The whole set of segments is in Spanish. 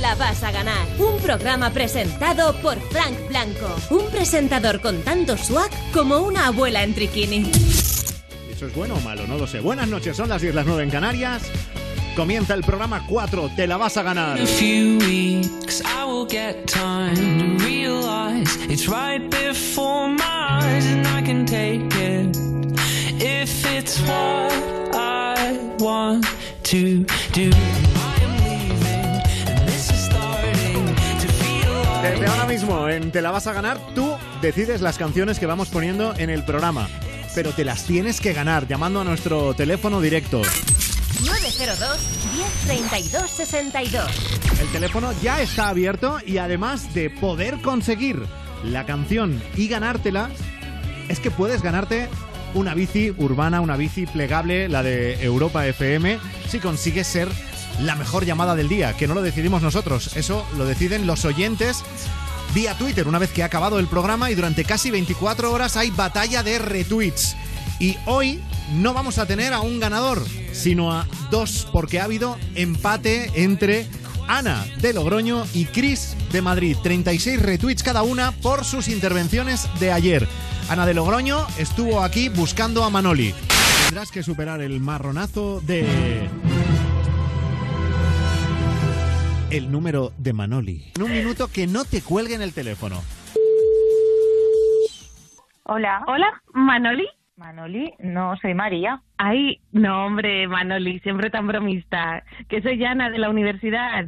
La vas a ganar. Un programa presentado por Frank Blanco. Un presentador con tanto swag como una abuela en triquini. ¿Eso es bueno o malo? No lo sé. Buenas noches, son las 10, las 9 en Canarias. Comienza el programa 4, te la vas a ganar. In a few weeks, I will get time to realize it's right before my eyes, and I can take it if it's what I want to do. I am leaving, and this is starting to feel like Desde ahora mismo, en Te la vas a ganar, tú decides las canciones que vamos poniendo en el programa. Pero te las tienes que ganar llamando a nuestro teléfono directo. 902 1032 62. El teléfono ya está abierto y además de poder conseguir la canción y ganártela, es que puedes ganarte una bici urbana, una bici plegable, la de Europa FM, si consigues ser la mejor llamada del día, que no lo decidimos nosotros, eso lo deciden los oyentes. Vía Twitter, una vez que ha acabado el programa y durante casi 24 horas hay batalla de retweets. Y hoy no vamos a tener a un ganador, sino a dos, porque ha habido empate entre Ana de Logroño y Cris de Madrid. 36 retweets cada una por sus intervenciones de ayer. Ana de Logroño estuvo aquí buscando a Manoli. Tendrás que superar el marronazo de... El número de Manoli. En un minuto que no te cuelguen el teléfono. Hola. Hola, Manoli. Manoli, no, soy María. Ay, no, hombre, Manoli, siempre tan bromista. Que soy Ana de la universidad.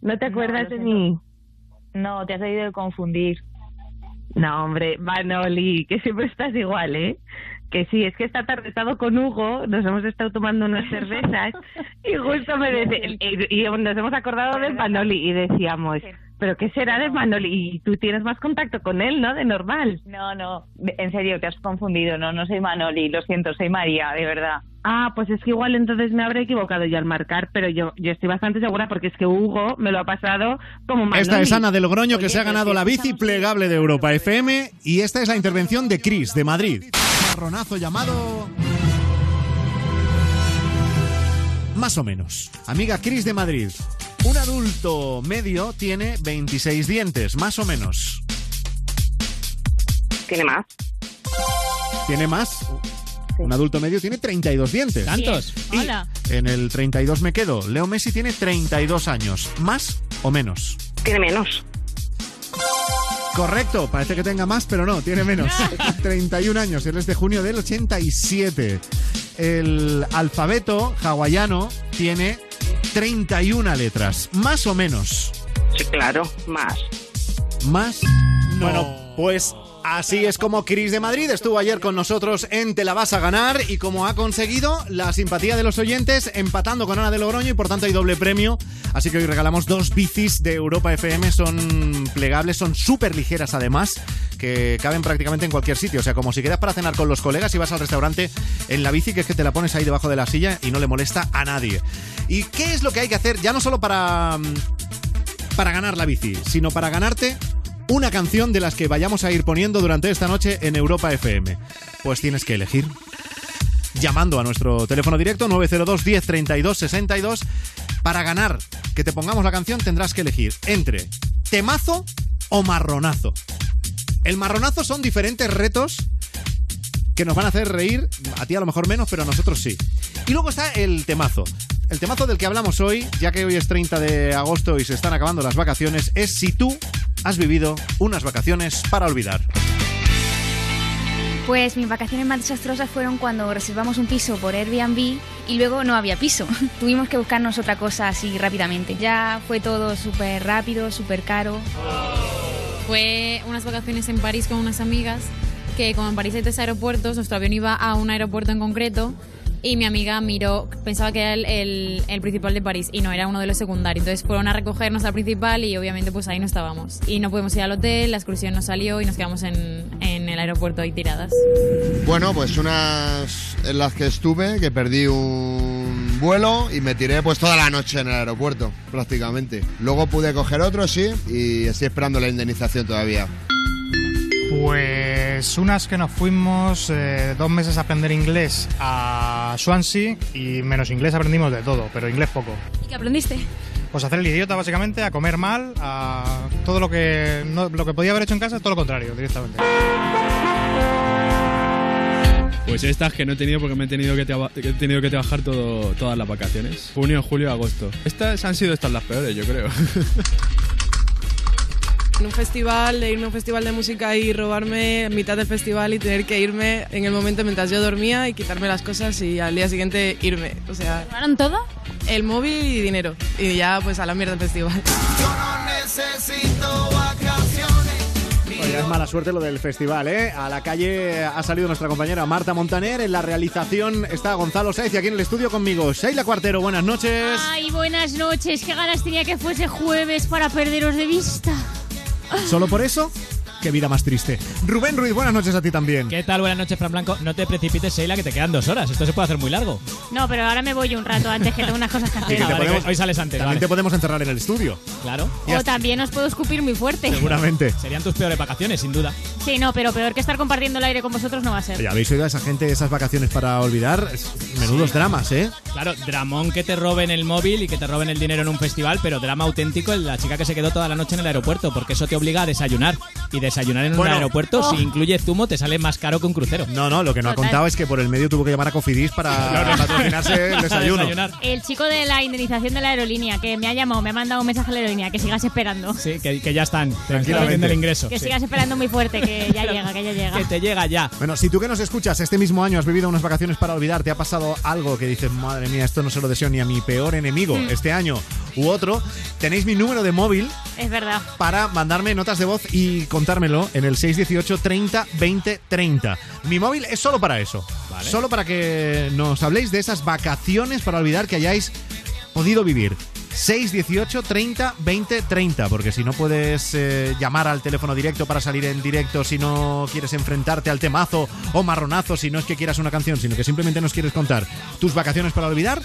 ¿No te No, acuerdas lo de siento. mí? No, te has debido de confundir. No, hombre, Manoli, que siempre estás igual, ¿eh? Que sí, es que esta tarde he estado con Hugo, nos hemos estado tomando unas cervezas y justo me decía, y, y nos hemos acordado de Manoli y decíamos, ¿pero qué será de Manoli? Y tú tienes más contacto con él, ¿no? De normal. No, no, en serio, te has confundido. No, no soy Manoli, lo siento, soy María, de verdad. Ah, pues es que igual entonces me habré equivocado yo al marcar, pero yo, yo estoy bastante segura porque es que Hugo me lo ha pasado como Manoli. Esta es Ana de Logroño que Oye, se ha pero ganado si la bici estamos- plegable de Europa FM y esta es la intervención de Cris de Madrid. Marronazo llamado más o menos. Amiga Cris de Madrid, un adulto medio tiene 26 dientes, más o menos. Tiene más. ¿Tiene más? Un adulto medio tiene 32 dientes. ¿Tantos? Y en el 32 me quedo. Leo Messi tiene 32 años, más o menos. Tiene menos. Correcto, parece que tenga más, pero no, tiene menos. 31 años, él es de junio del 87. El alfabeto hawaiano tiene 31 letras, más o menos. Sí, claro, más. Más. Bueno, pues así es como Cris de Madrid estuvo ayer con nosotros en Te la vas a ganar y como ha conseguido la simpatía de los oyentes empatando con Ana de Logroño y por tanto hay doble premio. Así que hoy regalamos dos bicis de Europa FM, son plegables, son súper ligeras además que caben prácticamente en cualquier sitio. O sea, como si quedas para cenar con los colegas y vas al restaurante en la bici, que es que te la pones ahí debajo de la silla y no le molesta a nadie. ¿Y qué es lo que hay que hacer? Ya no solo para mm, para ganar la bici, sino para ganarte una canción de las que vayamos a ir poniendo durante esta noche en Europa FM. Pues tienes que elegir llamando a nuestro teléfono directo 902 10 32 62 para ganar que te pongamos la canción tendrás que elegir entre temazo o marronazo. El marronazo son diferentes retos que nos van a hacer reír, a ti a lo mejor menos, pero a nosotros sí. Y luego está el temazo. El temazo del que hablamos hoy, ya que hoy es 30 de agosto y se están acabando las vacaciones, es si tú has vivido unas vacaciones para olvidar. Pues mis vacaciones más desastrosas fueron cuando reservamos un piso por Airbnb y luego no había piso. Tuvimos que buscarnos otra cosa así rápidamente. Ya fue todo súper rápido, súper caro. Fue unas vacaciones en París con unas amigas, que como en París hay tres aeropuertos, nuestro avión iba a un aeropuerto en concreto y mi amiga miró, pensaba que era el, el- el principal de París y no, era uno de los secundarios. Entonces fueron a recogernos al principal y obviamente pues ahí no estábamos. Y no pudimos ir al hotel, la excursión no salió y nos quedamos en, en el aeropuerto ahí tiradas. Bueno, pues unas en las que estuve, que perdí un vuelo y me tiré pues toda la noche en el aeropuerto, prácticamente. Luego pude coger otro, sí, y estoy esperando la indemnización todavía. Pues unas que nos fuimos eh, dos meses a aprender inglés a Swansea y menos inglés aprendimos de todo, pero inglés poco. ¿Y qué aprendiste? Pues hacer el idiota, básicamente, a comer mal, a todo lo que, no- lo que podía haber hecho en casa, todo lo contrario, directamente. Pues estas que no he tenido porque me he tenido que, traba- que he tenido que trabajar todo, todas las vacaciones. Junio, julio, agosto. Estas han sido estas las peores, yo creo. En un festival, de irme a un festival de música y robarme en mitad del festival y tener que irme en el momento mientras yo dormía y quitarme las cosas y al día siguiente irme. O sea. ¿Robaron todo? El móvil y dinero. Y ya pues a la mierda el festival. Necesito vacaciones. Oye, es mala suerte lo del festival, ¿eh? A la calle ha salido nuestra compañera Marta Montaner. En la realización está Gonzalo Saiz y aquí en el estudio conmigo Sheila Cuartero. Buenas pues- noches. Ay, buenas noches. Qué ganas tenía que fuese jueves para perderos de vista. Solo por eso, qué vida más triste. Rubén Ruiz, buenas noches a ti también. ¿Qué tal? Buenas noches, Fran Blanco. No te precipites, Sheila, que te quedan dos horas. Esto se puede hacer muy largo. No, pero ahora me voy un rato antes que tengo unas cosas que Y hacer. que te vale, podemos- que hoy sales antes, También vale. te podemos encerrar en el estudio. Claro. O también os puedo escupir muy fuerte. Seguramente. Serían tus peores vacaciones, sin duda. Sí, no, pero peor que estar compartiendo el aire con vosotros no va a ser. Oye, ¿habéis oído a esa gente esas vacaciones para olvidar? Es- Menudos dramas, ¿eh? Claro, dramón que te roben el móvil y que te roben el dinero en un festival, pero drama auténtico en la chica que se quedó toda la noche en el aeropuerto, porque eso te obliga a desayunar. Y desayunar en Bueno. un aeropuerto, Oh. si incluye zumo, te sale más caro que un crucero. No, no, lo que no ha Total. contado es que por el medio tuvo que llamar a Cofidis para patrocinarse el desayuno. El chico de la indemnización de la aerolínea que me ha llamado, me ha mandado un mensaje a la aerolínea, que sigas esperando. Sí, que, que ya están. Tranquilamente. Tranquilamente. el ingreso. Que sí. sigas esperando muy fuerte, que ya llega, que ya llega. Que te llega ya. Bueno, si tú que nos escuchas este mismo año has vivido unas vacaciones para olvidar, te ha pasado algo que dices, madre mía, esto no se lo deseo ni a mi peor enemigo Mm. este año u otro, tenéis mi número de móvil Es verdad. para mandarme notas de voz y contármelo en el 618 30 20 30. Mi móvil es solo para eso, solo para que nos habléis de esas vacaciones para olvidar que hayáis podido vivir. 618 30 20 30, porque si no puedes eh, llamar al teléfono directo para salir en directo, si no quieres enfrentarte al temazo o marronazo, si no es que quieras una canción, sino que simplemente nos quieres contar tus vacaciones para olvidar,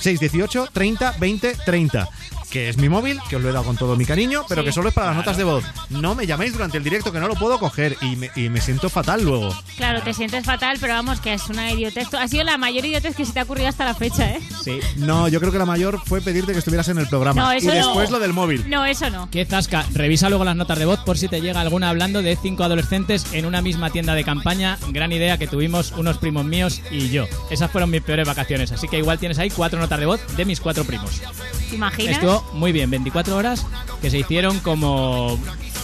618 30 20 30, que es mi móvil, que os lo he dado con todo mi cariño, pero Sí. que solo es para las notas de voz. No me llaméis durante el directo, que no lo puedo coger y me, y me siento fatal luego. Claro, te sientes fatal, pero vamos, que es una idiotez. Ha sido la mayor idiotez que se te ha ocurrido hasta la fecha, ¿eh? Sí. No, yo creo que la mayor fue pedirte que estuvieras en el programa. No, eso y no. después lo del móvil. No, eso no. Qué zasca, revisa luego las notas de voz por si te llega alguna hablando de cinco adolescentes en una misma tienda de campaña. Gran idea que tuvimos unos primos míos y yo. Esas fueron mis peores vacaciones, así que igual tienes ahí cuatro notas de voz de mis cuatro primos. ¿Te imaginas? Estuvo muy bien, 24 horas que se hicieron como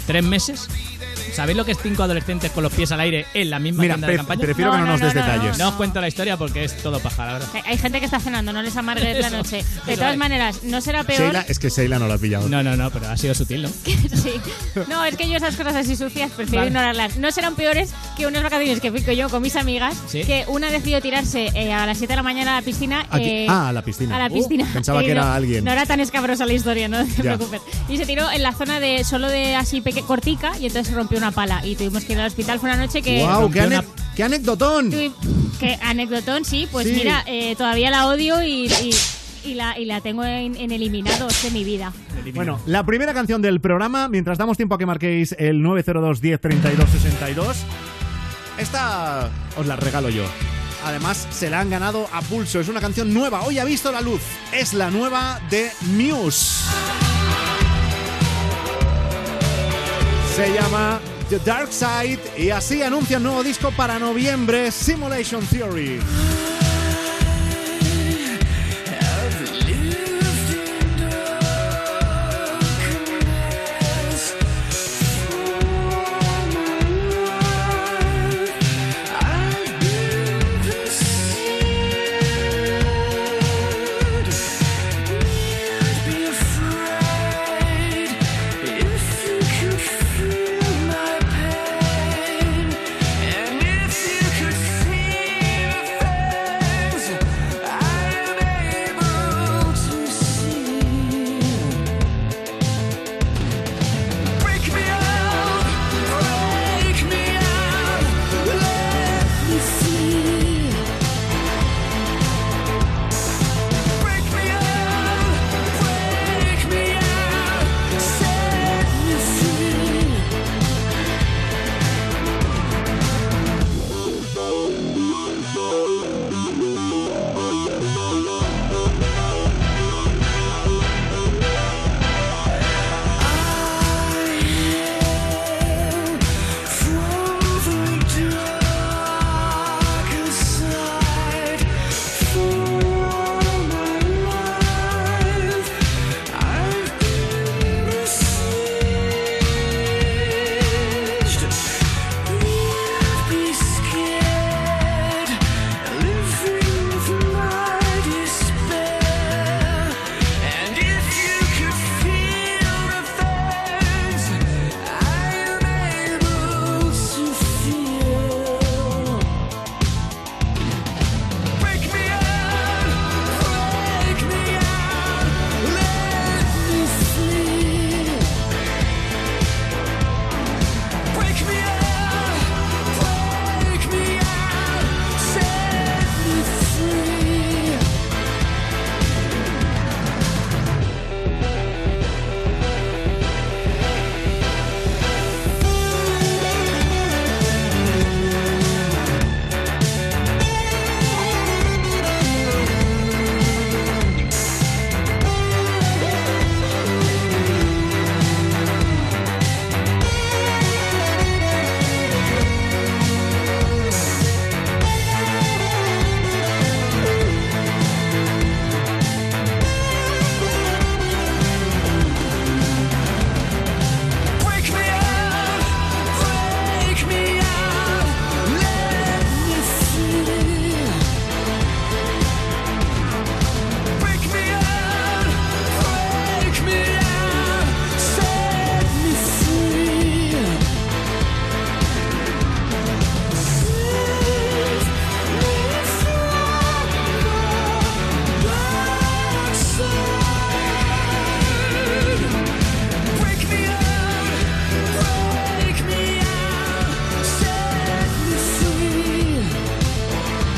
tres meses. ¿Sabéis lo que es cinco adolescentes con los pies al aire en la misma Mira, tienda de pref- campaña? prefiero que No, no no, nos des no, no, detalles. no. No os cuento la historia porque es todo paja, la verdad. Hay- Hay gente que está cenando, no les amargues la Eso, noche. De eso todas es. maneras, no será peor. es que Sheila no la ha pillado. No, no, no, pero ha sido sutil, ¿no? Sí. No, es que yo esas cosas así sucias prefiero Vale. ignorarlas. No serán peores que unas vacaciones que fui yo con mis amigas, Sí. que una decidió tirarse eh, a las 7 de la mañana a la piscina. ¿A qué? eh, Ah, a la piscina. A la Uh, piscina. Eh, pensaba que no- era alguien. No era tan escabrosa la historia, no te Ya. preocupes. Y se tiró en la zona de solo de así peque- cortica y entonces se rompió una pala y tuvimos que ir al hospital. Fue una noche que... ¡Guau! Qué, ane- qué anecdotón! Tui- Que anecdotón, sí, pues Sí. mira, eh, todavía la odio y, y- y la, y la tengo en, en eliminados de mi vida. Bueno, la primera canción del programa, mientras damos tiempo a que marquéis el 902 10 32 62, esta os la regalo yo. Además, se la han ganado a pulso. Es una canción nueva, hoy ha visto la luz. Es la nueva de Muse. Se llama The Dark Side y así anuncia el nuevo disco para noviembre, Simulation Theory. And if you could see the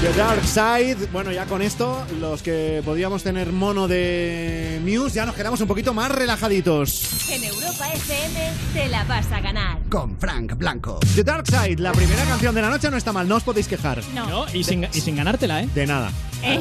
The Dark Side. Bueno, ya con esto, los que podíamos tener mono de Muse, ya nos quedamos un poquito más relajaditos. En Europa FM te la vas a ganar. Con Frank Blanco. The Dark Side, la primera canción de la noche, no está mal, no os podéis quejar. No. y, sin, y sin ganártela, ¿eh? De nada. Eh,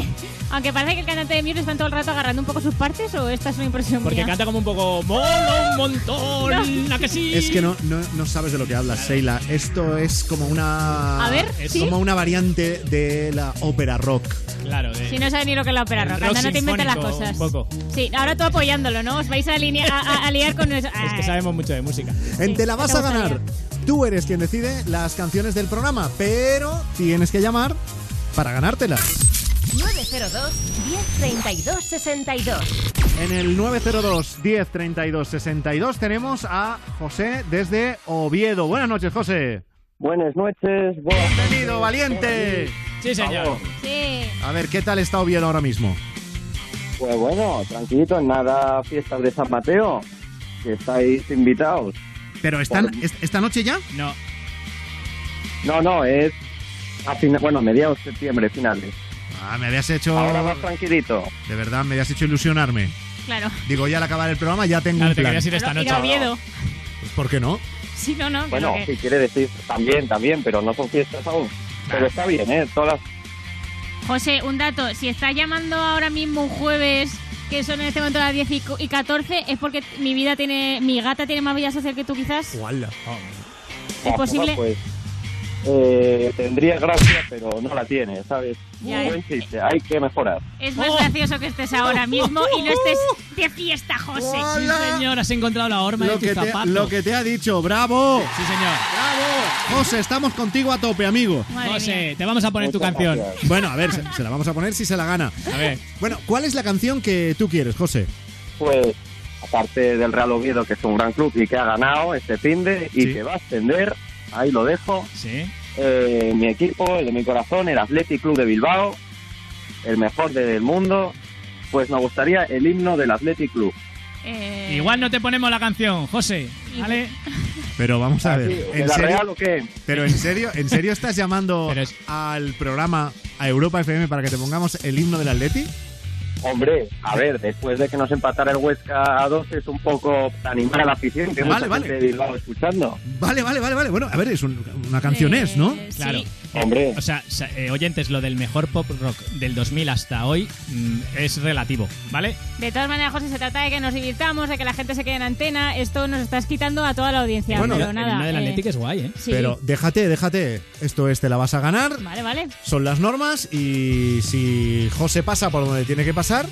aunque parece que el cantante de Muse están todo el rato agarrando un poco sus partes, o esta es una impresión Porque mía. canta como un poco mola un montón, ¿a que sí? Es que no, no, no sabes de lo que hablas, Sheila. Esto es como una. A ver, es ¿sí? como una variante de la ópera rock. Claro, de... Si no sabes ni lo que es la ópera rock, anda, no te inventes las cosas. Sí, ahora tú apoyándolo, ¿no? Os vais a, alinear- a- a- a liar con Ah, eso. Es que sabemos mucho de música. En Te la vas te a ganar. Tú eres quien decide las canciones del programa, pero tienes que llamar para ganártelas. 902 1032 62. En el 902 10 32 62 tenemos a José desde Oviedo. Buenas noches, José. Buenas noches. Bienvenido, valiente. Sí, señor. Sí. A ver, ¿qué tal está Oviedo ahora mismo? Pues bueno, tranquilito, nada, fiestas de San Mateo, que estáis invitados. ¿Pero están est- esta noche ya? No. No, no, es a fina- bueno, mediados de septiembre, finales. Ah, me habías hecho. Ahora más tranquilito. De verdad, me habías hecho ilusionarme. Claro. Digo, ya al acabar el programa ya tengo un plan. Pero ir a Oviedo. Pues, ¿Por qué no? Sí, no, no. pero Bueno, que- si quiere decir, también, también, pero no son fiestas aún. Pero está bien, ¿eh? Todas las- José, un dato. Si estás llamando ahora mismo un jueves, que son en este momento las 10 y cu- y 14, es porque mi vida tiene. Mi gata tiene más vida social que tú, quizás. Bueno, posible? Pues, eh, tendría gracia, pero no la tiene, ¿sabes? Ya, Buen chiste, hay que mejorar. Es más gracioso que estés ahora mismo y no estés de fiesta, José. Sí, señor, has encontrado la horma Lo de que, tus te, zapatos. lo que te ha dicho, bravo. Sí, señor. José, estamos contigo a tope, amigo. Madre José, mía. te vamos a poner tu Muchas canción. gracias. Bueno, a ver, se, se la vamos a poner si se la gana. A ver. Bueno, ¿cuál es la canción que tú quieres, José? Pues, aparte del Real Oviedo, que es un gran club y que ha ganado este finde y que va a ascender, ahí lo dejo. Sí. Eh, mi equipo, el de mi corazón, el Athletic Club de Bilbao, el mejor del mundo. Pues me gustaría el himno del Athletic Club. Igual no te ponemos la canción, José. ¿Vale? Pero vamos a ver. ¿de Ah, la Real o qué? Pero en serio, ¿en serio estás llamando al programa a Europa FM para que te pongamos el himno del Atleti? Hombre, a ver, después de que nos empatara el Huesca a dos, es un poco para animar a la afición que Vale, mucha vale. gente de Bilbao escuchando. Vale, vale, vale, vale. Bueno, a ver, es un- una canción Eh, es, ¿no? Claro. Hombre. O sea, sa- eh, oyentes, lo del mejor pop rock del 2000 hasta hoy mm, es relativo, ¿vale? De todas maneras, José, se trata de que nos divirtamos, de que la gente se quede en antena. Esto nos estás quitando a toda la audiencia. pero el nada. himno del eh, Athletic es guay, ¿eh? sí. Pero déjate, déjate. Esto es, te la vas a ganar. Vale, vale. Son las normas y si José pasa por donde tiene que pasar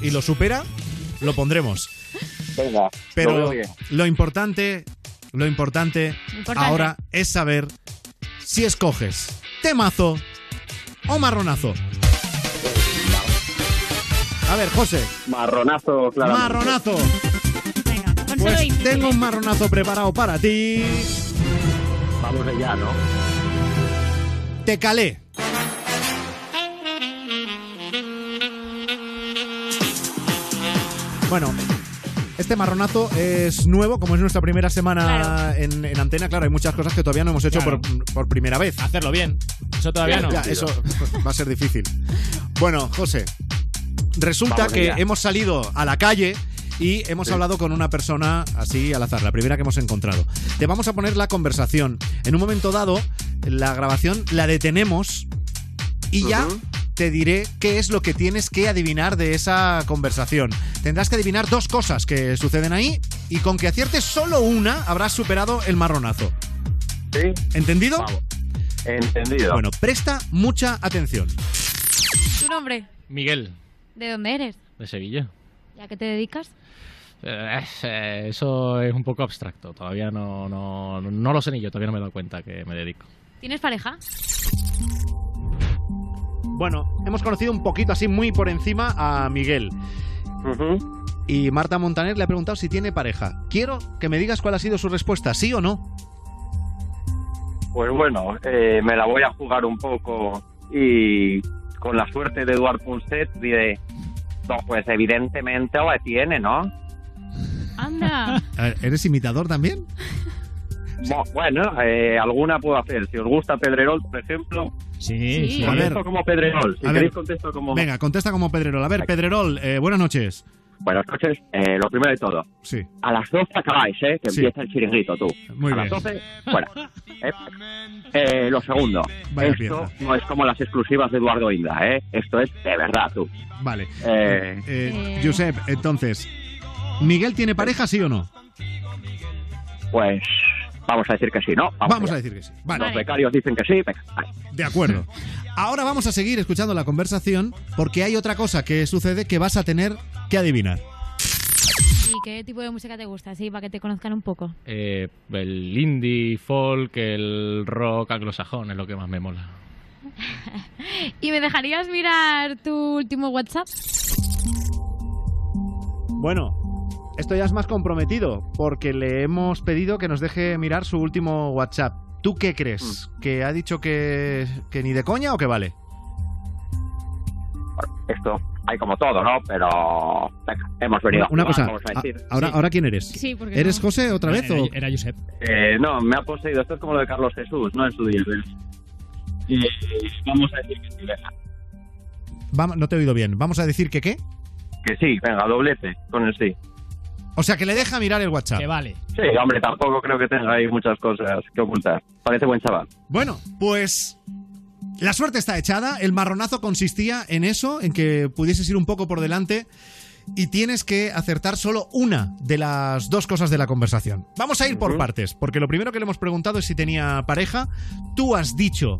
y lo supera, lo pondremos. Venga, Pero lo veo lo, bien. importante, lo importante, Importante. ahora es saber si escoges temazo o marronazo. A ver, José, Marronazo, claro. marronazo. solo Pues tengo un marronazo preparado para ti. Vamos allá, ¿no? Te calé. Bueno, este marronazo es nuevo, como es nuestra primera semana en, en antena. Claro, hay muchas cosas que todavía no hemos hecho Claro. por, por primera vez. Hacerlo bien. Eso todavía no. Ya, eso va a ser difícil. Bueno, José, resulta Vamos que allá. hemos salido a la calle y hemos Sí. hablado con una persona así al azar, la primera que hemos encontrado. Te vamos a poner la conversación. En un momento dado, la grabación la detenemos y ya Ujú. te diré qué es lo que tienes que adivinar de esa conversación. Tendrás que adivinar dos cosas que suceden ahí y con que aciertes solo una habrás superado el marronazo. ¿Sí? ¿Entendido? Entendido. Bueno, presta mucha atención. ¿Tu nombre? Miguel, ¿De dónde eres? de Sevilla. ¿Y a qué te dedicas? Eh, eh, eso es un poco abstracto, todavía no, no, no lo sé ni yo, todavía no me he dado cuenta que me dedico. ¿Tienes pareja? Bueno, hemos conocido un poquito así muy por encima a Miguel. Y Marta Montaner le ha preguntado si tiene pareja. Quiero que me digas cuál ha sido su respuesta, sí o no. Pues bueno, eh, me la voy a jugar un poco y con la suerte de Eduard Punset diré, no, pues evidentemente la tiene, ¿no? Anda. ¿Eres imitador también? Mo- Bueno, eh, alguna puedo hacer. Si os gusta Pedrerol, por ejemplo. Sí, sí. A ver. Contesto como Pedrerol. Si A ver. queréis, contesto como. Venga, contesta como Pedrerol. A ver, Pedrerol, eh, buenas noches. Buenas noches. Eh, lo primero de todo. Sí. A las 12 acabáis, ¿eh? Que Sí. empieza el chiringuito, tú. Muy a bien. las 12, fuera. Eh, eh, lo segundo. Vaya esto no es como las exclusivas de Eduardo Inda, ¿eh? Esto es de verdad, tú. Vale. Eh, Eh, Josep, entonces, ¿Miguel tiene pareja, sí o no? Pues vamos a decir que sí, ¿no? Vamos allá. a decir que sí. Vale. Los becarios dicen que sí. venga, vale. De acuerdo. Ahora vamos a seguir escuchando la conversación porque hay otra cosa que sucede que vas a tener que adivinar. ¿Y qué tipo de música te gusta? Sí, para que te conozcan un poco. Eh, el indie, folk, el rock anglosajón es lo que más me mola. ¿Y me dejarías mirar tu último WhatsApp? Bueno, esto ya es más comprometido porque le hemos pedido que nos deje mirar su último WhatsApp. ¿Tú qué crees? Mm. ¿Que ha dicho que, que ni de coña o que vale? Esto hay como todo, ¿no? Pero venga, hemos venido. a Una cosa, jugar, Pues Vamos a a- decir. ahora, ¿ahora quién eres? Sí, porque ¿Eres no. José otra vez Era- o...? era Josep. Eh, no, me ha poseído. Esto es como lo de Carlos Jesús, ¿no? En su día. Y vamos a decir que sí, venga. Vam- no te he oído bien. ¿Vamos a decir que qué? Que sí, venga, doblete con el sí. O sea, que le deja mirar el WhatsApp. Que vale. Sí, hombre, tampoco creo que tenga ahí muchas cosas que ocultar. Parece buen chaval. Bueno, pues la suerte está echada. El marronazo consistía en eso, en que pudieses ir un poco por delante y tienes que acertar solo una de las dos cosas de la conversación. Vamos a ir por partes, porque lo primero que le hemos preguntado es si tenía pareja. Tú has dicho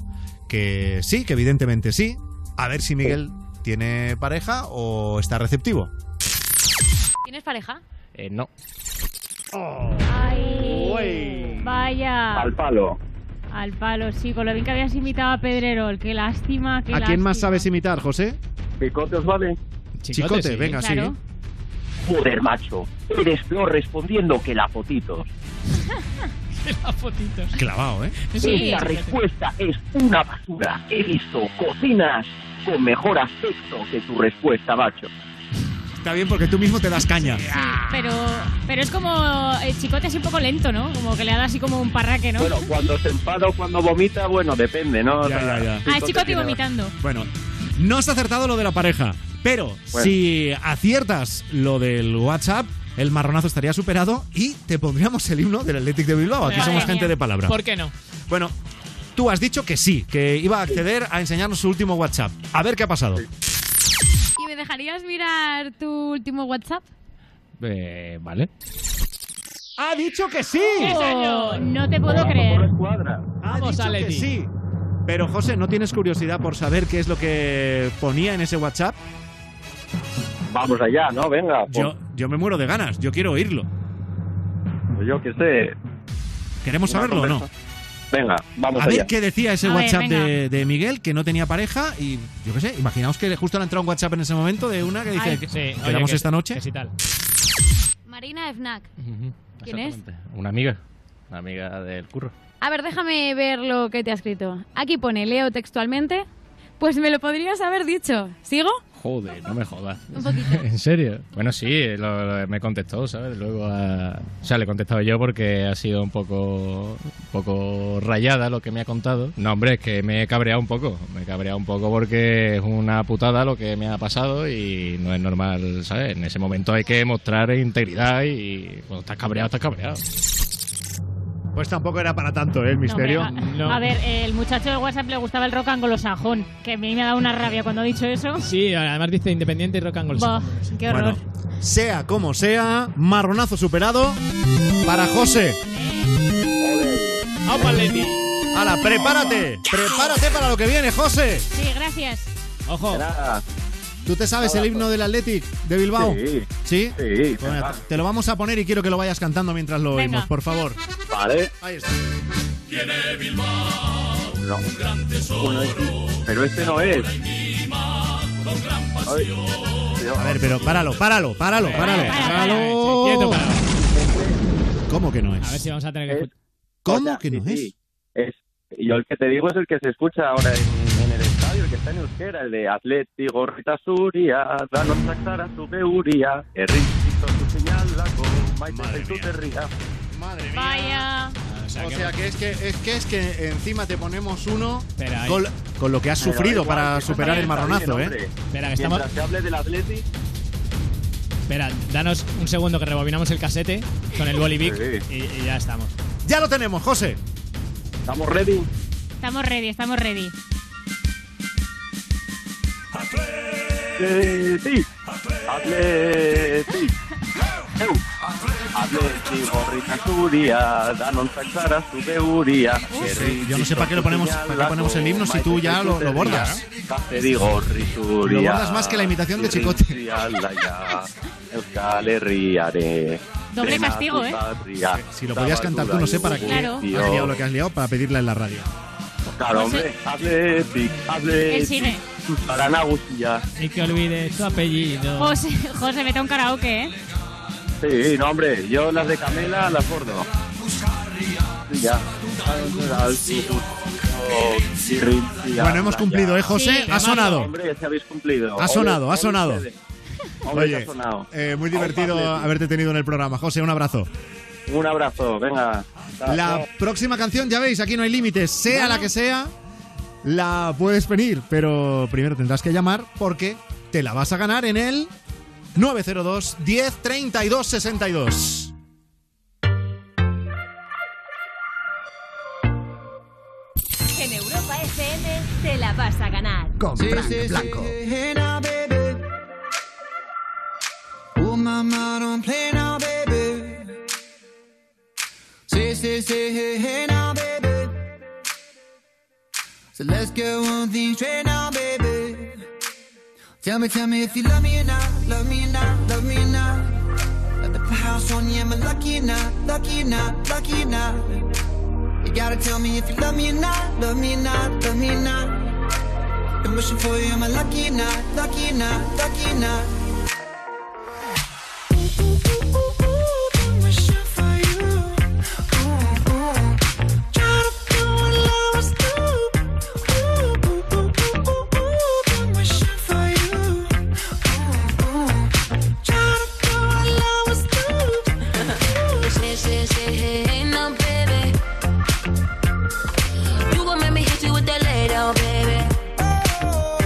que sí, que evidentemente sí. A ver si Miguel tiene pareja o está receptivo. ¿Tienes pareja? Eh, no. Vaya. palo. Al palo, sí, con lo bien que habías imitado a Pedrerol. Qué lástima, qué ¿A quién más lástima. sabes imitar, José? Picote os vale. Chicote, Chicote, sí. venga, sí. Claro. Joder, macho. Eres peor respondiendo que la fotito. fotitos. Clavado, ¿eh? Sí. La respuesta es una basura. He visto cocinas con mejor aspecto que tu respuesta, macho. Está bien porque tú mismo te das caña. Pero, pero es como. El chicote es un poco lento, ¿no? Como que le da así como un parraque, ¿no? Ah, Bueno, cuando se enfada o cuando vomita, bueno, depende, ¿no? O sea, ah, Picote chicote tiene- vomitando. Bueno, no has acertado lo de la pareja, pero Bueno. si aciertas lo del WhatsApp, el marronazo estaría superado y te pondríamos el himno del Athletic de Bilbao. Aquí somos gente de palabra. ¿Por qué no? Bueno, tú has dicho que sí, que iba a acceder a enseñarnos su último WhatsApp. A ver qué ha pasado. ¿Y me dejarías mirar tu último WhatsApp? Eh, vale. ¡Ha dicho que sí! Oh, no te puedo creer. Ha Vamos, dicho que Atleti. sí. Pero José, ¿no tienes curiosidad por saber qué es lo que ponía en ese WhatsApp? Vamos allá, ¿no? Venga. Yo, yo me muero de ganas, yo quiero oírlo. Pues yo qué sé. ¿Queremos Una saberlo o no? conversa- Venga, vamos A ver allá. qué decía ese A ver, WhatsApp venga. de, de Miguel, que no tenía pareja y yo qué sé, imaginaos que justo le ha entrado un WhatsApp en ese momento de una que dice, Ay. que- Sí, oye, ¿quedamos que- esta noche? Que sí tal. Marina Fnac. ¿Quién es? Una amiga. Una amiga del curro. A ver, déjame ver lo que te ha escrito. Aquí pone, leo textualmente. Pues me lo podrías haber dicho. ¿Sigo? Joder, no me jodas. Un poquito. ¿En serio? Bueno, sí, lo- lo- me contestó, ¿sabes? Luego, a- o sea, le he contestado yo porque ha sido un poco, un poco rayada lo que me ha contado. No, hombre, es que me he cabreado un poco. Me he cabreado un poco porque es una putada lo que me ha pasado y no es normal, ¿sabes? En ese momento hay que mostrar integridad y cuando estás cabreado, estás cabreado. Pues tampoco era para tanto, ¿eh? El misterio. hombre, A ver, el muchacho de WhatsApp le gustaba el rock anglosajón, que a mí me ha dado una rabia cuando ha dicho eso. Sí, además dice independiente y rock and roll. Bah, qué horror. Bueno, sea como sea, marronazo superado para José. ¡Apa, Leti! ¡Hala, prepárate! ¡Prepárate para lo que viene, José! Sí, gracias. ¡Ojo! ¿Tú te sabes el himno del Athletic de Bilbao? Sí. ¿Sí? Sí, Bueno, claro. te lo vamos a poner y quiero que lo vayas cantando mientras lo Venga. oímos, por favor. Vale. Ahí está. No. Bueno, este- pero este no es. Ay, A ver, pero páralo, páralo, páralo, páralo. páralo. Quieto, para. ¿Cómo que no A ver es? si vamos a tener que... ¿Cómo que no es? es. Yo el que te digo es el que se escucha ahora en, en el estadio, el que está en euskera, el de Atleti, Gorrita Suria, Danos Saxara, Subeuria, Erri, Tito, Supiñalaco, Maite, Zaitu, Terria. Madre Vaya. O sea, O que- sea, que es que, es que es que encima te ponemos uno Espera, eh. ahí. con, con lo que has Pero sufrido igual, para que superar el está bien, marronazo, hombre. ¿eh? Espera, que estamos- Mientras se hable del Atleti, Espera, danos un segundo que rebobinamos el casete con el bolivic y, y ya estamos. Ya lo tenemos, José. ¿Estamos ready? Estamos ready, estamos ready. Eh, Atleti, Atleti, Eu, Atleti, gorrita zuria, danon zakzara zube huria. Sí, yo no sé para qué lo ponemos, para qué ponemos el himno si tú ya lo, lo bordas. Kazeri gorri zuria. Lo bordas más que la imitación de Chicote. Zurri alaia, Euskal herriare. Doble Dena castigo, du ¿eh? patria, Si lo podías cantar tú, no sé para qué Claro. has liado lo que has liado para pedirla en la radio. Claro, hombre, Atleti, Pues, eh, Él Atleti, sigue. para nagusia. Y que olvides tu apellido. José, José, vete a un karaoke, ¿eh? Sí, no, hombre, yo las de Camela las bordo. Sí, Ya. Bueno, hemos cumplido, ¿eh, José? Ha sonado. Hombre, ya habéis cumplido. Ha sonado, ha Ole, ole sonado. ustedes. Hombre, que ha Oye, sonado. eh, muy divertido haberte tenido en el programa. José, un abrazo. Un abrazo, venga. La próxima canción, ya veis, aquí no hay límites. Sea la que sea, la puedes pedir, pero primero tendrás que llamar porque te la vas a ganar en el 902 10 32 62. En Europa FM te la vas a ganar. Con Frank Blanco. Oh, mama, don't play now, baby. Say, say, say, hey, hey now, baby. So let's go on things straight now, baby. Tell me, tell me if you love me or not, love me or not, love me or not. Let the house on you, am I lucky or not, lucky or not, lucky or not? You gotta tell me if you love me or not, love me or not, love me or not. I'm wishing for you, am I lucky or not, lucky or not, lucky or not? Baby,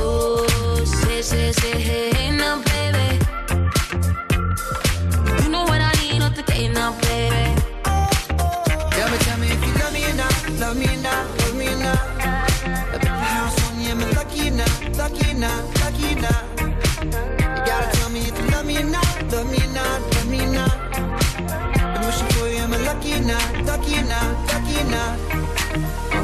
ooh, say, say, say, hey, now, baby. You know what I need not to get enough, baby. Tell me, tell me if you love me or not, love me or not, love me or not. I put my house on you, am I lucky or not, lucky or not, lucky or not? You gotta tell me if you love me or not, love me or not, love me or not. I'm wishing for you, am I lucky or not, lucky or not, lucky or not?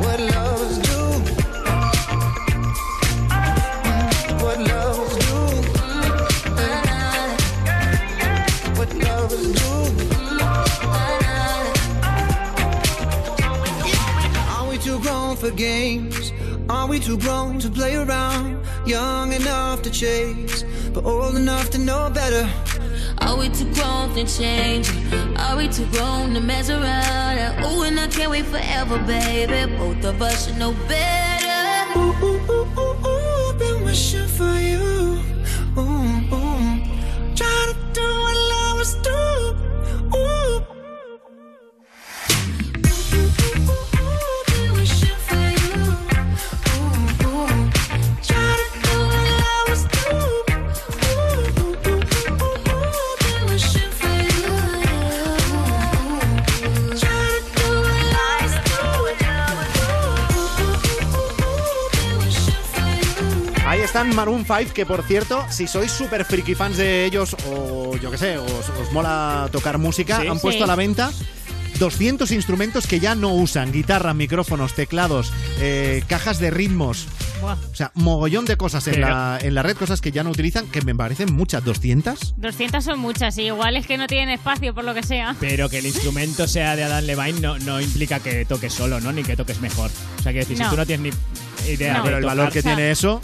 What lovers do. What lovers do. What lovers do. Are we too grown for games? Are we too grown to play around? Young enough to chase, but old enough to know better. Are we too grown to change? Are we too grown to mess around? Ooh, and I can't wait forever, baby. Both of us should know better. Ooh, ooh, ooh, ooh, ooh, been wishing for you. Oh, Ooh, ooh, try to do what lovers do. Ooh. Ahí están Maroon 5, que por cierto, si sois super friki fans de ellos o yo qué sé, os, os mola tocar música, Sí. han puesto Sí. a la venta 200 instrumentos que ya no usan, guitarras, micrófonos, teclados, eh, cajas de ritmos. O sea, mogollón de cosas en Pero- la, en la red, cosas que ya no utilizan, que me parecen muchas, 200. 200 son muchas y igual es que no tienen espacio por lo que sea. Pero que el instrumento sea de Adam Levine no, no implica que toques solo, ¿no? Ni que toques mejor. O sea, que decir, No. si tú no tienes ni Ya, idea. de pero el tocar. valor que O sea, tiene eso.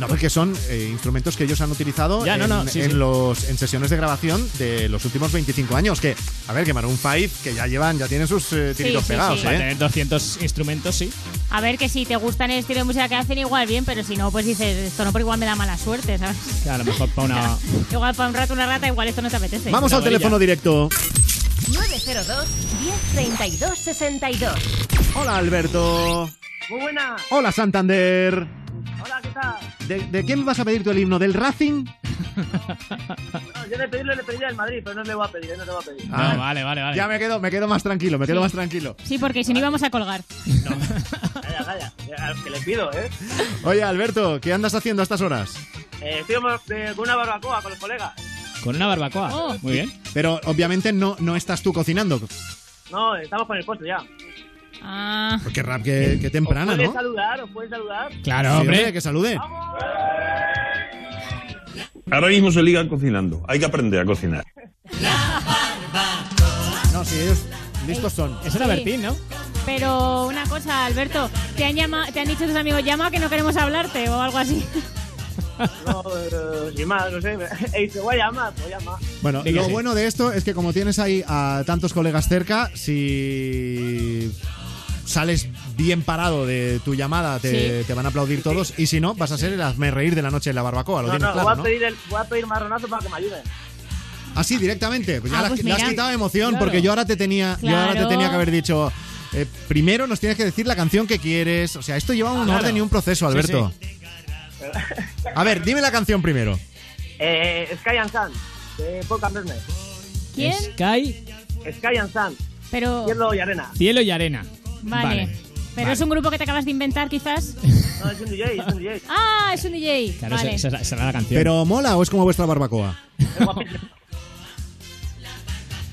No, porque son eh, instrumentos que ellos han utilizado Ya, en, no, no, sí, en sí. Los, en sesiones de grabación de los últimos 25 años. Que, a ver, que Maroon 5, que ya llevan, ya tienen sus eh, tiritos sí, pegados. sí. ¿eh? Para tener 200 instrumentos, sí. A ver, que si te gustan el estilo de música que hacen, igual bien, pero si no, pues dices, esto no, pero igual me da mala suerte, ¿sabes? A lo mejor para una. Igual para un rato una rata, igual esto no te apetece. Vamos al teléfono directo. 902 1032 62. Hola, Alberto. Muy buena. Hola, Santander. Hola, ¿qué tal? ¿De, de quién vas a pedir tú el himno? ¿Del Racing? Bueno, yo le pedí, le pedí al Madrid, pero no le voy a pedir, eh, no le voy a pedir. Ah, vale, vale, vale. Ya me quedo, me quedo más tranquilo, me quedo más tranquilo. Sí, porque si no íbamos a colgar. Calla, calla. A los que le pido, ¿eh? Oye, Alberto, ¿qué andas haciendo a estas horas? Eh, Estoy mo- eh, con una barbacoa con los colegas. Con una barbacoa. Oh. Muy bien. Pero obviamente no, no estás tú cocinando. No, estamos con el postre ya. Ah. Qué rap, qué, qué temprano, ¿Puedes ¿no? saludar? ¿Os puedes saludar? Claro, Sí, hombre. hombre, que salude. Ahora mismo se ligan cocinando. Hay que aprender a cocinar. No, sí, ellos listos son. Eso era Sí. Bertín, ¿no? Pero una cosa, Alberto, te han, llama, te han dicho tus amigos, llama que no queremos hablarte o algo así. No, eh, sin más, no sé. He dicho, voy a llamar, voy a llamar. Bueno, Diga lo sí. bueno de esto es que como tienes ahí a tantos colegas cerca, si sales bien parado de tu llamada, te, Sí. te van a aplaudir todos. Y si no, vas a ser el hazme reír de la noche en la barbacoa. Lo No, tienes no, claro, voy, a ¿no? pedir el, voy a pedir marronazo para que me ayuden. Así directamente. Pues ya Ah, le has- pues le has mira. quitado emoción Claro. porque yo ahora te tenía, yo ahora Claro. te tenía que haber dicho. eh, primero nos tienes que decir la canción que quieres. O sea, esto lleva un Claro. orden y un proceso, Sí, Alberto. A ver, dime la canción primero. Eh, Sky and Sun, de Paul Cambernet. ¿Quién? Sky, Sky and Sun. Pero... Cielo y arena. cielo y arena. Vale. Pero vale. es un grupo que te acabas de inventar, quizás. No, es un DJ, es un DJ. Ah, es un DJ. Claro, vale. esa, esa será la canción. ¿Pero mola o es como vuestra barbacoa?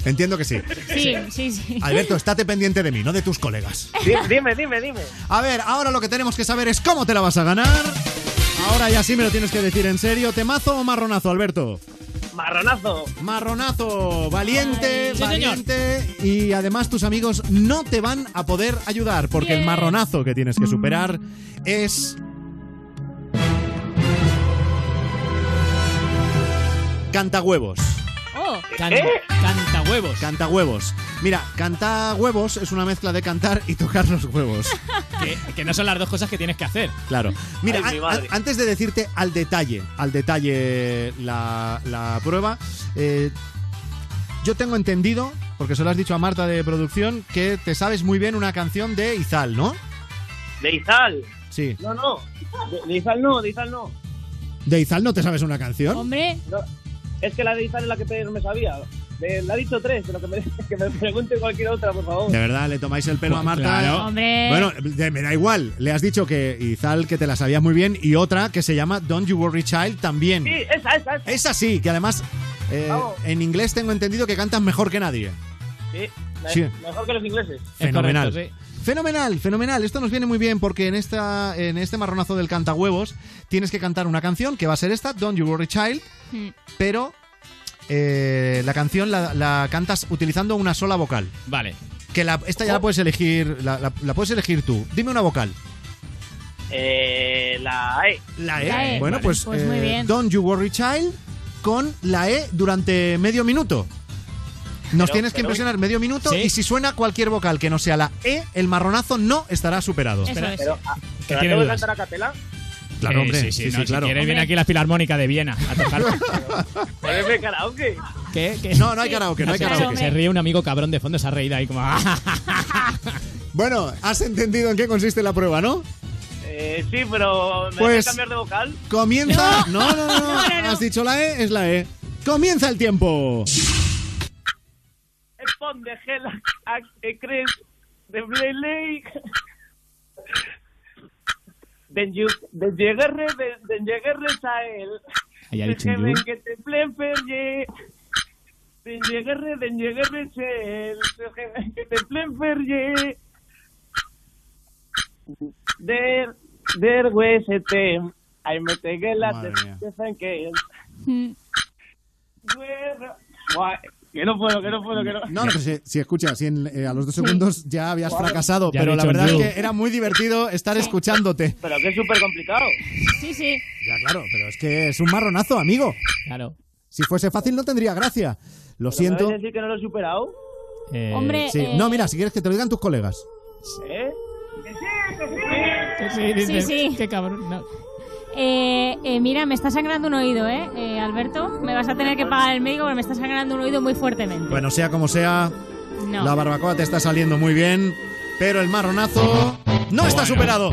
Entiendo que sí. Sí, sí, sí. Alberto, estate pendiente de mí, no de tus colegas. Dime, dime, dime. A ver, ahora lo que tenemos que saber es cómo te la vas a ganar. Ahora ya sí me lo tienes que decir en serio. ¿Temazo o marronazo, Alberto? Marronazo. Marronazo, valiente, Ay. Sí, señor. valiente. Y además tus amigos no te van a poder ayudar porque el Bien. marronazo que Mm. tienes que superar es... Cantahuevos. Oh. Eh. Cantahuevos. Cantahuevos. Mira, cantahuevos es una mezcla de cantar y tocar los huevos. Que, que no son las dos cosas que tienes que hacer. Claro. Mira, Ay, mi an- madre. an- antes de decirte al detalle, al detalle la, la prueba, eh, yo tengo entendido, porque se lo has dicho a Marta de producción, que te sabes muy bien una canción de Izal, ¿no? De Izal. Sí. No, no. De, de Izal no, de Izal no. ¿De Izal no te sabes una canción? Hombre. es que la de Izal es la que pe- no me sabía. De- la ha dicho tres, pero que me, que me pregunte cualquier otra, por favor. De verdad, le tomáis el pelo a Marta. Claro. Hombre. Bueno, de- me da igual. Le has dicho que Izal, que te la sabías muy bien, y otra que se llama Don't You Worry Child también. Sí, esa, esa, esa. Es así, que además eh, Vamos. en inglés tengo entendido que cantas mejor que nadie. Sí, me- Sí. mejor que los ingleses. Fenomenal. Fenomenal, fenomenal. Esto nos viene muy bien porque en, esta, en este marronazo del cantahuevos tienes que cantar una canción que va a ser esta, Don't You Worry Child, pero eh, la canción la, la cantas utilizando una sola vocal. Vale. Que la- esta Oh. ya la puedes elegir, la, la- la puedes elegir tú. Dime una vocal. Eh, la E. La E. Bueno, pues, eh, Don't You Worry Child con la E durante medio minuto. Nos Pero- tienes que pero- impresionar medio minuto ¿Sí? y si suena cualquier vocal que no sea la E, el marronazo no estará superado. Pero, ah, ¿pero tiene ¿Tengo que dudas. cantar a capela? Claro, Eh, hombre. Sí, sí, Sí, no, sí, si claro. quieres, viene Hombre. aquí la Filarmónica de Viena a tocar. ¿Poneme karaoke? ¿Qué? ¿Qué? No, no hay karaoke, no hay se- karaoke. Se, se ríe un amigo cabrón de fondo, se ha reído ahí como. "Ah". Bueno, has entendido en qué consiste la prueba, ¿no? Eh, sí, pero ¿me Pues- dejas cambiar de vocal? Comienza. No, no, no, no. Has dicho la E, es la E. Comienza el tiempo. Pon de gel a a- Chris de Blay Lake. Den Yu- den Yeguerre, den- den Yeguerre a él. Ahí ha Den dicho un Jemen yu. Pues que te plenferye. Den Yeguerre, den Yeguerre a él. Den Jemen que te plenferye. Der, der huesete. Ay, me te guela, Madre te- mía. te franque. Mm. Guerra. Buah, Que no puedo, que no puedo, que no. No, no, si, si escucha, si en- eh, a los dos segundos ya habías Claro. fracasado, Ya pero he la dicho verdad es yo. que era muy divertido estar escuchándote. Pero que es súper complicado. Sí, sí. Ya, claro, pero es que es un marronazo, amigo. Claro. Si fuese fácil no tendría gracia. Lo siento. ¿Puedes decir que no lo he superado? Eh, Hombre, sí. eh. No, mira, si quieres que te lo digan tus colegas. ¿Eh? Sí, sí. Qué cabrón. no. Eh, eh, mira, me está sangrando un oído, ¿eh? Eh, Alberto? Me vas a tener que pagar el médico porque me está sangrando un oído muy fuertemente. Bueno, sea como sea, No. la barbacoa te está saliendo muy bien, pero el marronazo no está superado.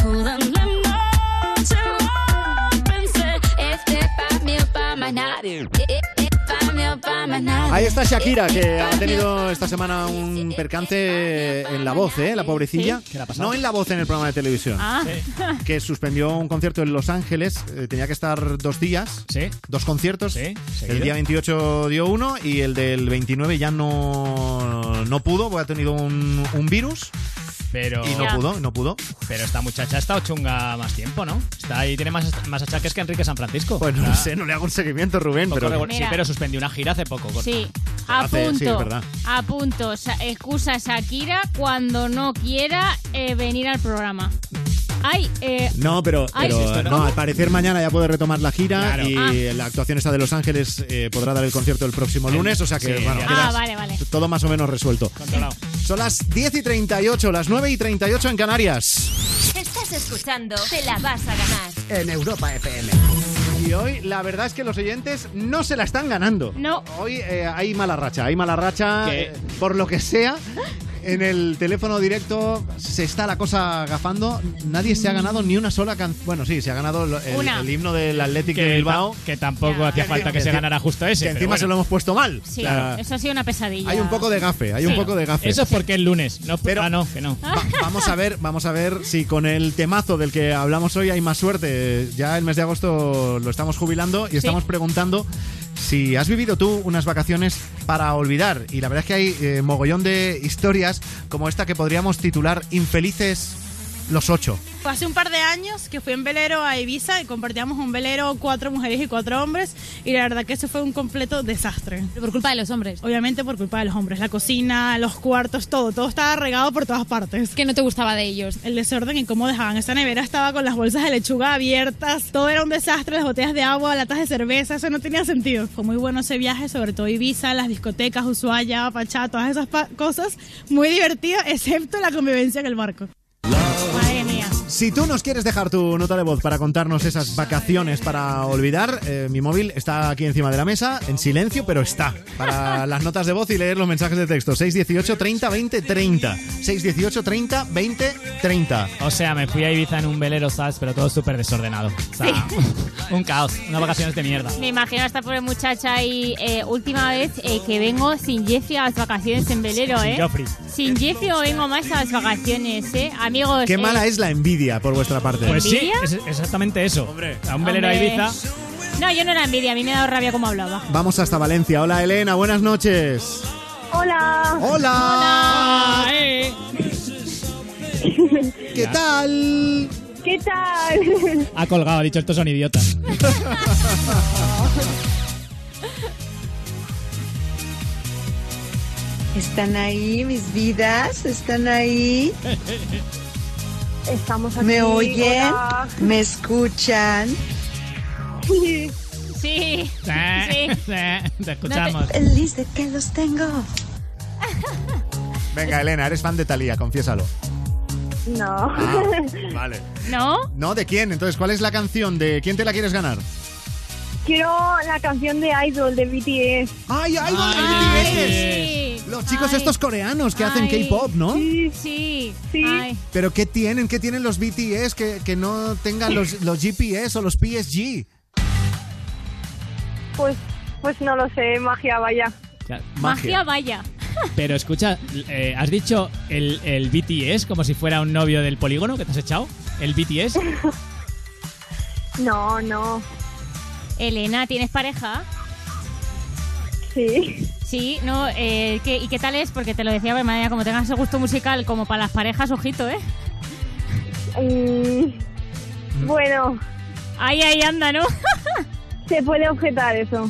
Toda la noche lo pensé. Este E, pa' mí o pa' más nadie. Eh, eh, eh, Pa' mí o pa' más Ahí está Shakira, que ha tenido esta semana un percance en la voz, ¿eh? La pobrecilla. ¿Qué le ha pasado? No en la voz en el programa de televisión. Ah. Que suspendió un concierto en Los Ángeles. eh, tenía que estar dos días. Dos conciertos. El seguido. día 28 dio uno y el del 29 ya no, no pudo, porque ha tenido un, un virus. Pero... Y no pudo, no pudo. Pero esta muchacha ha estado chunga más tiempo, ¿no? Está ahí, tiene más, más achaques que Enrique San Francisco. Pues no lo sé, no le hago un seguimiento, Rubén. Pero... Corre- sí, pero suspendió una gira hace poco. corta. Sí, a Hace- sí, es punto. verdad. A punto. Sa- excusa a Shakira cuando no quiera eh, venir al programa. Ay, eh, No, pero, Ay, pero, ¿es esto, no? no? al parecer mañana ya puede retomar la gira Claro. y Ah. la actuación esta de Los Ángeles eh, podrá dar el concierto el próximo lunes, o sea que Sí, bueno, ya queda ah, vale, vale. todo más o menos resuelto. Son las 10 y 38, las 9 y 38 en Canarias. Estás escuchando Te la vas a ganar. En Europa FM. Y hoy la verdad es que los oyentes no se la están ganando. No. Hoy eh, hay mala racha, hay mala racha eh, por lo que sea. En el teléfono directo se está la cosa agafando. Nadie se ha ganado ni una sola canción. Bueno, sí, se ha ganado lo- el, Una. el himno del Athletic Que de Bilbao. ta- Que tampoco hacía falta que Que se enci- ganara justo ese. que pero encima bueno. se lo hemos puesto mal. Sí, O sea, eso ha sido una pesadilla. hay un poco de gafe, ¿eh? hay un poco de gafe. Eso es porque es lunes. No, pero, ah, no, que no. Va- vamos a ver, vamos a ver si con el temazo del que hablamos hoy hay más suerte. Ya el mes de agosto lo estamos jubilando y estamos preguntando si has vivido tú unas vacaciones para olvidar. Y la verdad es que hay eh, mogollón de historias como esta que podríamos titular Infelices los ocho. Fue hace un par de años que fui en velero a Ibiza y compartíamos un velero cuatro mujeres y cuatro hombres y la verdad que eso fue un completo desastre. ¿Por culpa de los hombres? Obviamente por culpa de los hombres. La cocina, los cuartos, todo. Todo estaba regado por todas partes. ¿Qué no te gustaba de ellos? El desorden y cómo dejaban. Esa nevera estaba con las bolsas de lechuga abiertas. Todo era un desastre. Las botellas de agua, latas de cerveza. Eso no tenía sentido. Fue muy bueno ese viaje, sobre todo Ibiza, las discotecas, Ushuaia, Pachá, todas esas pa- cosas. Muy divertido, excepto la convivencia en el barco. Madre mía. Si tú nos quieres dejar tu nota de voz para contarnos esas vacaciones para olvidar, eh, mi móvil está aquí encima de la mesa, en silencio, pero está. Para las notas de voz y leer los mensajes de texto. 618 30 20 30. 618 30 20 30. O sea, me fui a Ibiza en un velero, ¿sabes? Pero todo súper desordenado. O sea, un caos. Unas vacaciones de mierda. Me imagino a esta pobre muchacha ahí, eh, última vez eh, que vengo sin Jeffy a las vacaciones en velero, Sin ¿eh? Joffrey. Sin Jeffy o vengo más a las vacaciones, ¿eh? Amigos. Qué eh, mala es la envidia por vuestra parte. Pues sí, es exactamente eso. a un velero a hombre. Ibiza. No, yo no era envidia, a mí me ha dado rabia como hablaba. Vamos hasta Valencia. Hola Elena, buenas noches. Hola. Hola. ¿Qué tal? ¿Qué tal? Ha colgado, ha dicho, estos son idiotas. ¿Están ahí mis vidas? ¿Están ahí? Estamos aquí. ¿Me oyen? hola. ¿Me escuchan? Sí. Sí. Te escuchamos. Feliz de que los tengo. Venga, Elena, eres fan de Talía, confiésalo. No. Ah, vale. ¿No? ¿No? ¿De quién? Entonces, ¿cuál es la canción? ¿De quién te la quieres ganar? Quiero la canción de Idol de BTS. ¡Ay, Idol de BTS! Los chicos estos coreanos que hacen Ay. K-pop, ¿no? Sí. Sí. Pero ¿qué tienen? ¿Qué tienen los BTS que, que no tengan los, los GPS o los PSG? Pues, pues no lo sé, magia vaya. Magia, Ah, vaya. Pero escucha, eh, ¿has dicho el, el BTS como si fuera un novio del polígono que te has echado? ¿El BTS? No, no. Elena, ¿tienes pareja? Sí. Sí, no, eh, ¿qué- ¿y qué tal es? Porque te lo decía, madre mía, como tengas ese gusto musical como para las parejas, ojito, ¿eh? Mm, Mm. bueno. Ahí, ahí anda, ¿no? Se puede objetar eso.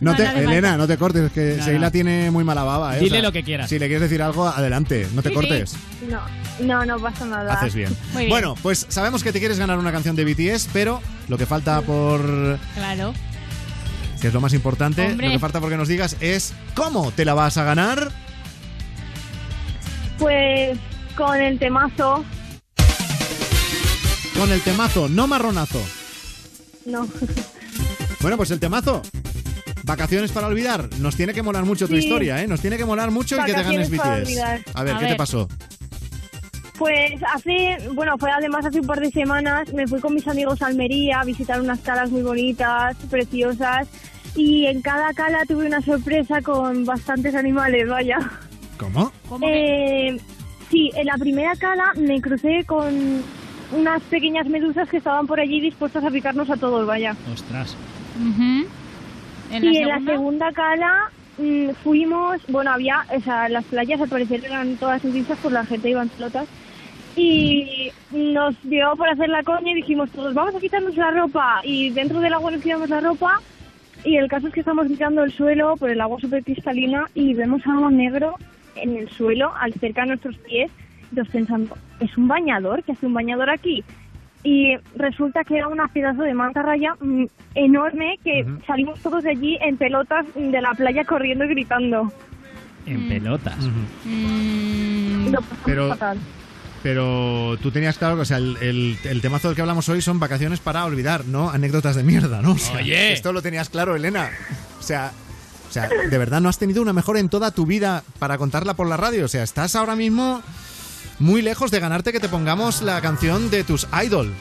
No te, no hace Elena, no te cortes, es que No, Seila no. tiene muy mala baba. ¿eh? Dile lo que quieras. Si le quieres decir algo, adelante, no te Sí, sí. cortes. No, no, no pasa nada. Haces bien. Bueno, pues sabemos que te quieres ganar una canción de BTS, pero lo que falta por. Claro. que es lo más importante, Hombre. lo que falta porque nos digas es cómo te la vas a ganar. Pues con el temazo, Con el temazo, no marronazo. no. Bueno, pues el temazo. Vacaciones para olvidar. Nos tiene que molar mucho tu Sí. historia, ¿eh? Nos tiene que molar mucho y que te ganes Vacaciones para BTS. olvidar. A ver, A ¿qué te ver. pasó? Pues hace, bueno, fue además hace un par de semanas, me fui con mis amigos a Almería a visitar unas calas muy bonitas, preciosas, y en cada cala tuve una sorpresa con bastantes animales, vaya. ¿Cómo? Eh, sí, en la primera cala me crucé con unas pequeñas medusas que estaban por allí dispuestas a picarnos a todos, vaya. Ostras. y en la segunda cala mm, fuimos, bueno, había, o sea, las playas al parecer eran todas nudistas, pues la gente iba en pelotas. Y nos dio por hacer la coña y dijimos todos, vamos a quitarnos la ropa. Y dentro del agua nos quitamos la ropa. Y el caso es que estamos mirando el suelo por el agua súper cristalina y vemos algo negro en el suelo, al cerca de nuestros pies. Y nos pensando, ¿es un bañador? ¿Qué hace un bañador aquí? Y resulta que era una pedazo de manta raya mm, enorme que salimos todos de allí en pelotas de la playa corriendo y gritando. Mm. En pelotas. Lo pasamos Pero- fatal. Pero tú tenías claro que o sea, el, el- el temazo del que hablamos hoy son vacaciones para olvidar, no anécdotas de mierda, ¿no? O sea, Oye. Esto lo tenías claro, Elena. O sea, o sea, de verdad no has tenido una mejor en toda tu vida para contarla por la radio. O sea, estás ahora mismo muy lejos de ganarte que te pongamos la canción de tus idol.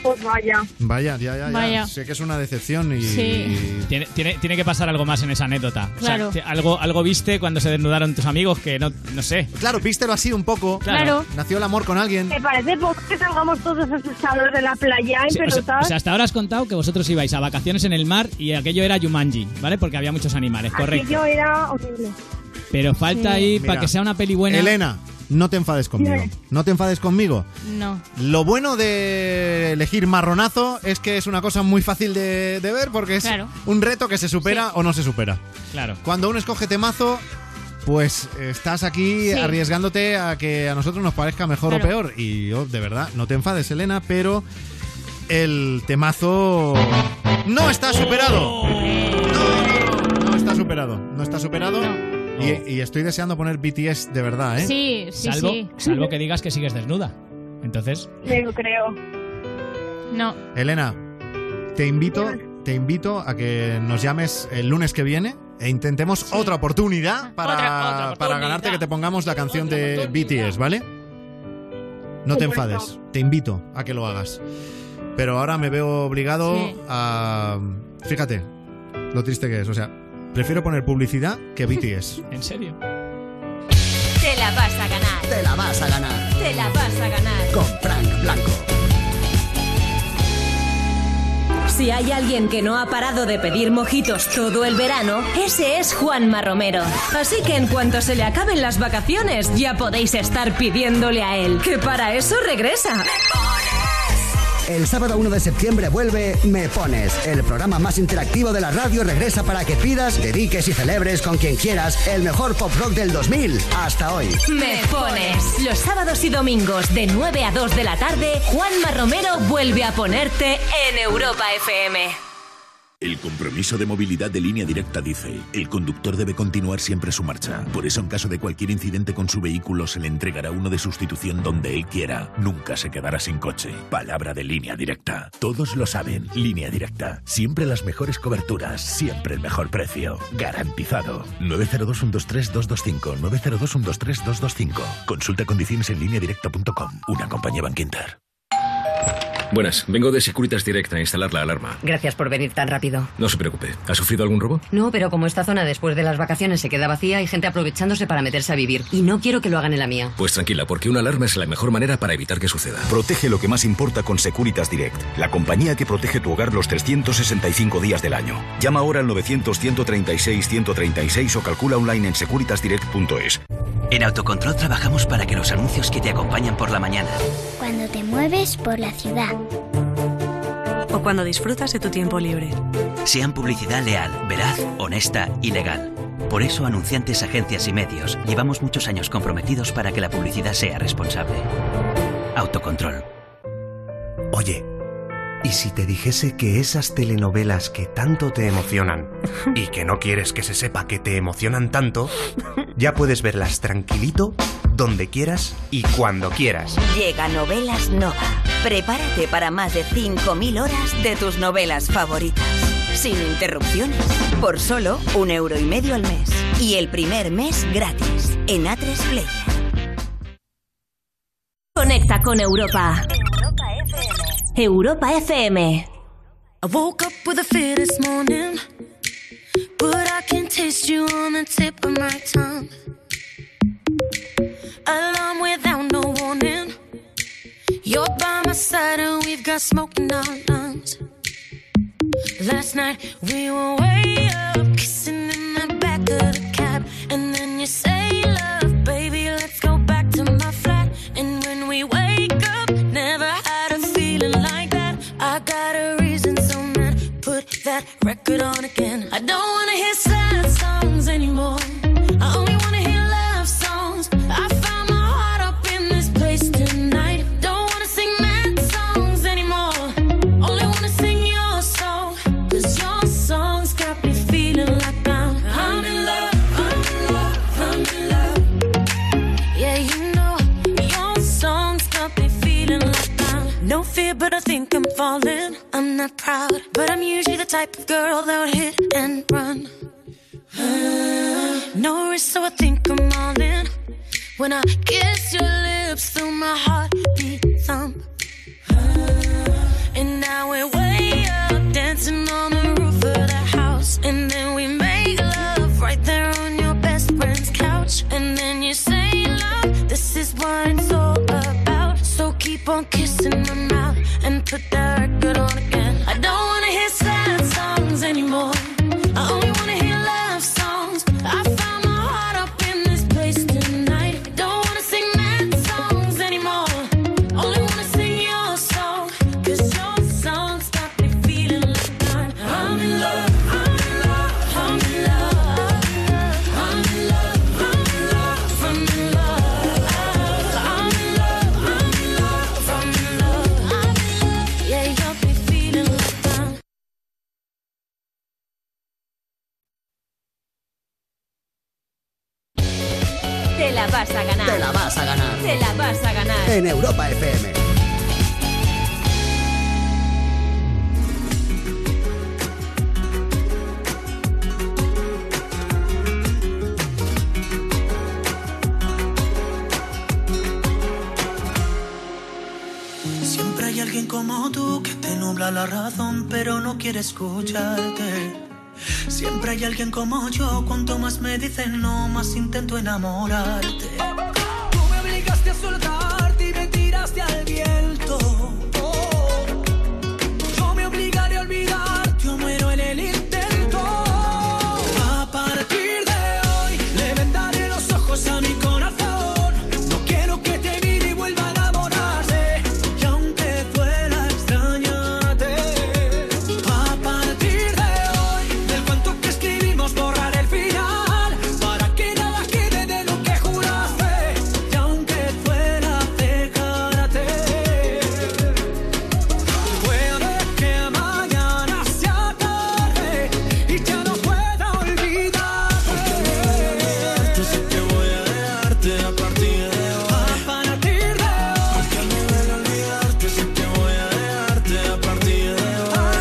Pues vaya. Vaya, ya, ya, ya. Vaya. Sé que es una decepción y. Sí. Tiene, tiene, tiene que pasar algo más en esa anécdota. O sea, Claro. te- algo, algo viste cuando se desnudaron tus amigos que no, no sé. Claro, vístelo así un poco. Claro. Nació el amor con alguien. Me parece poco que salgamos todos asustados de la playa en Sí, o, sea, pelotas. o sea, hasta ahora has contado que vosotros ibais a vacaciones en el mar y aquello era Yumanji, ¿vale? Porque había muchos animales, correcto. Aquello era horrible. Pero falta Sí. ahí Mira, para que sea una peli buena. Elena, no te enfades conmigo. Dime. No te enfades conmigo. No. Lo bueno de elegir marronazo es que es una cosa muy fácil de, de ver porque es Claro. un reto que se supera o no se supera. Claro. Cuando uno escoge temazo, pues estás Sí. aquí arriesgándote a que a nosotros nos parezca mejor Claro. o peor. Y yo, de verdad, no te enfades, Elena, pero el temazo no está superado. No, no, no está superado. No está superado. Y, y estoy deseando poner BTS de verdad, ¿eh? Sí, sí, salvo, sí. salvo que digas que sigues desnuda. Entonces, Yo creo. No. Elena, te invito, te invito a que nos llames el lunes que viene e intentemos otra oportunidad para, para ganarte que te pongamos la canción de BTS, ¿vale? No Supuesto. te enfades, te invito a que lo hagas. Pero ahora me veo obligado Sí. a... Fíjate lo triste que es, o sea, prefiero poner publicidad que BTS. ¿en serio? Te la vas a ganar. Te la vas a ganar. Te la vas a ganar. Con Frank Blanco. Si hay alguien que no ha parado de pedir mojitos todo el verano, ese es Juanma Romero. Así que en cuanto se le acaben las vacaciones, ya podéis estar pidiéndole a él, que para eso regresa. El sábado 1 de septiembre vuelve Me Pones, el programa más interactivo de la radio regresa para que pidas, dediques y celebres con quien quieras el mejor pop rock del 2000 hasta hoy. Me pones. Los sábados y domingos de 9 a 2 de la tarde, Juanma Romero vuelve a ponerte en Europa FM. El compromiso de movilidad de línea directa dice, el conductor debe continuar siempre su marcha. Por eso en caso de cualquier incidente con su vehículo se le entregará uno de sustitución donde él quiera. Nunca se quedará sin coche. Palabra de línea directa. Todos lo saben, línea directa. Siempre las mejores coberturas, siempre el mejor precio. Garantizado. 902-123-225. 902-123-225. Consulta condiciones en línea directa.com. Una compañía Bankinter. Buenas, vengo de Securitas Direct a instalar la alarma. Gracias por venir tan rápido. No se preocupe, ¿ha sufrido algún robo? No, pero como esta zona después de las vacaciones se queda vacía, hay gente aprovechándose para meterse a vivir. Y no quiero que lo hagan en la mía. Pues tranquila, porque una alarma es la mejor manera para evitar que suceda. Protege lo que más importa con Securitas Direct, la compañía que protege tu hogar los 365 días del año. Llama ahora al 900-136-136 o calcula online en securitasdirect.es. En Autocontrol trabajamos para que los anuncios que te acompañan por la mañana, Cuando te mueves por la ciudad. O cuando disfrutas de tu tiempo libre. Sean publicidad leal, veraz, honesta y legal. Por eso, anunciantes, agencias y medios, llevamos muchos años comprometidos para que la publicidad sea responsable. Autocontrol. Oye, ¿y si te dijese que esas telenovelas que tanto te emocionan y que no quieres que se sepa que te emocionan tanto, ya puedes verlas tranquilito, donde quieras y cuando quieras? Llega Novelas Nova. Prepárate para más de 5.000 horas de tus novelas favoritas. Sin interrupciones. Por solo un euro y medio al mes. Y el primer mes gratis. En A3 Play. Conecta con Europa. Europa FM. I woke up with a fear this morning, but I can taste you on the tip of my tongue. Alarm without no warning. You're by my side and we've got smoke in our lungs. Last night we were way up, kissing in the back of the cab, and then you say, "Love, baby, let's go back to my flat." And when we wake up, never had a feeling like that. I got a reason, so man, put that record on again. I don't wanna hear sad songs anymore. I only wanna hear love songs. I found my heart up in this place tonight. Don't wanna sing mad songs anymore. Only wanna sing your song. Cause your songs got me feeling like I'm, I'm in love, I'm in love, I'm in love. Yeah, you know, your songs got me feeling like I'm no fear, but I think I'm falling. I'm not proud, but I'm usually the type of girl that would hit and run. no risk, so I think I'm all in. When I kiss your lips, through my heart beat thump. and now we're way up, dancing on the roof of the house. And then we make love right there on your best friend's couch. And then you say, Love, this is what it's all about. So keep on kissing my mouth and put that record on again. I don't wanna hear sad songs anymore. I only wanna hear love songs. I found my heart up in this place tonight. I don't wanna sing mad songs anymore. Only wanna sing your song. Cause your song got me feeling like I'm, I'm in love. I'm in love. I'm in love. I'm in love. I'm in love. I'm in love. I'm in love. I'm in love. I'm in love. I'm in love. Yeah, you got me feeling like I'm. Te la vas a ganar. Te la vas a ganar. Te la vas a ganar. En Europa FM. Siempre hay alguien como tú que te nubla la razón, pero no quiere escucharte. Siempre hay alguien como yo, cuanto más me dicen no, más intento enamorarte. Tú me obligaste a soltarte y me tiraste al viento. Oh, Yo me obligaré a olvidarte, yo muero en el intento. A partir de hoy, le vendaré los ojos a mi corazón. No quiero que te mire y vuelva a enamorarse. Y aunque fuera extrañate, a partir de hoy, del cuento que escribimos, borrar el final. Para que nada quede de lo que juraste. Y aunque fuera dejarte. Puede que mañana sea tarde y ya no pueda olvidarte. Yo sé que voy a dejarte a partir de hoy. A partir de hoy. Porque me duele olvidarte, sé que voy a dejarte a partir de hoy. A partir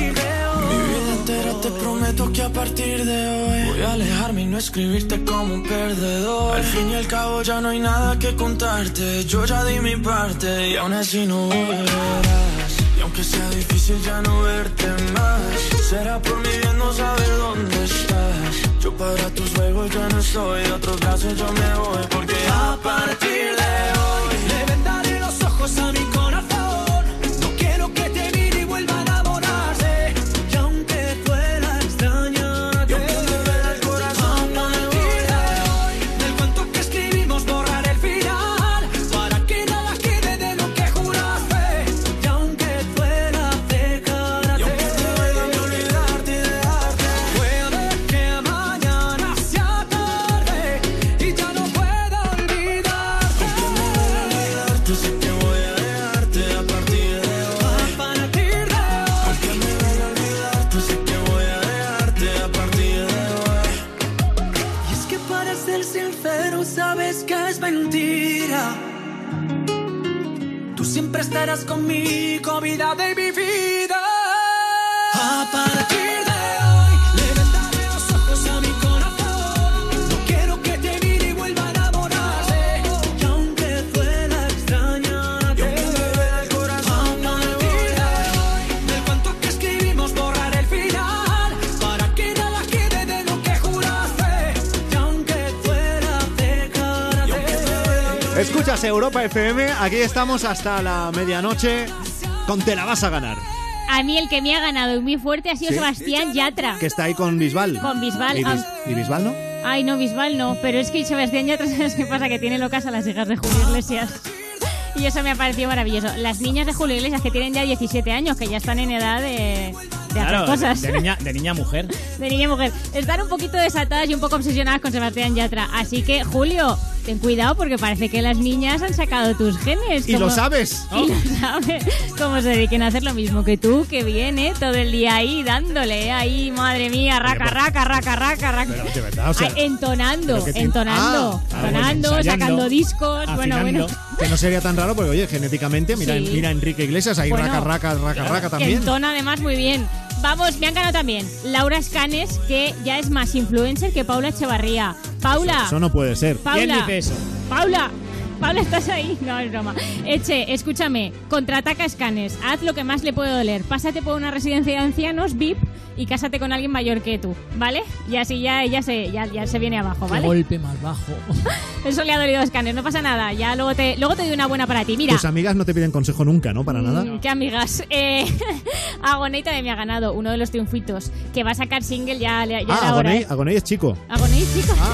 de hoy. Mi vida entera te prometo que a partir de hoy voy a alejarme y no escribirte como un perdedor. Al fin y al cabo ya no hay nada que contarte. Yo ya di mi parte y aún así no volverás. Y aunque sea difícil ya no verte más, será por mi bien no saber dónde estás. Yo para tus juegos ya no estoy, de otros brazos yo me voy. Porque a partir de hoy le vendaré los ojos a mi corazón. No quiero que te mire y vuelva a enamorarse. Y aunque fuera extrañarte, yo que me duela el corazón, no me voy a del cuento que escribimos borrar el final Para que nada quede de lo que juraste Y aunque fuera dejarte Y aunque te duela de olvidarte y dejarte Puede que mañana sea tarde Y ya no pueda olvidarte Aunque me duela olvidarte sé que voy a dejarte a partir de hoy A partir de hoy Aunque me duela olvidarte sé que voy a dejarte a partir de hoy y es que para ser sincero sabes que es mentira. Tú siempre estarás conmigo, vida de mi vida. A partir de hoy, le vendaré los ojos a mi corazón. No quiero que te mire y vuelva a enamorarse. Y aunque duela extrañarte, yo me duela el corazón. A partir de hoy, del cuento que escribí Escuchas Europa FM, aquí estamos hasta la medianoche. Con Te la vas a ganar. A mí el que me ha ganado y muy fuerte ha sido Sí. Sebastián Yatra. Que está ahí con Bisbal. Con Bisbal, ¿Y, Bis- ah. y Bisbal no? Ay, no, Bisbal no. Pero es que Sebastián Yatra, ¿sabes qué pasa? Que tiene locas a las hijas de Julio Iglesias. Y eso me ha parecido maravilloso. Las niñas de Julio Iglesias que tienen ya 17 años, que ya están en edad de, de hacer Claro, cosas. de niña, de niña a mujer. De niña y mujer. Están un poquito desatadas y un poco obsesionadas con Sebastián Yatra. Así que, Julio, ten cuidado porque parece que las niñas han sacado tus genes. Y lo sabes. Y lo sabes. Como se dediquen a hacer lo mismo que tú, que viene todo el día ahí dándole, ahí, madre mía, raca, raca, raca, raca, raca. pues- Pero de verdad, o sea, Ah, entonando, pero que te- entonando, Ah, ah, bueno, entonando, ensayando, sacando discos, Ah, bueno, afinando, bueno. Que no sería tan raro porque, oye, genéticamente, mira, Sí. mira Enrique Iglesias, ahí Bueno, raca, raca, raca, raca Que también. entona además muy bien. Vamos, me han ganado también Laura Escanes, que ya es más influencer que Paula Echevarría. Paula, Eso no puede ser. Paula. Paula, Paula, ¿estás ahí? No, es broma. Eche, escúchame, contraataca a Escanes, haz lo que más le puede doler. Pásate por una residencia de ancianos, VIP, y cásate con alguien mayor que tú, ¿vale? Y así ya, ya, se, ya, ya se viene abajo, Qué ¿vale? golpe más bajo. Eso le ha dolido a Escanes, no pasa nada. Ya luego te, luego te doy una buena para ti. Mira, Tus amigas no te piden consejo nunca, ¿no? Para nada. Mm, Qué amigas. Eh, Agoney también me ha ganado uno de los triunfitos. Que va a sacar single ya, ya Ah, era hora. Agoney, ¿eh? Agoney es chico. Agoney, chicos.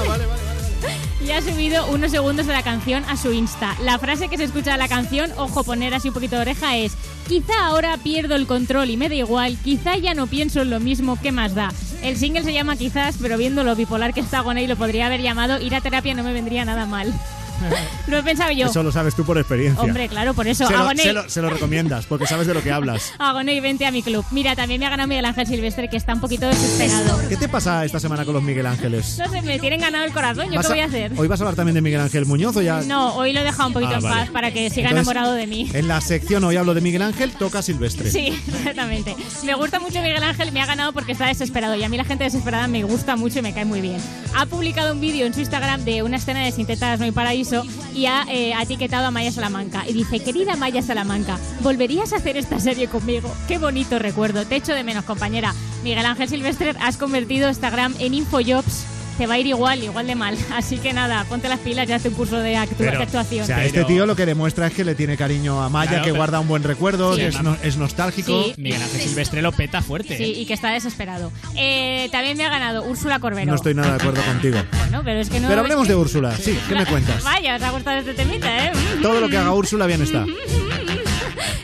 Y ha subido unos segundos de la canción a su Insta. La frase que se escucha de la canción, ojo, poner así un poquito de oreja, es Quizá ahora pierdo el control y me da igual, quizá ya no pienso en lo mismo, ¿qué más da? El single se llama Quizás, pero viendo lo bipolar que está Agoney lo podría haber llamado Ir a terapia no me vendría nada mal. lo he pensado yo. Eso lo sabes tú por experiencia. Hombre, claro, por eso. se, lo, Agoney. se lo- se lo recomiendas porque sabes de lo que hablas. Agoney, Ah, vente a mi club. Mira, también me ha ganado Miguel Ángel Silvestre, que está un poquito desesperado. ¿Qué te pasa esta semana con los Miguel Ángeles? No sé, me tienen ganado el corazón, ¿yo ¿Vas qué a- voy a hacer? ¿Hoy vas a hablar también de Miguel Ángel Muñoz o ya? No, hoy lo he dejado un poquito Ah, en vale. paz para que siga Entonces, enamorado de mí. En la sección hoy hablo de Miguel Ángel, toca Silvestre. Sí, exactamente. Me gusta mucho Miguel Ángel, me ha ganado porque está desesperado y a mí la gente desesperada me gusta mucho y me cae muy bien. Ha publicado un vídeo en su Instagram de una escena de Sintetas No hay Paraíso y ha eh, etiquetado a Maya Salamanca y dice, querida Maya Salamanca, ¿volverías a hacer esta serie conmigo? Qué bonito recuerdo, te echo de menos compañera. Miguel Ángel Silvestre, has convertido Instagram en Infojobs. Te va a ir igual, igual de mal. Así que nada, ponte las pilas y hazte un curso de, actu- de actuación. o sea, este tío lo que demuestra es que le tiene cariño a Maya, Claro, que pero- guarda un buen recuerdo, Sí. que es, no- es nostálgico. Sí. Miguel Ángel Silvestre lo peta fuerte. Sí, y que está desesperado. Eh, también me ha ganado Úrsula Corbero. No estoy nada de acuerdo contigo. Bueno, pero es que no. Pero hablemos de Úrsula, sí, ¿qué me cuentas? Vaya, os ha gustado este temita, ¿eh? Todo lo que haga Úrsula bien está.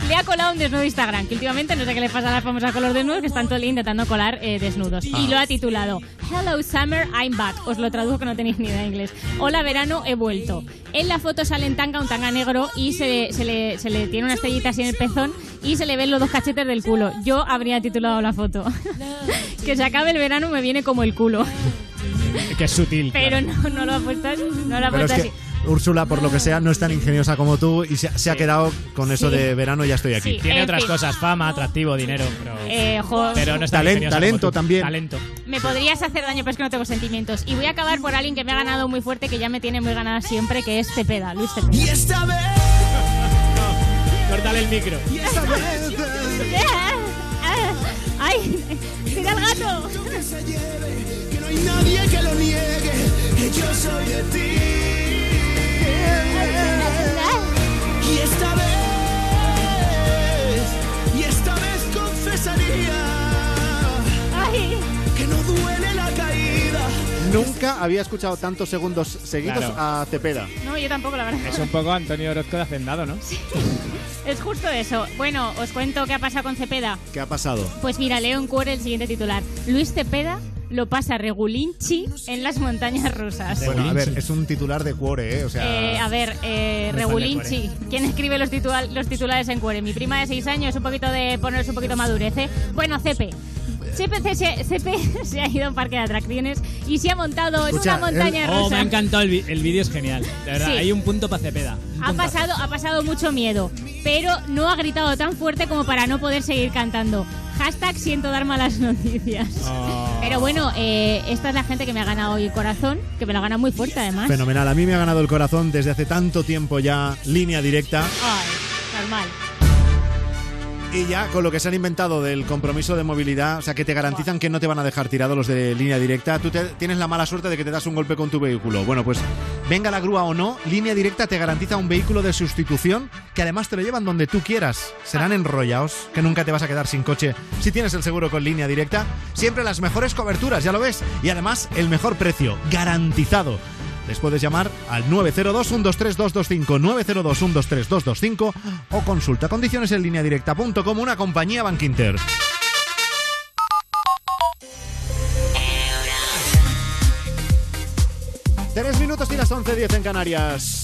Le ha colado un desnudo de Instagram, que últimamente no sé qué le pasa a las famosas con los desnudos, que están todo el día intentando colar eh, desnudos. Ah. Y lo ha titulado Hello Summer, I'm Back. Os lo traduzco que no tenéis ni idea de inglés. Hola verano, he vuelto. En la foto sale en tanga, un tanga negro, y se, se le, se le tiene una estrellita así en el pezón y se le ven los dos cachetes del culo. Yo habría titulado la foto. que se acabe el verano me viene como el culo. Que es sutil. Pero no, no lo ha puesto así. No lo ha Pero es puesto así. que Úrsula, por lo que sea, no es tan ingeniosa como tú y se, se ha quedado con eso Sí. de verano, ya estoy aquí. Sí, Tiene en otras fin. cosas, fama, atractivo, dinero, pero, Eh, jo- pero no está Talen- talento también. Talento. Me podrías hacer daño, pero es que no tengo sentimientos. Y voy a acabar por alguien que me ha ganado muy fuerte, que ya me tiene muy ganada siempre, que es Cepeda, Luis Cepeda. Y esta vez... Cortale el micro. Ah, ¡Ay! ¡Tira al gato! Que no hay nadie que lo niegue, que yo soy de ti. Y esta vez, y esta vez confesaría que no duele la caída. Nunca había escuchado tantos segundos seguidos Claro. a Cepeda. No, yo tampoco, la verdad. Es un poco Antonio Orozco de Hacendado, ¿no? Es justo eso. Bueno, os cuento qué ha pasado con Cepeda. ¿Qué ha pasado? Pues mira, leo en cuore el siguiente titular. Luis Cepeda lo pasa regulinchi en las montañas rusas. Bueno, a ver, es un titular de cuore, ¿eh? O sea, Eh, a ver, eh, No Regulinchi, ¿quién escribe los, titua- los titulares en Cuore? Mi prima de 6 años, un poquito de ponerse un poquito madurez. ¿eh? Bueno, Cepe. CPC se, CP se ha ido a un parque de atracciones y se ha montado en una montaña Oh, me ha rusa. encantado el, vi- el vídeo, es genial. De verdad, Sí. hay un punto para Cepeda. Ha pasado, ha pasado mucho miedo, pero no ha gritado tan fuerte como para no poder seguir cantando. Hashtag siento dar malas noticias. Oh. Pero bueno, eh, esta es la gente que me ha ganado hoy el corazón, que me lo gana muy fuerte además. Fenomenal, a mí me ha ganado el corazón desde hace tanto tiempo ya, línea directa. Ay, normal. Y ya con lo que se han inventado del compromiso de movilidad, o sea, que te garantizan que no te van a dejar tirado los de línea directa, tú te- tienes la mala suerte de que te das un golpe con tu vehículo. Bueno, pues venga la grúa o no, Línea Directa te garantiza un vehículo de sustitución que además te lo llevan donde tú quieras. Serán enrollados, que nunca te vas a quedar sin coche. Si tienes el seguro con Línea Directa, siempre las mejores coberturas, ya lo ves. Y además, el mejor precio, garantizado. Les puedes llamar al 902-123-225, 902-123-225 o consulta condiciones en línea directa.com, una compañía Bankinter. Tres minutos y las 11.10 en Canarias.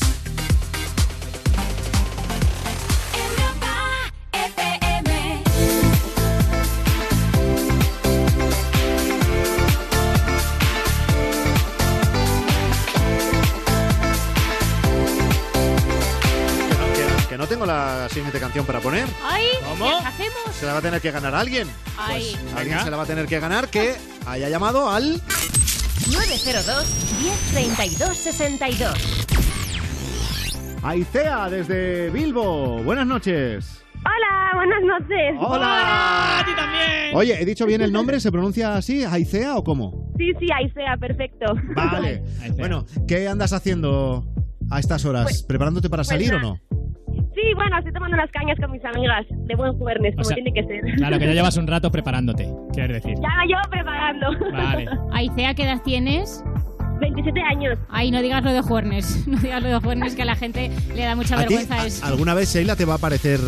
Que no tengo la siguiente canción para poner. ¡Ay! ¿Cómo? ¿Qué hacemos? Se la va a tener que ganar alguien. Ay. Alguien Venga. se la va a tener que ganar que haya llamado al... 902 1032 62. Aicea desde Bilbo. Buenas noches. Hola, buenas noches. Hola. a ti también. Oye, ¿he dicho bien el nombre? ¿Se pronuncia así? ¿Aicea o cómo? Sí, sí, ahí sea, perfecto. Vale. Bueno, ¿qué andas haciendo a estas horas? Pues- ¿Preparándote para pues salir o nada. no? Sí, bueno, estoy tomando las cañas con mis amigas de buen jueves, como sea, tiene que ser. Claro, que ya llevas un rato preparándote, quieres decir. Ya me llevo preparando. Vale. Aicea, ¿qué edad tienes? 27 años. Ay, no digas lo de Juernes. No digas lo de Juernes, que a la gente le da mucha ¿A ti vergüenza a- eso. alguna vez, Sheila, te va a parecer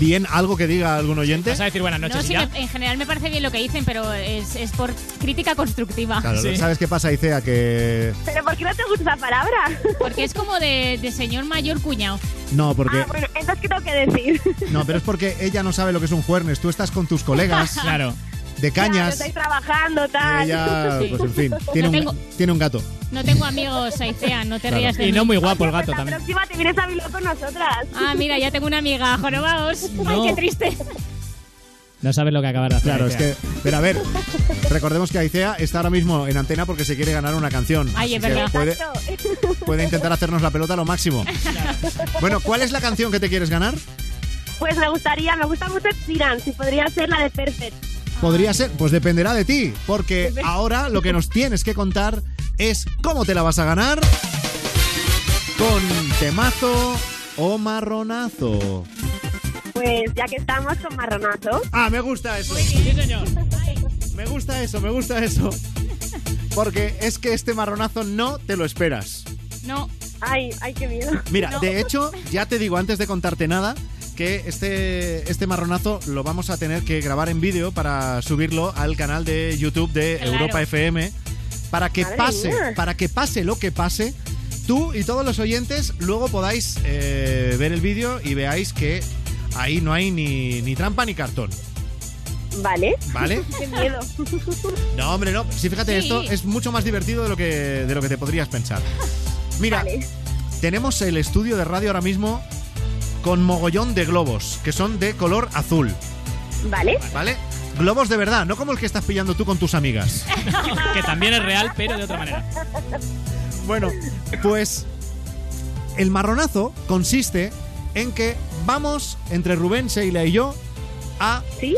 bien algo que diga algún oyente? Vas a decir buenas No, sí, me- en general me parece bien lo que dicen, pero es, es por crítica constructiva. Claro, ¿sabes qué pasa, Aicea? Que... ¿Pero por qué no te gusta la palabra? Porque es como de, de señor mayor cuñado. No, Ah, porque... entonces ¿qué tengo que decir? No, pero es porque ella no sabe lo que es un juernes. Tú estás con tus colegas. Claro. De Claro, cañas. estoy trabajando, tal. y ella, pues en fin, tiene, No un, tengo- tiene un gato. No tengo amigos, Aicea, no te Claro. rías de mí. guapo el gato también. Encima te vienes a Bilbao con nosotras. Ah, mira, ya tengo una amiga, jorobaos. No. Ay, qué triste. No sabes lo que acabas de hacer. Claro, es Aicea. que. Pero a ver, recordemos que Aicea está ahora mismo en antena porque se quiere ganar una canción. Ay, es Así que verdad. Puede, puede intentar hacernos la pelota a lo máximo. Bueno, ¿cuál es la canción que te quieres ganar? Pues me gustaría, me gusta mucho Tiran, si podría ser la de Perfect. Podría ser, pues dependerá de ti, porque ahora lo que nos tienes que contar es cómo te la vas a ganar con temazo o marronazo. Pues ya que estamos con marronazo. Ah, me gusta eso. Sí, señor. Me gusta eso, me gusta eso. Porque es que este marronazo no te lo esperas. No. Ay, ay, qué miedo. Mira, No. de hecho, ya te digo antes de contarte nada que este, este marronazo lo vamos a tener que grabar en vídeo para subirlo al canal de YouTube de Claro. Europa FM para que Madre pase, mía. para que pase lo que pase. Tú y todos los oyentes luego podáis eh, ver el vídeo y veáis que ahí no hay ni, ni trampa ni cartón. Vale. Vale. Qué miedo. No, hombre, no. Sí, fíjate, Sí. esto es mucho más divertido de lo que, de lo que te podrías pensar. Mira, tenemos el estudio de radio ahora mismo con mogollón de globos, que son de color azul. Vale. ¿Vale? Globos de verdad, no como el que estás pillando tú con tus amigas. que también es real, pero de otra manera. Bueno, pues el marronazo consiste en que vamos entre Rubén, Sheila y yo a... ¿Sí?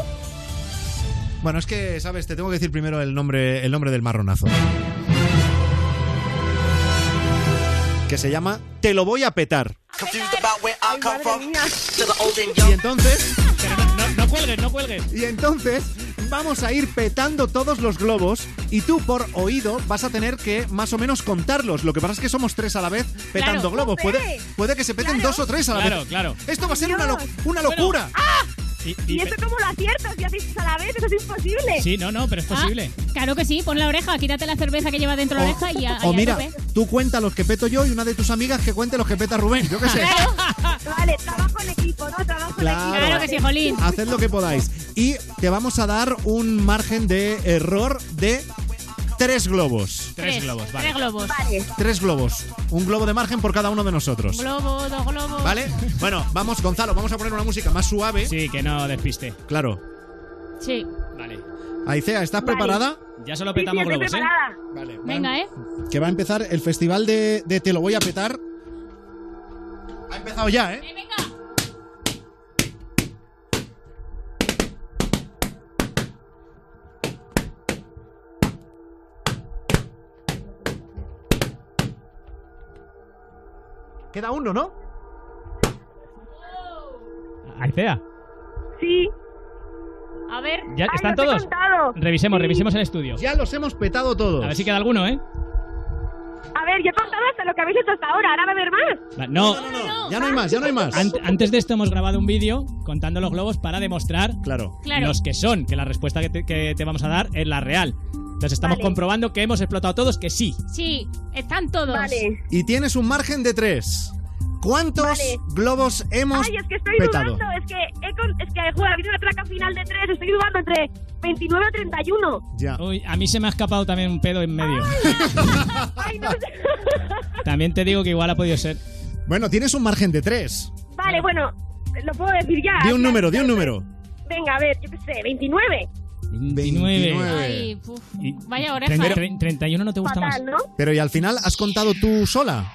Bueno, es que, ¿sabes? Te tengo que decir primero el nombre, el nombre del marronazo. Que se llama Te lo voy a petar. Confused about where I come from. To the old and Y entonces... No cuelgues, no cuelgues. Y entonces vamos a ir petando todos los globos y tú por oído vas a tener que más o menos contarlos. Lo que pasa es que somos tres a la vez petando Claro. globos. Puede, ¡Jope! puede que se peten dos o tres a la Claro, vez. claro. ah, Esto va a ser una, lo- Dios. una locura. Y, ¿Y eso cómo lo aciertas? ¿Ya dices a la vez? Eso es imposible. Sí, no, no, pero es posible. Claro que sí, pon la oreja, quítate la cerveza que lleva dentro la oreja y Ah, ya. o mira, tú cuenta los que peto yo y una de tus amigas que cuente los que peta Rubén. Yo qué sé. Ah, Vale, trabajo en equipo, ¿no? Trabajo en equipo. Haced lo que podáis. Y te vamos a dar un margen de error de tres globos. Tres globos, Tres globos. Tres globos. Un globo de margen por cada uno de nosotros. Un globo, dos globos. ¿Vale? Bueno, vamos, Gonzalo, vamos a poner una música más suave. Sí, que no despiste. Claro. Sí. Vale. Aicea, ¿estás preparada? Ya solo petamos globos, ¿eh? Vale, Venga, ¿eh? Que va a empezar el festival de, de Te lo voy a petar. Ha empezado ya, ¿eh? Queda uno, ¿no? Aicea. Sí. A ver. ¿Ya están todos? Revisemos, revisemos el estudio. Ya los hemos petado todos. A ver si queda alguno, ¿eh? A ver, yo he contado hasta lo que habéis hecho hasta ahora, ahora va a haber más. Va, No, Ya no hay más, ya no hay más. Ant- antes de esto hemos grabado un vídeo contando los globos para demostrar claro. Claro. los que son, que la respuesta que te, que te vamos a dar es la real. Entonces estamos comprobando que hemos explotado todos, que sí. Sí, están todos. Vale. Y tienes un margen de tres. ¿Cuántos globos hemos Ay, es que estoy petado? dudando, es que, he con- es que joder, ha habido una placa final de tres, estoy dudando entre 29 o 31. Uy, a mí se me ha escapado también un pedo en medio. Ay, no sé. también te digo que igual ha podido ser. Bueno, tienes un margen de tres. Vale, bueno, lo puedo decir ya. Di un número, di un número. Venga, a ver, yo qué sé, 29. 29. Ay, puf. Y- Vaya oreja. Tre- tre- 31 no te gusta más. Fatal, ¿no? Pero y al final has contado tú sola.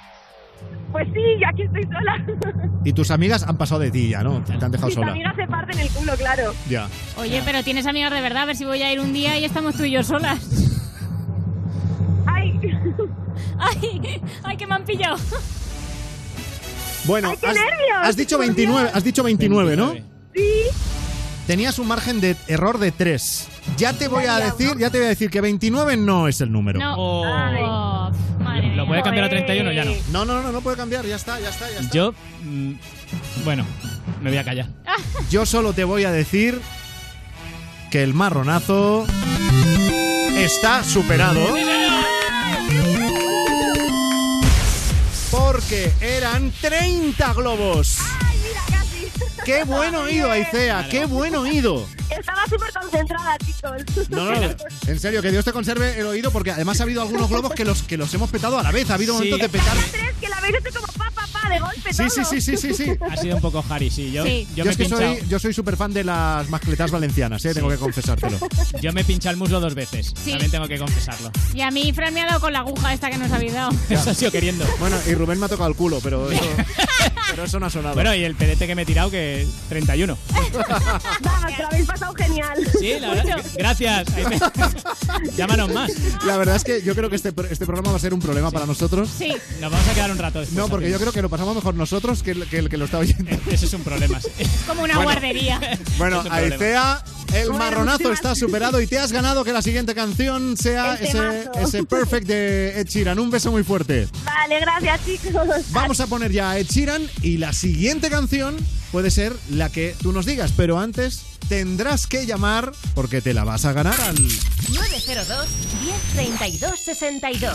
Pues sí, aquí estoy sola. Y tus amigas han pasado de ti ya, ¿no? Te han dejado Mis sola. amigas se parten el culo, claro. Ya. Oye, pero tienes amigas de verdad, a ver si voy a ir un día y estamos tú y yo solas. Ay. Ay, ay, que me han pillado. Bueno, ¡Ay, qué has, nervios! has dicho 29, has dicho 29, ¿no? Sí. Tenías un margen de error de 3. Ya te voy a decir, ya te voy a decir que 29 no es el número. No. Ay. Oh, pf, madre mía. Lo puede cambiar a 31, ya no. No, no, no, no puede cambiar, ya está, ya está, ya está. Yo. mm, bueno, me voy a callar. Yo solo te voy a decir que el marronazo está superado. Porque eran 30 globos. ¡Qué buen oído, Aicea! ¡Qué buen oído! Estaba súper concentrada, chicos. No, no, no. En serio, que Dios te conserve el oído porque además ha habido algunos globos que los, que los hemos petado a la vez. Ha habido momentos de petar. Tres que la habéis hecho como pa, pa, pa, de golpe Sí, sí, todo. sí, sí, sí, sí. Ha sido un poco Harry, sí. Yo, Sí. yo Yo, me es he que pinchado. soy, yo soy súper fan de las mascletas valencianas, ¿eh? tengo que confesártelo. Yo me he pinchado el muslo dos veces. Sí. También tengo que confesarlo. Y a mí Fran me ha dado con la aguja esta que nos habéis dado. Eso ha sido queriendo. Bueno, y Rubén me ha tocado el culo, pero eso, pero eso no ha sonado. Bueno, y el pedete que me he tirado, que es 31. Vamos, que lo habéis pasado genial. Sí, la verdad. es que- Gracias. Ahí me- Llámanos más. La verdad es que yo creo que este, pro- este programa va a ser un problema para nosotros. Sí. Nos vamos a quedar un rato después. No, porque yo creo que lo pasamos mejor nosotros que el que, el que lo está oyendo. Ese es un problema. sí. Es como una guardería. Bueno, Es un problema. Aicea, el Bueno, marronazo muchísimas- está superado y te has ganado que la siguiente canción sea El ese, temazo. ese Perfect de Ed Sheeran. Un beso muy fuerte. Vale, gracias, chicos. Vamos a poner ya a Ed Sheeran y la siguiente canción puede ser la que tú nos digas, pero antes tendrás que llamar porque te la vas a ganar al 902 1032 62.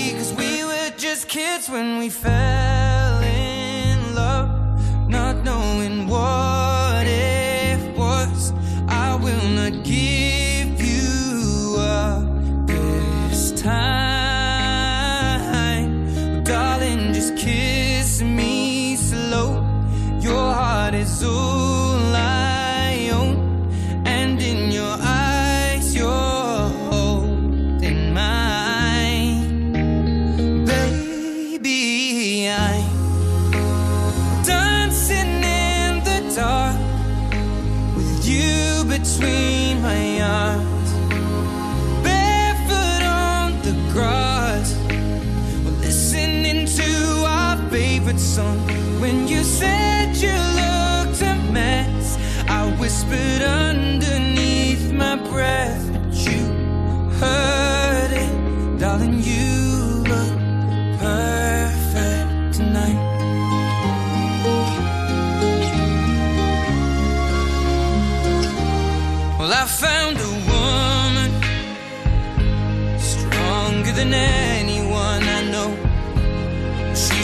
Cause we were just kids when we fell in love, not knowing what it was. I will not give you up this time. Darling, just kiss me slow. Your heart is all I own, and in your eyes, you're holding mine, baby. I'm dancing in the dark with you between my arms, barefoot on the grass listening to our favorite song. When you said you looked a mess, I whispered underneath my breath, but you heard it, darling. You look perfect tonight. Well, I found a woman stronger than anyone I know. She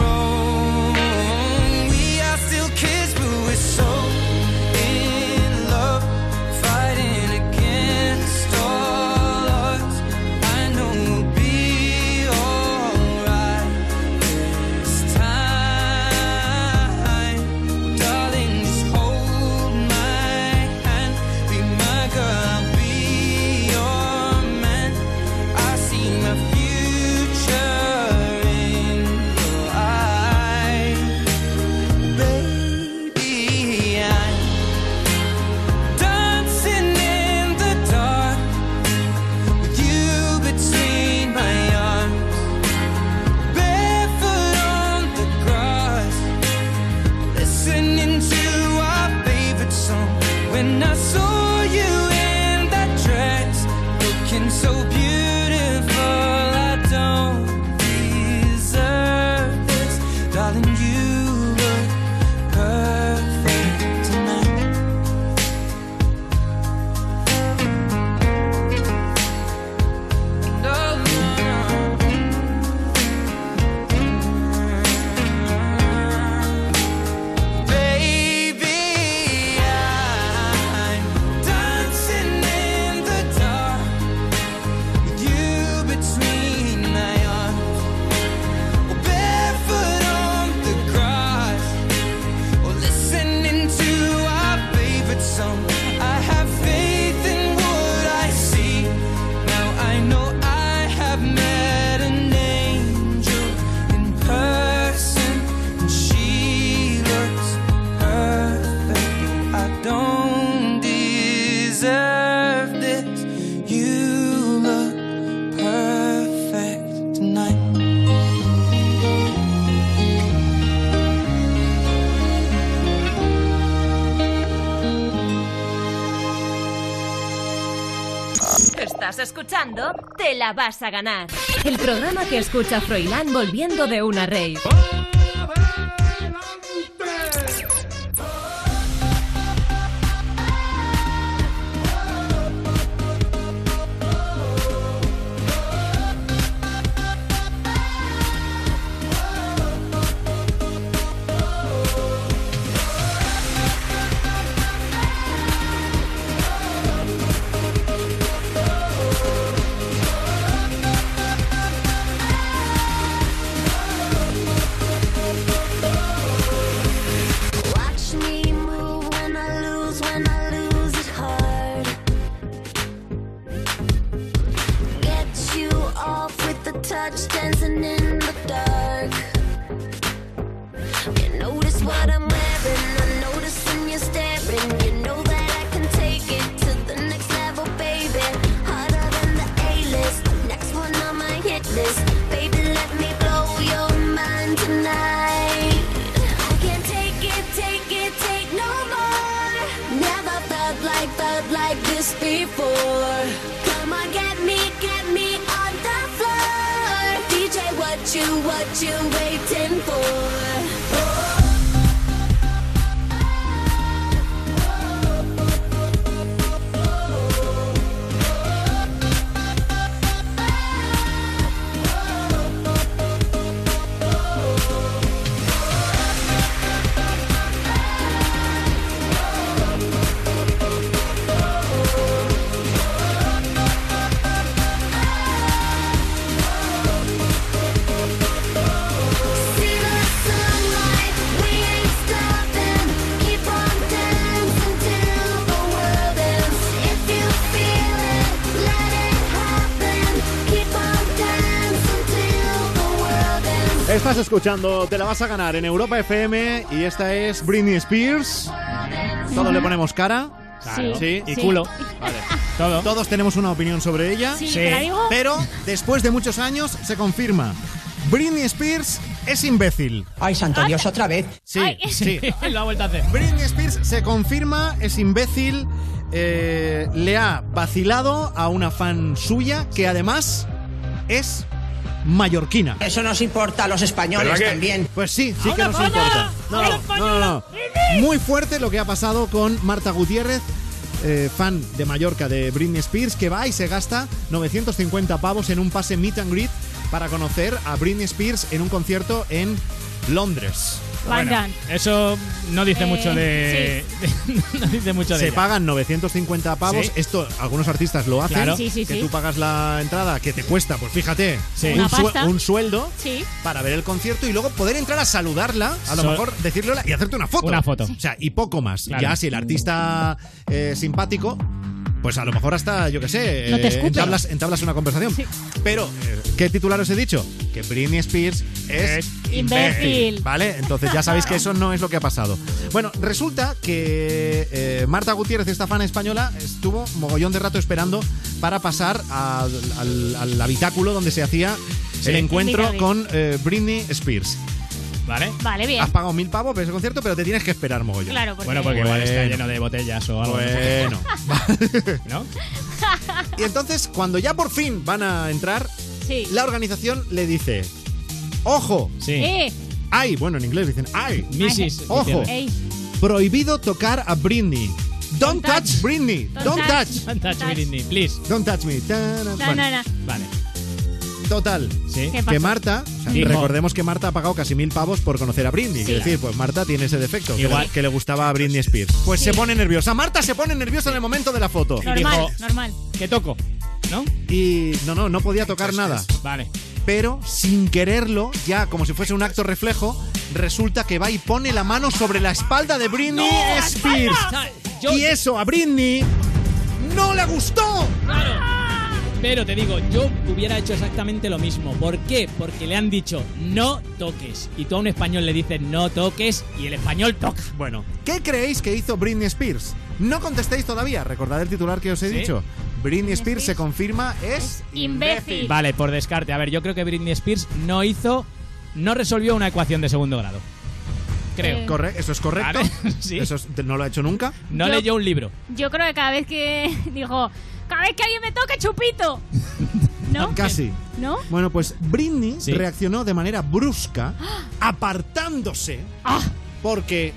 own. We are still kids, but we're so in love, fighting against all odds. I know we'll be alright this time. Darling, just hold my hand. Be my girl, I'll be your man. I see my future in your eyes, baby. I'm dancing in the dark with you between my arms, barefoot on the grass. Listening to our favorite song. When I saw you in that dress, looking so beautiful, I don't deserve this. Darling, you look perfect tonight. No, no, no. Baby, I'm dancing in the dark with you between my arms, barefoot on the grass, listening to our favorite song. I have faith in what I see. Now I know I have met an angel in person, and she looks perfect. I don't deserve this. You look perfect tonight. Estás escuchando Te la vas a ganar. El programa que escucha Froilán volviendo de una rave. Watch me move when I lose, when I lose it hard. Get you off with the touch, dancing in the dark. You notice what I'm wearing, I notice when you're staring. You know that I can take it to the next level, baby. Harder than the A-list, next one on my hit list. Baby, let me blow your mind tonight. I can't take it, take it, take no more. Never felt like, felt like this before. Come on, get me, get me on the floor. DJ, what you, what you waiting for? See the sunlight, we ain't stopping. Keep on dancing till the world ends. If you feel it, let it happen. Keep on dancing till the world ends. Estás escuchando Te la vas a ganar en Europa FM y esta es Britney Spears. Todos le ponemos cara. Claro. Sí, Y culo. Vale. Todos tenemos una opinión sobre ella. Sí, Sí. ¿te la digo? Pero después de muchos años se confirma. Britney Spears es imbécil. Ay, santo Dios, otra vez. Sí, sí. lo ha vuelto a hacer. Britney Spears se confirma, es imbécil, eh, le ha vacilado a una fan suya que además es mallorquina. Eso nos importa a los españoles también. Pues sí, sí que nos importa. No, no, no, no. Muy fuerte lo que ha pasado con Marta Gutiérrez. eh, fan de Mallorca de Britney Spears que va y se gasta 950 pavos en un pase meet and greet para conocer a Britney Spears en un concierto en Londres. London. Eso no dice Eh, mucho de. no dice mucho de. Se ella. pagan 950 pavos. Sí. Esto algunos artistas lo hacen. Claro. Sí, sí, que sí. tú pagas la entrada que te cuesta, pues fíjate, Sí. un, Una sue- pasta. un sueldo Sí. para ver el concierto y luego poder entrar a saludarla, a lo So- mejor decirle hola y hacerte una foto. Una foto. O sea, y poco más. Claro. Ya si el artista eh, simpático. Pues a lo mejor hasta, yo qué sé, No te eh, escupe. entablas, entablas una conversación. Pero, eh, ¿qué titular os he dicho? Que Britney Spears es, Es imbécil. ¿Vale? Entonces ya sabéis que eso no es lo que ha pasado. Bueno, resulta que eh, Marta Gutiérrez, esta fan española, estuvo mogollón de rato esperando para pasar a- al, al habitáculo donde se hacía Sí. el encuentro Indicadis. con eh, Britney Spears. ¿Vale? Vale, bien. Has pagado mil pavos por ese concierto, pero te tienes que esperar mogollón. Claro, porque- Bueno, porque igual está lleno de botellas o algo. Bueno. ¿No? Y entonces, cuando ya por fin van a entrar, la organización le dice: ¡Ojo! Sí. Eh. ¡Ay! Bueno, en inglés dicen ¡Ay! Mrs. ¡Ojo! Ey, Prohibido tocar a Britney. Don't, touch, Britney. Don't Don't, touch. touch. Don't touch Britney, please. Don't touch me. Ta- na- No, bueno, no, no. Vale. Total. Sí. ¿Qué pasó? Que Marta, o sea, Dijo- recordemos que Marta ha pagado casi mil pavos por conocer a Britney. Sí. Es decir, pues Marta tiene ese defecto que Igual. le- que le gustaba a Britney Spears. Pues se pone nerviosa. Marta se pone nerviosa en el momento de la foto. Y Normal, dijo- normal. ¿Qué toco? ¿No? Pues Y no, no, no podía tocar nada. Vale. Pero sin quererlo, ya como si fuese un acto reflejo, resulta que va y pone la mano sobre la espalda de Britney Spears. Y eso a Britney no le gustó. Pero te digo, yo hubiera hecho exactamente lo mismo. ¿Por qué? Porque le han dicho no toques. Y tú a un español le dices no toques y el español toca. Bueno. ¿Qué creéis que hizo Britney Spears? No contestéis todavía. Recordad el titular que os he Sí. dicho. Britney Spears se confirma es Imbécil. Vale, por descarte. A ver, yo creo que Britney Spears no hizo. No resolvió una ecuación de segundo grado. Creo. Eh. Corre- eso es correcto. Eso es- no lo ha hecho nunca. No Yo- leyó un libro. Yo creo que cada vez que dijo, cada vez que alguien me toca, chupito. ¿No? Casi. ¿No? Bueno, pues Britney Sí. reaccionó de manera brusca, apartándose, Ah. porque,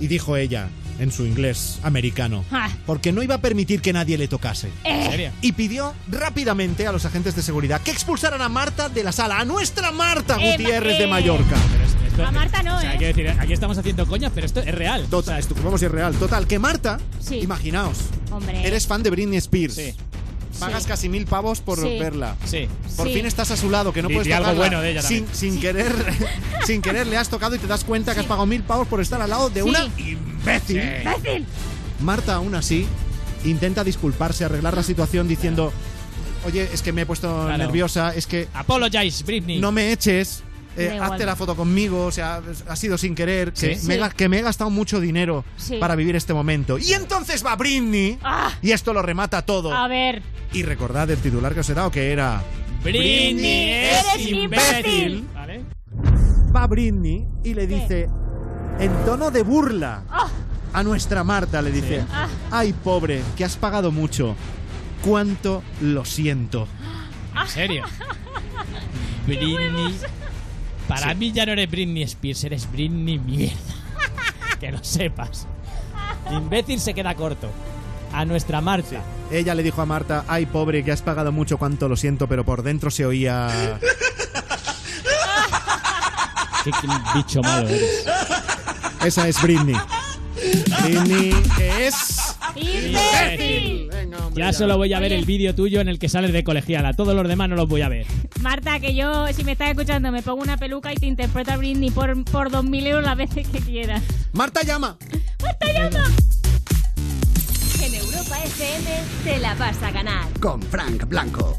y dijo ella en su inglés americano, Ah. porque no iba a permitir que nadie le tocase. Eh. ¿En serio? Y pidió rápidamente a los agentes de seguridad que expulsaran a Marta de la sala, a nuestra Marta Eh, Gutiérrez de eh. Mallorca. Esto- A Marta no, o sea, hay ¿eh? que decir, aquí estamos haciendo coñas, pero esto es real. Total, esto vamos a ir real. Total, que Marta, Sí. imaginaos, Hombre. eres fan de Britney Spears. Sí. Pagas Sí. casi mil pavos por Sí. verla. Sí. Por Sí. fin estás a su lado, que no Di- puedes di algo tocarla. bueno de ella sin, también. sin querer, sin querer le has tocado y te das cuenta que has pagado mil pavos por estar al lado de Sí. una imbécil. ¡Imbécil! Marta, aún así, intenta disculparse, arreglar la situación diciendo: Oye, es que me he puesto Claro. nerviosa, es que Apologize, Britney. no me eches. eh, Da igual. hazte la foto conmigo, o sea, ha sido sin querer, que, Sí. Me, Sí. he ga- que me he gastado mucho dinero Sí. para vivir este momento. Y entonces va Britney, Ah. y esto lo remata todo. A ver. Y recordad el titular que os he dado, que era... Britney es eres imbécil. Vale. Va Britney y le dice, en tono de burla, Ah. a nuestra Marta le dice, Ah. ay pobre, que has pagado mucho. Cuánto lo siento. ¿En serio? Britney. Para mí ya no eres Britney Spears, eres Britney mierda. Que lo sepas. Imbécil se queda corto. A nuestra Marta. Ella le dijo a Marta, ay pobre, que has pagado mucho, cuánto lo siento, pero por dentro se oía... Qué bicho Ah. malo eres. Esa es Britney. Britney es... ¡Imbécil! Ya solo voy a ver el vídeo tuyo en el que sales de colegiala. Todos los demás no los voy a ver. Marta, que yo, si me estás escuchando, me pongo una peluca y te interpreta a Britney por, por 2.000 euros las veces que quieras. Marta llama. En Europa FM te la vas a ganar. Con Frank Blanco.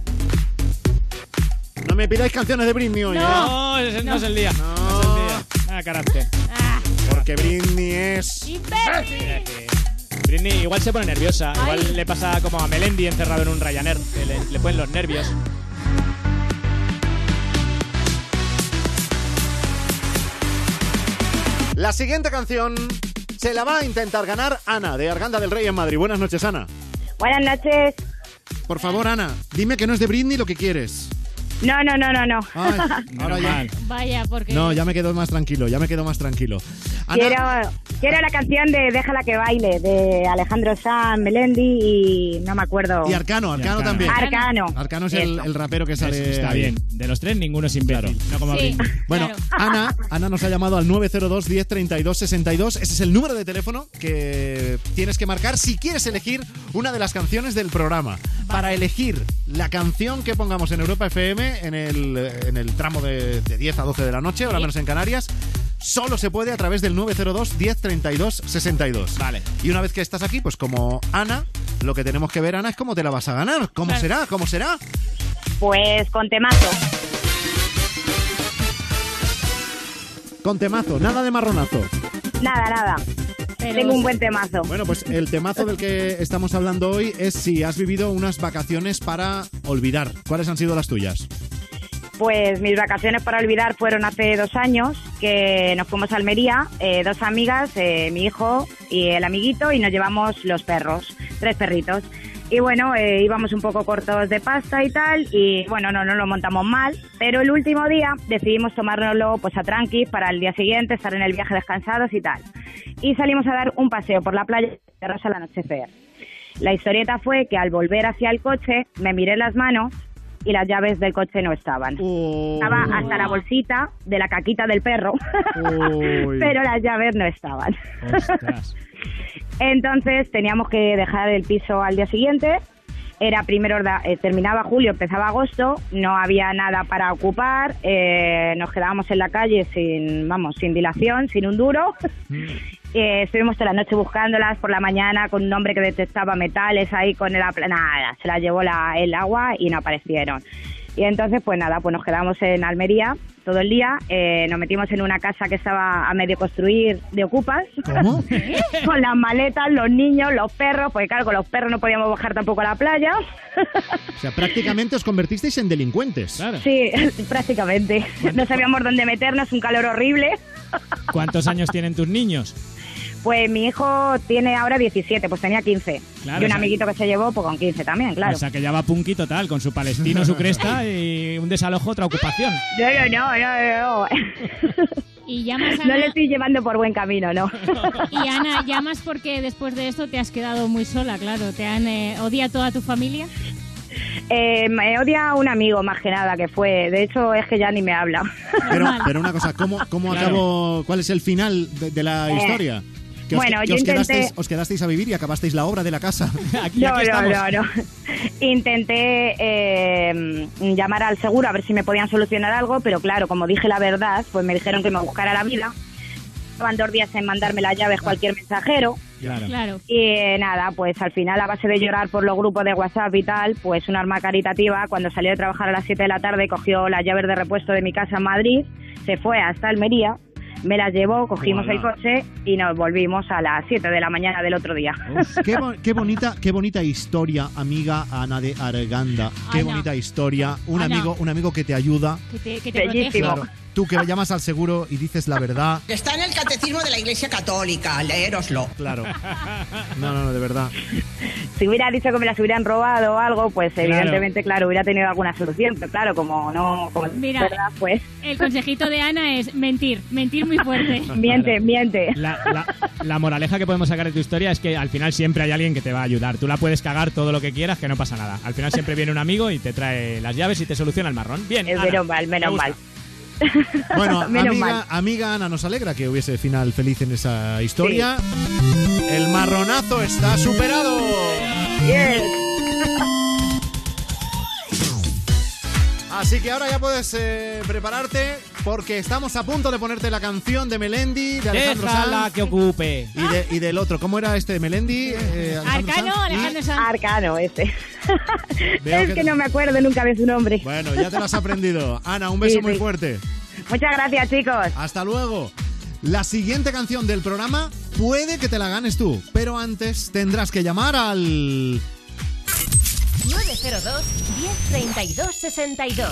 No me pidáis canciones de Britney hoy, No, ¿eh? No. ese no, es el día. No, es el día. Ah, carácter. Ah, Porque Britney es... ¡Imbécil! Britney igual se pone nerviosa. Ay. Igual le pasa como a Melendi encerrado en un Ryanair. que le, le ponen los nervios. La siguiente canción se la va a intentar ganar Ana, de Arganda del Rey en Madrid. Buenas noches, Ana. Buenas noches. Por favor, Ana, dime que no es de Britney lo que quieres. No, no, no, no, no. Ay, ahora ya. Vaya, porque. Ah, No, ya me quedo más tranquilo, ya me quedo más tranquilo. Ana, Quiero Era la canción de Déjala que baile, de Alejandro San, Melendi y no me acuerdo. Y Arcano, Arcano, Arcano. también. Arcano. Arcano es el, Eso. el rapero que Es- sale. está ahí. bien. De los tres, ninguno es imbécil. No como Sí, Abril. Bueno, Ana, Ana nos ha llamado al 902 10 32 62. Ese es el número de teléfono que tienes que marcar si quieres elegir una de las canciones del programa. Para elegir la canción que pongamos en Europa FM en el, en el tramo de, de 10 a 12 de la noche, ahora menos en Canarias. Solo se puede a través del 902 10 32 62. Vale. Y una vez que estás aquí, pues como Ana, lo que tenemos que ver, Ana, es cómo te la vas a ganar. ¿Cómo Claro. será? ¿Cómo será? Pues con temazo. Con temazo, nada de marronazo. Nada, nada. Tengo un buen temazo. Bueno, pues el temazo del que estamos hablando hoy es si has vivido unas vacaciones para olvidar. ¿Cuáles han sido las tuyas? Pues mis vacaciones para olvidar fueron hace dos años que nos fuimos a Almería, eh, dos amigas, eh, mi hijo y el amiguito, y nos llevamos los perros, tres perritos. Y bueno, eh, íbamos un poco cortos de pasta y tal, y bueno, no nos lo montamos mal, pero el último día decidimos tomárnoslo pues a tranqui para el día siguiente, estar en el viaje descansados y tal. Y salimos a dar un paseo por la playa, terraza al anochecer. La historieta fue que al volver hacia el coche me miré las manos y las llaves del coche no estaban. Estaba hasta la bolsita de la caquita del perro, Uy. pero las llaves no estaban. Entonces teníamos que dejar el piso al día siguiente. Era primero, da- eh, terminaba julio, empezaba agosto, no había nada para ocupar, eh, nos quedábamos en la calle sin, vamos, sin dilación, sin un duro. Eh, estuvimos toda la noche buscándolas por la mañana con un hombre que detectaba metales ahí con el apla- nada, se las llevó la- el agua y no aparecieron. Y entonces, pues nada, pues nos quedamos en Almería todo el día, eh, nos metimos en una casa que estaba a medio construir de ocupas, con las maletas, los niños, los perros, porque claro, con los perros no podíamos bajar tampoco a la playa. O sea, prácticamente os convertisteis en delincuentes. Sí, prácticamente. No sabíamos dónde meternos, un calor horrible. ¿Cuántos años tienen tus niños? Pues mi hijo tiene ahora 17, pues tenía 15. Claro, y o un sea- amiguito que se llevó, pues con 15 también, claro. O sea, que ya va punky total, con su palestino, su cresta y un desalojo, otra ocupación. No, no, no, no, no. Y llamas a No Ana- le estoy llevando por buen camino, no. Y Ana, llamas porque después de esto te has quedado muy sola, claro. Te han eh, odia toda tu familia. Eh, me odia un amigo más que nada que fue. De hecho, es que ya ni me habla. Pero, pero una cosa, ¿cómo, cómo acabó? ¿Cuál es el final de, de la Eh, historia? Que os, bueno, que yo os intenté- quedasteis, os quedasteis a vivir y acabasteis la obra de la casa. Aquí- No, aquí no, estamos. no, no. Intenté eh, llamar al seguro a ver si me podían solucionar algo, pero claro, como dije la verdad, pues me dijeron que me buscara la vida. Estaban dos días en mandarme las llaves cualquier mensajero. Claro. Y eh, nada, pues al final, a base de llorar por los grupos de WhatsApp y tal, pues una arma caritativa, cuando salió de trabajar a las 7 de la tarde, cogió las llaves de repuesto de mi casa en Madrid, se fue hasta Almería, me las llevó, cogimos el Ojalá. coche y nos volvimos a las 7 de la mañana del otro día. Qué, bo- qué bonita, qué bonita historia, amiga Ana de Arganda. Qué Ana. bonita historia. Un Ana. amigo, un amigo que te ayuda. Que te, que te Bellísimo. Claro, tú que llamas al seguro y dices la verdad. Está en el catecismo de la Iglesia Católica, leéroslo. Claro. No, no, no, de verdad. Si hubiera dicho que me las hubieran robado o algo, pues Claro. evidentemente, claro, hubiera tenido alguna solución, pero claro, como no, como Mira. ¿verdad? pues El consejito de Ana es mentir, mentir muy fuerte. miente, miente. La, la- la moraleja que podemos sacar de tu historia es que al final siempre hay alguien que te va a ayudar. Tú la puedes cagar todo lo que quieras, que no pasa nada. Al final siempre viene un amigo y te trae las llaves y te soluciona el marrón. Bien. Es Ana, menos mal, me menos gusta. mal. Bueno, Menos amiga, mal. amiga Ana, nos alegra que hubiese final feliz en esa historia. El marronazo está superado. Así que ahora ya puedes eh, prepararte porque estamos a punto de ponerte la canción de Melendi, de Alejandro Déjala Sanz que ocupe. y, de- y del otro. ¿Cómo era este de Melendi? Eh, Alejandro Sanz. Arcano, ese. Veo es que- que, no me acuerdo nunca de su nombre. Bueno, ya te lo has aprendido. Ana, un beso Sí, muy sí. fuerte. Muchas gracias, chicos. Hasta luego. La siguiente canción del programa puede que te la ganes tú, pero antes tendrás que llamar al 902 1032 62.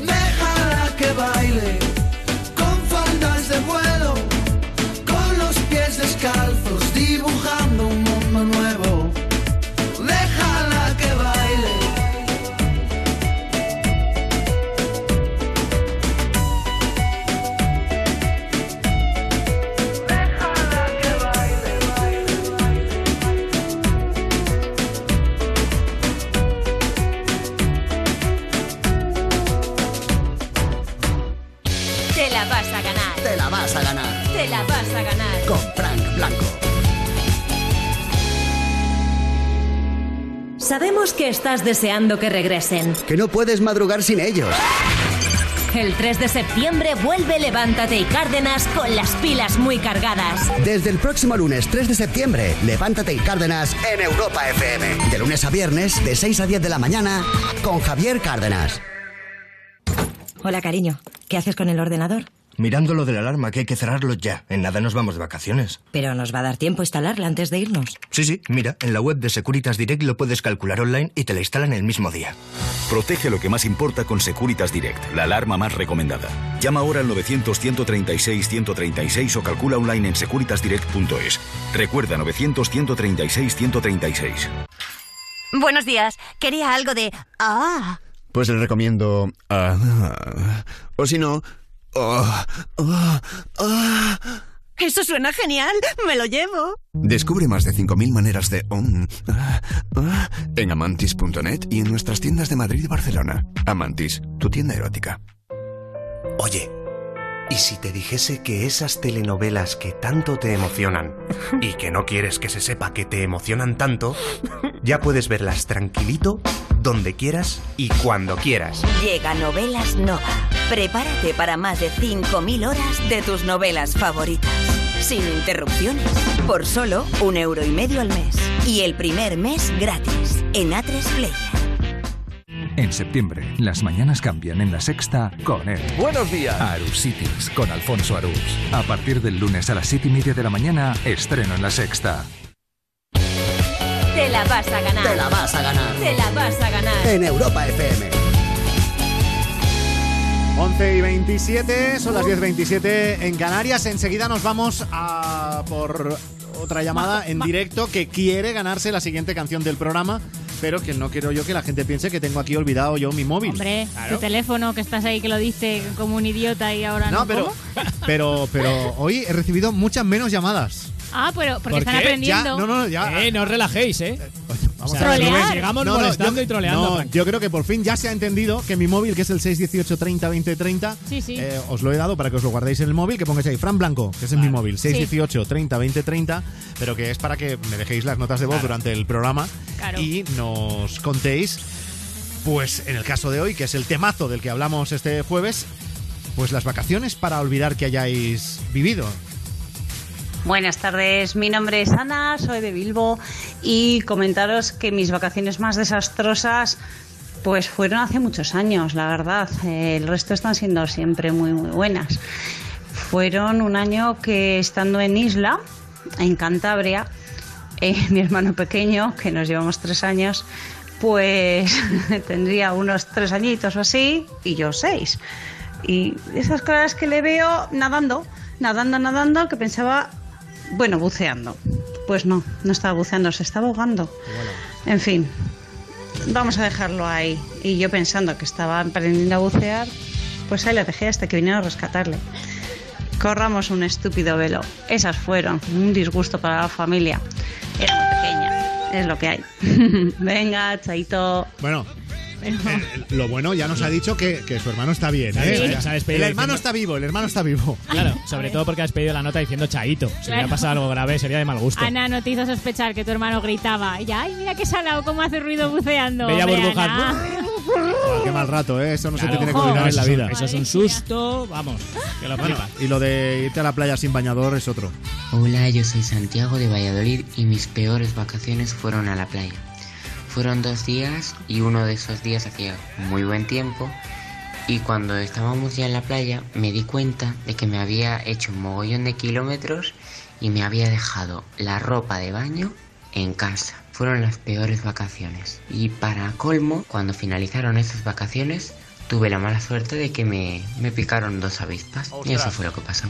Déjala que baile con faldas de vuelo, con los pies descalzos dibujando un mundo nuevo. Déjala que baile. Te la vas a ganar. Te la vas a ganar. Te la vas a ganar. Con Frank Blanco. Sabemos que estás deseando que regresen. Que no puedes madrugar sin ellos. El 3 de septiembre vuelve Levántate y Cárdenas con las pilas muy cargadas. Desde el próximo lunes 3 de septiembre, levántate y Cárdenas en Europa FM. De lunes a viernes, de 6 a 10 de la mañana, con Javier Cárdenas. Hola, cariño. ¿Qué haces con el ordenador? Mirando lo de la alarma, que hay que cerrarlo ya. En nada nos vamos de vacaciones. Pero nos va a dar tiempo a instalarla antes de irnos. Sí, sí, mira, en la web de Securitas Direct lo puedes calcular online y te la instalan el mismo día. Protege lo que más importa con Securitas Direct, la alarma más recomendada. Llama ahora al 900-136-136 o calcula online en securitasdirect.es. Recuerda 900-136-136. Buenos días. Quería algo de... Ah. Pues les recomiendo. ah, ah, o si no. ah, ah. Eso suena genial. Me lo llevo. Descubre más de 5.000 maneras de. mm, ah, ah, en amantis.net y en nuestras tiendas de Madrid y Barcelona. Amantis, tu tienda erótica. Oye, ¿y si te dijese que esas telenovelas que tanto te emocionan y que no quieres que se sepa que te emocionan tanto, ya puedes verlas tranquilito, donde quieras y cuando quieras? Llega Novelas No. Prepárate para más de 5.000 horas de tus novelas favoritas. Sin interrupciones. Por solo un euro y medio al mes. Y el primer mes gratis en A3 Player. En septiembre, las mañanas cambian en la sexta con él. Buenos días. Arus Cities con Alfonso Arus. A partir del lunes a las 7 y media de la mañana, estreno en la sexta. Te la vas a ganar. Te la vas a ganar. Te la vas a ganar. En Europa FM. 11 y 27, son las 10.27 en Canarias. Enseguida nos vamos a por otra llamada en directo que quiere ganarse la siguiente canción del programa, pero que no quiero yo que la gente piense que tengo aquí olvidado yo mi móvil. Hombre, Claro. tu teléfono que estás ahí que lo diste como un idiota y ahora no. No, pero, ¿cómo? pero, pero hoy he recibido muchas menos llamadas. Ah, pero porque ¿Por están qué? aprendiendo. Ya, no, no, ya. Eh, no os relajéis, eh. Vamos O sea, a ver, Trolear. Rubén. Llegamos molestando yo- y troleando, no, Frank. yo creo que por fin ya se ha entendido que mi móvil, que es el 618 30 20 30, Sí, sí. eh, os lo he dado para que os lo guardéis en el móvil, que pongáis ahí Fran Blanco, que ese es mi móvil, 618 30 20 30, pero que es para que me dejéis las notas de voz durante el programa Claro. y nos contéis, pues en el caso de hoy, que es el temazo del que hablamos este jueves, pues las vacaciones para olvidar que hayáis vivido. Buenas tardes, mi nombre es Ana, soy de Bilbo y comentaros que mis vacaciones más desastrosas pues fueron hace muchos años, la verdad. Eh, El resto están siendo siempre muy muy buenas. Fueron un año que estando en Isla, en Cantabria, eh, mi hermano pequeño, que nos llevamos tres años, pues tendría unos tres añitos o así y yo seis. Y esas caras que le veo nadando, nadando, nadando, que pensaba, bueno, buceando. Pues no, no estaba buceando, se estaba ahogando. En fin, vamos a dejarlo ahí. Y yo pensando que estaba aprendiendo a bucear, pues ahí la dejé hasta que vinieron a rescatarle. Corramos un estúpido velo. Esas fueron, un disgusto para la familia. Era muy pequeña, es lo que hay. Venga, chaito. Bueno, Eh, lo bueno ya nos ha dicho que, que su hermano está bien. ¿Sabes? Sí. ¿eh? O sea, ¿Sabes? el hermano está vivo, el hermano está vivo. Claro, sobre todo porque has pedido la nota diciendo chaito. Si Claro. hubiera pasado algo grave, sería de mal gusto. Ana no te hizo sospechar que tu hermano gritaba. Y ya, ay, mira qué salado, cómo hace ruido buceando. Veía hombre, burbujas. Ana. Qué mal rato, ¿eh? Eso no se Claro. te tiene que Ojo. olvidar en la Eso es vida. un- eso es un susto, vamos, que lo Bueno, flipas. y lo de irte a la playa sin bañador es otro. Hola, yo soy Santiago de Valladolid y mis peores vacaciones fueron a la playa. Fueron dos días y uno de esos días hacía muy buen tiempo y cuando estábamos ya en la playa me di cuenta de que me había hecho un mogollón de kilómetros y me había dejado la ropa de baño en casa. Fueron las peores vacaciones. Y para colmo, cuando finalizaron esas vacaciones, tuve la mala suerte de que me, me picaron dos avispas. Y eso Ostras. fue lo que pasó.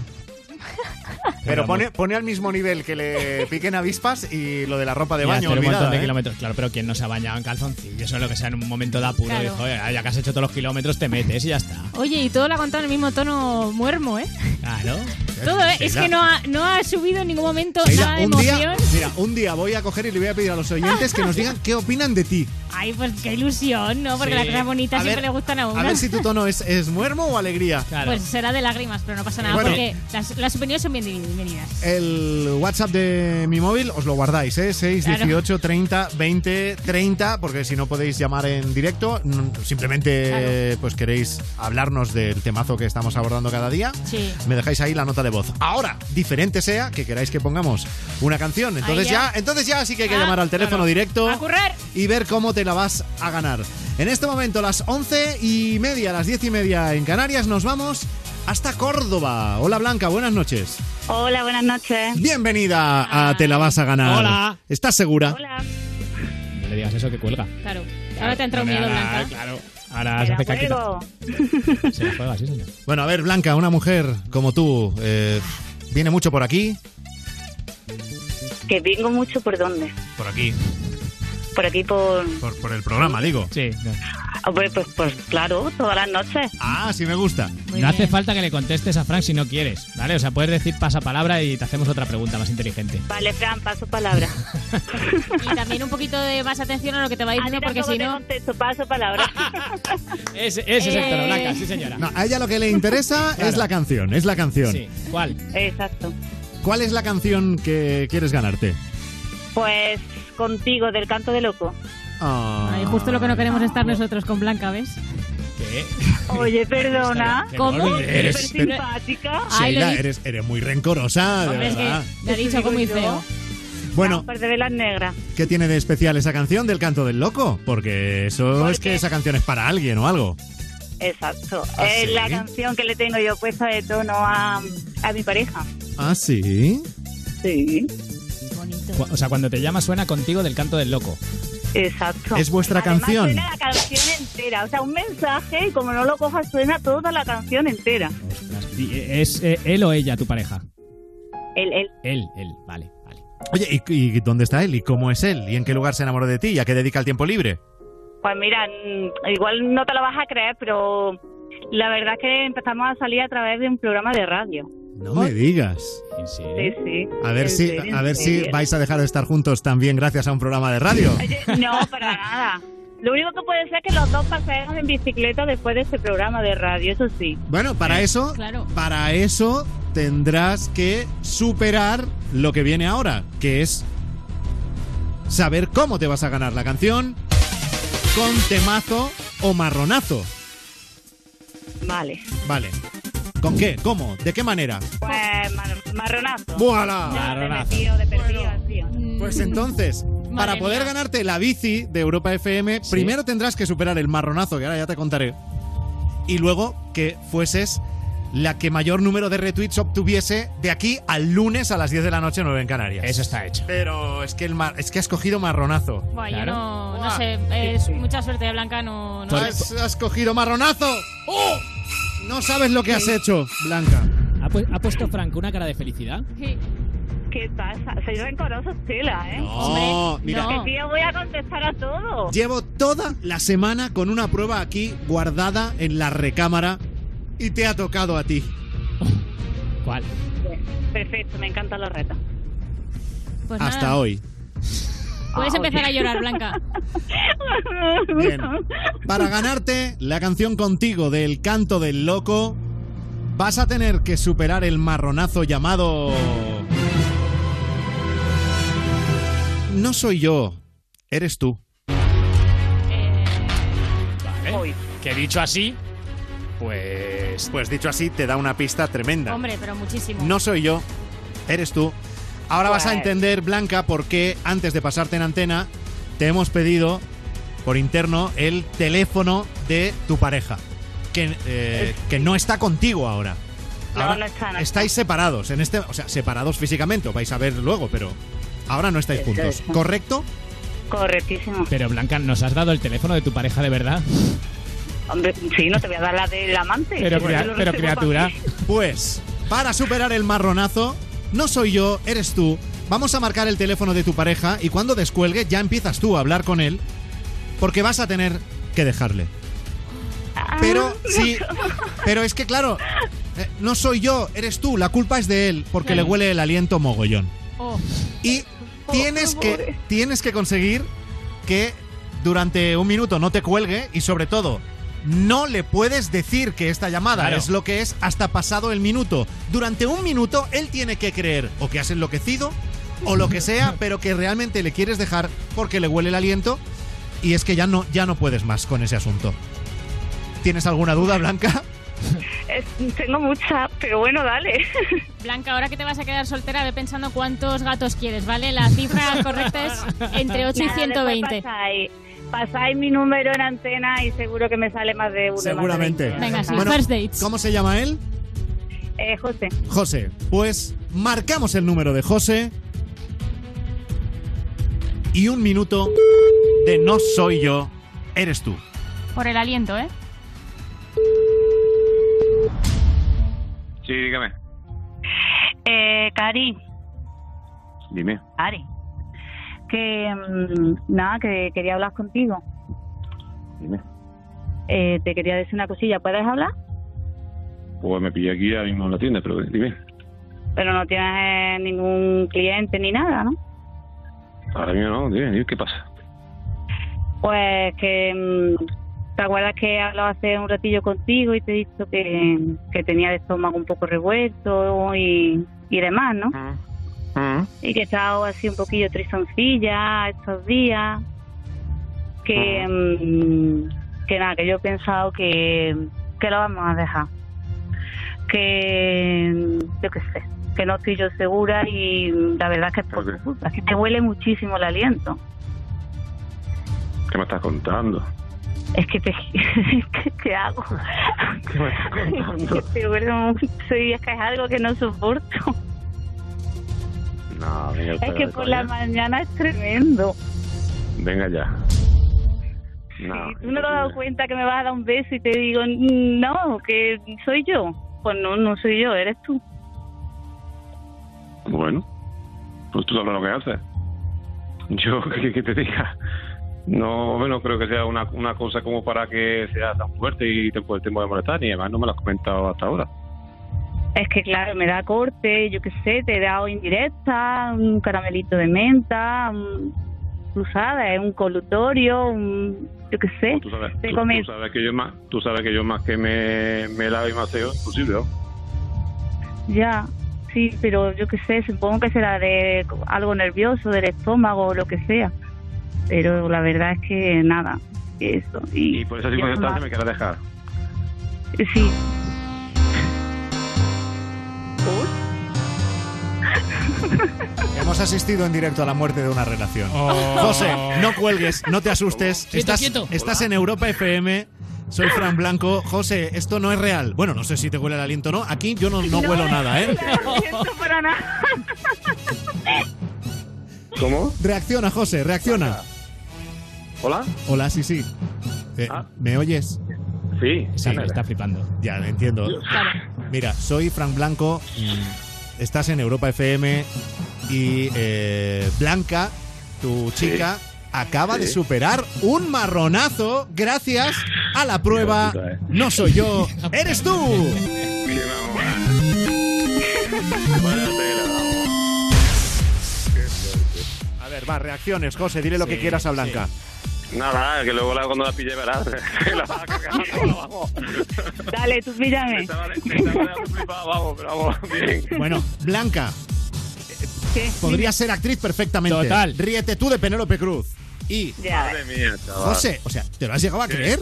Pero pone, pone al mismo nivel que le piquen avispas y lo de la ropa de Y baño. hacer un montón olvidada, de ¿eh? kilómetros, claro, pero quien no se ha bañado en calzoncillos eso es lo que sea en un momento de apuro. Claro. dijo, "Oye, ya que has hecho todos los kilómetros, te metes y ya está. Oye, y todo lo ha contado en el mismo tono muermo, ¿eh? Claro. Todo, ¿eh? Es Sheila. que no ha, no ha subido en ningún momento Mira, nada de un día, emoción. mira, un día voy a coger y le voy a pedir a los oyentes que nos digan qué opinan de ti. Ay, pues qué ilusión, ¿no? Porque Sí. las cosas bonitas A ver- siempre le gustan a uno. A ver si tu tono es, es muermo o alegría. Pues será de lágrimas, pero no pasa nada, Eh, Bueno. porque las, las opiniones son bien bienvenidas. El WhatsApp de mi móvil os lo guardáis, ¿eh? 6, Claro. 18, 30, 20, 30, porque si no podéis llamar en directo, mm, simplemente pues queréis hablarnos del temazo que estamos abordando cada día. Sí. Me dejáis ahí la nota de voz. Ahora, diferente sea que queráis que pongamos una canción. Entonces Ahí ya. ya. entonces ya sí que hay que Ah, llamar al teléfono claro. directo A correr. y ver cómo te la vas a ganar. En este momento, las 11 y media, las 10 y media en Canarias, nos vamos hasta Córdoba. Hola Blanca, buenas noches. Hola, buenas noches. Bienvenida a Te la vas a ganar. Hola. ¿Estás segura? Hola. No le digas eso que cuelga. Claro. Ahora te ha entrado No me miedo, hagas, Blanca. Claro. Ahora se hace caquita. Se la juega, sí, señor. Bueno, a ver, Blanca, una mujer como tú eh, viene mucho por aquí. Que vengo mucho por dónde. Por aquí. Por aquí, por. Por, por el programa, digo. Sí. Hombre, pues, pues claro, todas las noches. Ah, sí me gusta. no hace falta que le contestes a Frank si no quieres, ¿vale? O sea, puedes decir pasapalabra y te hacemos otra pregunta más inteligente. Vale, Fran, paso palabra. Y también un poquito de más atención a lo que te va diciendo, porque si no... paso palabra. Ese, ese es el tono, Eh. Blanca, sí, señora. No, a ella lo que le interesa Claro. es la canción, es la canción. Sí. ¿Cuál? Exacto. ¿Cuál es la canción que quieres ganarte? Pues contigo, del canto de loco. Ah. Ay, justo lo que no queremos estar nosotros con Blanca, ¿ves? ¿Qué? Oye, perdona. Pero, ¿Cómo? pero eres- Súper pero- simpática. Ay, lo Sheila, dice- eres, eres muy rencorosa, de Ah. Hombre, es que verdad. le ha dicho como y feo. Bueno, Por de velas negras. ¿qué tiene de especial esa canción del canto del loco? Porque eso es que esa canción es para alguien o algo. Exacto. ¿Ah, es sí? la canción que le tengo yo puesta de tono a, a mi pareja. Ah, sí. Sí. Cu- O sea, cuando te llama suena contigo del canto del loco. Exacto. Es vuestra canción. Suena la canción entera. O sea, un mensaje, y como no lo cojas, suena toda la canción entera. Y, eh, ¿Es eh, él o ella tu pareja? El, el, Él, él, vale. Oye, ¿y, y dónde está él? ¿Y cómo es él? ¿Y en qué lugar se enamoró de ti? ¿Y a qué dedica el tiempo libre? Pues mira, mm, igual no te lo vas a creer, pero la verdad es que empezamos a salir a través de un programa de radio. No me digas. Sí, sí. A ver En si, serio, a ver en si serio. vais a dejar de estar juntos también gracias a un programa de radio. No, para nada. Lo único que puede ser es que los dos pasemos en bicicleta después de este programa de radio, eso sí. Bueno, para Eh, eso, para eso tendrás que superar lo que viene ahora, que es saber cómo te vas a ganar la canción con temazo o marronazo. Vale. Vale. ¿Con qué? ¿Cómo? ¿De qué manera? Pues mar- marronazo. ¡Buala! Ya, Marronazo. De perdido, de perdido, tío. Pues entonces, para poder ganarte la bici de Europa FM, primero tendrás que superar el marronazo, que ahora ya te contaré. Y luego que fueses la que mayor número de retweets obtuviese de aquí al lunes a las 10 de la noche, 9 en Canarias. Eso está hecho. Pero es que, el mar- es que has cogido marronazo. Buah, yo no, no sé, es mucha suerte de Blanca, no... no Has, has cogido marronazo. Oh. No sabes lo que has hecho, Blanca. ¿Ha, pu- ha puesto Frank una cara de felicidad? ¿Qué pasa? Soy rencorosa, Estela, ¿eh? No, Hombre, mira. no. Que tío, voy a contestar a todo. Llevo toda la semana con una prueba aquí guardada en la recámara y te ha tocado a ti. ¿Cuál? Perfecto, me encantan los retos. Pues nada, Hasta hoy. Puedes empezar a llorar, Blanca. Bien. Para ganarte la canción contigo del canto del loco, vas a tener que superar el marronazo llamado... No soy yo, eres tú. Vale. ¿Eh? Que dicho así, Pues... Pues dicho así, te da una pista tremenda. Hombre, pero muchísimo. No soy yo, eres tú. Ahora vas Pues. a entender, Blanca, por qué antes de pasarte en antena te hemos pedido por interno el teléfono de tu pareja, que, eh, que no está contigo ahora. No, Ahora no está, no estáis separados, en este, o sea, separados físicamente, os vais a ver luego, pero ahora no estáis juntos, ¿correcto? Correctísimo. Pero Blanca, ¿nos has dado el teléfono de tu pareja de verdad? Hombre, sí, no te voy a dar la del amante. Pero, pues, Yo crea- lo pero reservo criatura. Pues, para superar el marronazo, no soy yo, eres tú. Vamos a marcar el teléfono de tu pareja y cuando descuelgue ya empiezas tú a hablar con él, porque vas a tener que dejarle. Ah, Pero sí, pero es que claro, eh, no soy yo, eres tú, la culpa es de él, porque le huele el aliento mogollón. Y tienes que, tienes que conseguir que durante un minuto no te cuelgue y sobre todo no le puedes decir que esta llamada Claro. es lo que es hasta pasado el minuto. Durante un minuto él tiene que creer o que has enloquecido o lo que sea, pero que realmente le quieres dejar porque le huele el aliento y es que ya no, ya no puedes más con ese asunto. ¿Tienes alguna duda, Blanca? Es- tengo muchas, pero bueno, dale. Blanca, ahora que te vas a quedar soltera, ve pensando cuántos gatos quieres, ¿vale? La cifra correcta es entre 8 y Nada, 120. después Pasáis, pasáis mi número en antena y seguro que me sale más de uno. más de Seguramente. 20. Bueno, ¿Cómo se llama él? Eh, José. José. Pues marcamos el número de José. Y un minuto de no soy yo, eres tú. Por el aliento, ¿eh? Sí, dígame. Eh, Cari, Dime. Cari, que mm, nada, que quería hablar contigo. Dime. Eh, te quería decir una cosilla, ¿puedes hablar? Pues me pillé aquí ahora mismo en la tienda, pero dime. Pero no tienes eh, ningún cliente ni nada, ¿no? Ahora mismo no, dime, dime, ¿qué pasa? Pues que mm, te acuerdas que he hablado hace un ratillo contigo y te he dicho que, que tenía el estómago un poco revuelto y, y demás, ¿no? Y que he estado así un poquillo trizoncilla estos días. Que, mm, que nada, que yo he pensado que, que lo vamos a dejar. Que, mm, yo qué sé, que no estoy yo segura y la verdad es que es por tu culpa, es que te huele muchísimo el aliento. ¿Qué me estás contando? Es que te... ¿Qué, qué hago? ¿Qué me estás contando? Que te huele mucho y es que es algo que no soporto. No, venga, Es fuera que de por coña. la mañana es tremendo. Venga ya. No, ¿Tú no te has dado cuenta que me vas a dar un beso y te digo, no, que soy yo? Pues no, no soy yo, eres tú. bueno, pues tú sabrás lo que haces. Yo, ¿qué, qué te diga? No, bueno, creo que sea una, una cosa como para que sea tan fuerte y te puede tiempo de molestar, y además no me lo has comentado hasta ahora. Es que claro, me da corte, yo qué sé, te he dado indirecta, un caramelito de menta, un- tú sabes, un colutorio, un, yo qué sé. Tú sabes, Te tú- comí- tú sabes que yo más, tú sabes que yo más que me, me lavo y maceo, es posible, ¿no? Ya, sí, pero yo qué sé, supongo que será de algo nervioso, del estómago o lo que sea. Pero la verdad es que nada, eso. Y, por esa y circunstancia además- me quieres dejar. Sí. Hemos asistido en directo a la muerte de una relación. Oh. José, no cuelgues, no te asustes. Quieto, estás quieto. estás Hola. en Europa FM. Soy Fran Blanco. José, esto no es real. Bueno, no sé si te huele el aliento o no. Aquí yo no, no huelo nada, ¿eh? No siento para nada. ¿Cómo? Reacciona, José, reacciona. ¿Hola? Ah. Hola, sí, sí. Eh, ¿Me oyes? Sí. Sí, está flipando. Ya, entiendo. Mira, soy Frank Blanco. mm, Estás en Europa FM y eh, Blanca, tu chica, acaba de Sí. superar un marronazo gracias a la prueba. puta, eh. No soy yo, eres tú. A ver, va, reacciones, José, dile lo que quieras a Blanca. Nada, que luego la cuando la pille, verás. la vas a cagar, pero vamos. Dale, Eh, tú píllame. Flipa, vamos, pero vamos, bien. Bueno, Blanca, ¿Qué? podría ser actriz perfectamente. Total. Ríete tú de Penélope Cruz. Y Madre mía, chaval. José, o sea, ¿te lo has llegado a Sí. creer?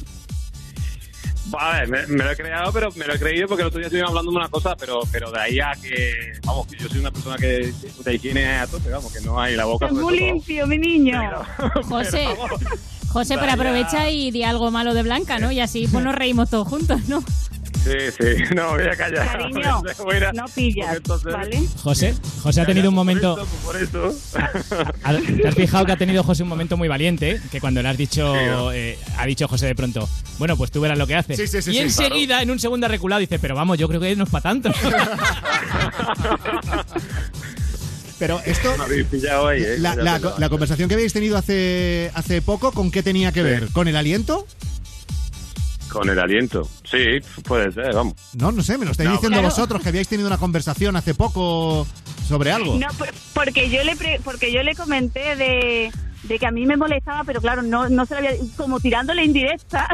A ver, me, me lo he creado, pero me lo he creído porque el otro día estuvimos hablando de una cosa, pero, pero de ahí a que, vamos, que yo soy una persona que de higiene a tope, vamos, que no hay la boca. Estás sobre muy todo. limpio, mi niño. José, José, pero aprovecha y di algo malo de Blanca, ¿no? Y así pues nos reímos todos juntos, ¿no? Sí, sí, no, voy a callar. Cariño, Voy a ir a- no pillas, ¿vale? José, José ha tenido un momento. Por eso. Ha- ¿Te has fijado que ha tenido José un momento muy valiente? eh? Que cuando le has dicho, Sí, ¿no? eh, ha dicho José de pronto, bueno, pues tú verás lo que haces. Sí, sí, sí, y sí. enseguida, en un segundo reculado, dice, pero vamos, yo creo que no es para tanto. Pero esto, Me habéis pillado ahí, ¿eh? la, Ya la- te lo- la conversación que habéis tenido hace, hace poco, ¿con qué tenía que ver? ¿Con el aliento? Con el aliento. Sí, puede ser, vamos. No, no sé, me lo estáis No, diciendo claro. vosotros, que habíais tenido una conversación hace poco sobre algo. No, por- porque yo le pre- porque yo le comenté de, de que a mí me molestaba, pero claro, no, no se lo había como tirándole indirecta.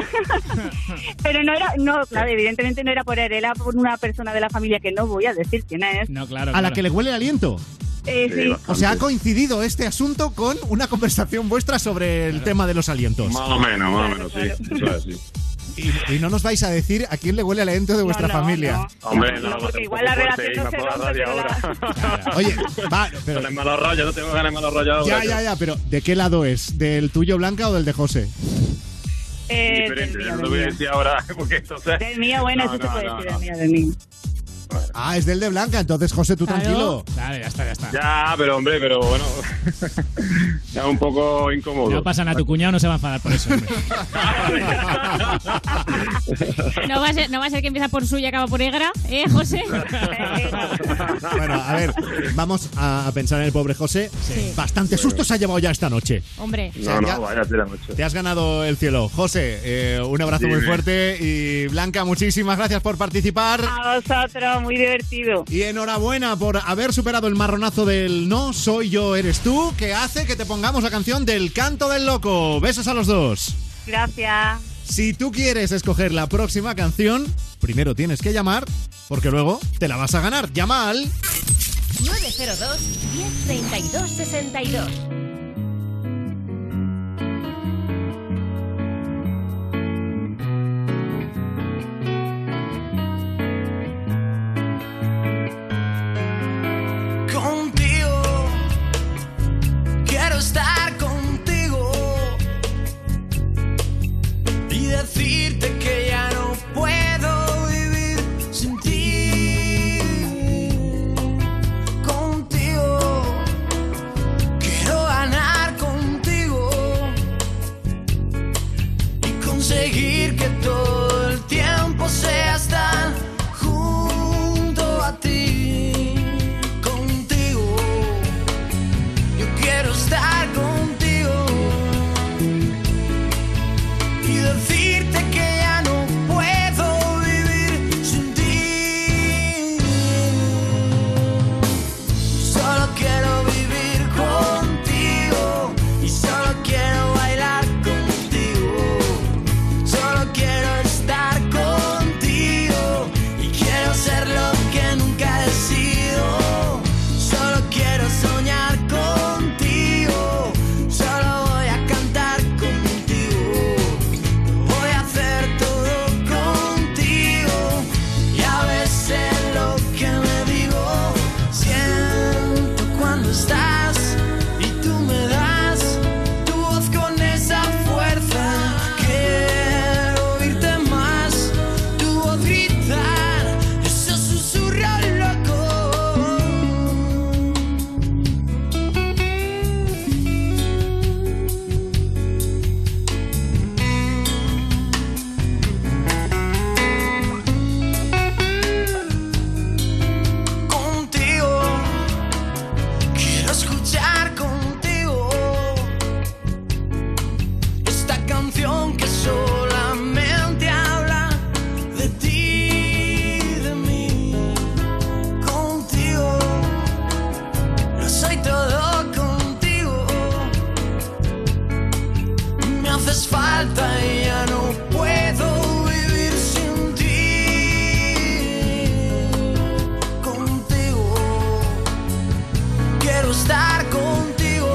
pero no era no, claro, evidentemente no era por él, era por una persona de la familia que no voy a decir quién es. No, claro. a la que le huele el aliento. Eh, sí. O sea, ha coincidido este asunto con una conversación vuestra sobre el tema de los alientos. Más o menos, más o menos, sí. Eso es, sí. Y, y no nos vais a decir a quién le huele el aliento de vuestra familia. Hombre, no, porque igual la relación no se rompe, Oye, va, pero... No malos rollos, no tengo ganas de malos rollos. Ya, ahora, ya, ya, pero ¿de qué lado es? ¿Del tuyo, Blanca, o del de José? Eh, Diferente, del yo no mío, del te voy a mío. decir ahora, porque entonces... Del mío, bueno, eso se puede decir, del mío, del mío. Ah, es del de Blanca, entonces José, tú tranquilo. Dale, ya está, ya está. Ya, pero hombre, pero bueno. ya un poco incómodo. No pasa nada, tu cuñado no se va a enfadar por eso. hombre. No va a ser, no va a ser que empieza por suya y acaba por Egra, ¿eh, José? Bueno, a ver, vamos a a pensar en el pobre José. Bastante susto se ha llevado ya esta noche. Hombre. O sea, No, ya- no, vaya tira mucho. Te has ganado el cielo. José, eh, un abrazo Dime. muy fuerte y Blanca, muchísimas gracias por participar. A vosotros, muy divertido. Y enhorabuena por haber superado el marronazo del No soy yo, eres tú, que hace que te pongamos la canción del canto del loco. Besos a los dos. Gracias. Si tú quieres escoger la próxima canción, primero tienes que llamar, porque luego te la vas a ganar. Llama al 902 1032 62. estás y tú me das tu voz con esa fuerza. Quiero oírte más, tu voz gritar, ese susurro loco. contigo. Quiero escuchar contigo esta canción que solamente habla de ti, y de mí. Contigo, lo soy todo contigo. Me haces falta y ya no puedo vivir sin ti contigo. Quiero estar contigo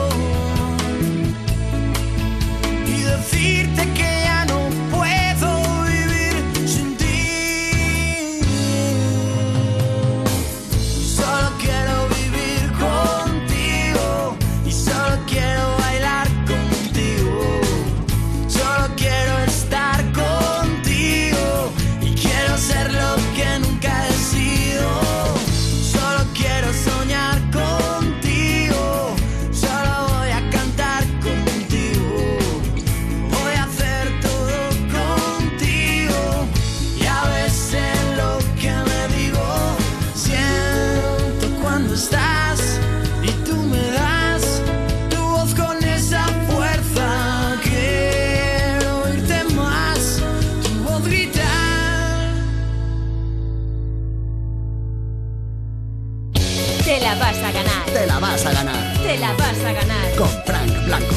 y decirte que ya no puedo vivir sin ti. Solo quiero vivir contigo y solo quiero bailar contigo. Solo quiero estar contigo y quiero ser lo que nunca he sido. Solo quiero soñar contigo, solo voy a cantar contigo. Voy a hacer todo contigo y a veces lo que me digo. Siento cuando estás y tú me das tu voz con esa fuerza. Quiero oírte más, tu voz gritar. Te la vas a ganar. Te la vas a ganar Te la vas a ganar. con Frank Blanco.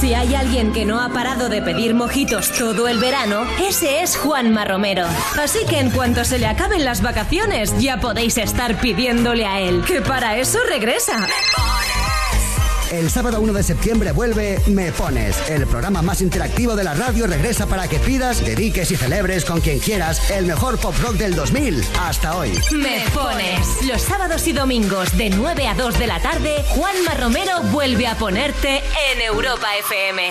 Si hay alguien que no ha parado de pedir mojitos todo el verano, Ese es Juanma Romero. Así que en cuanto se le acaben las vacaciones, ya podéis estar pidiéndole a él, que para eso regresa. El sábado 1 de septiembre vuelve Me Pones, el programa más interactivo de la radio regresa para que pidas, dediques y celebres con quien quieras el mejor pop rock del 2000 hasta hoy. Me pones. Los sábados y domingos de 9 a 2 de la tarde, Juanma Romero vuelve a ponerte en Europa FM.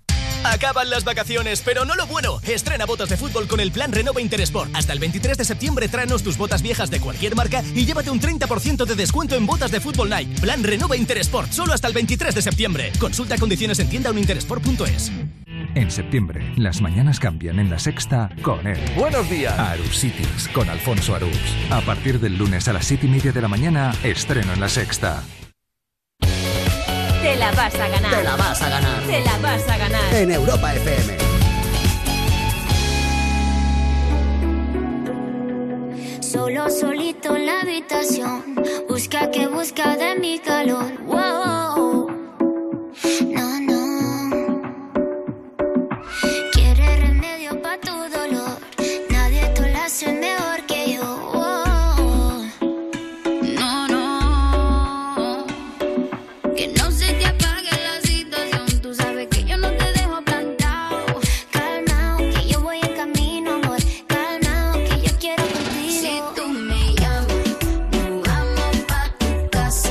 Acaban las vacaciones, pero no lo bueno. Estrena botas de fútbol con el plan Renova Interesport. Hasta el 23 de septiembre tráenos tus botas viejas de cualquier marca y llévate un 30% de descuento en botas de fútbol Nike. Plan Renova Interesport, solo hasta el 23 de septiembre. Consulta condiciones en tienda uninteresport.es. En septiembre, las mañanas cambian en la sexta con él. Buenos días. Arus Cities con Alfonso Arus. A partir del lunes a las 7 y media de la mañana, estreno en la sexta. Te la vas a ganar. Te la vas a ganar. Te la vas a ganar. En Europa FM. Solo solito en la habitación. Busca que busca de mi calor. Wow. No, no. Quiere remedio para tu dolor. Nadie te lo hace mejor que yo. Wow. No, no. Que no se te apague la situación. Tú sabes que yo no te dejo plantado. Calma, que yo voy en camino, amor. Calma, que yo quiero contigo. Si tú me llamas, nos vamos pa' tu casa.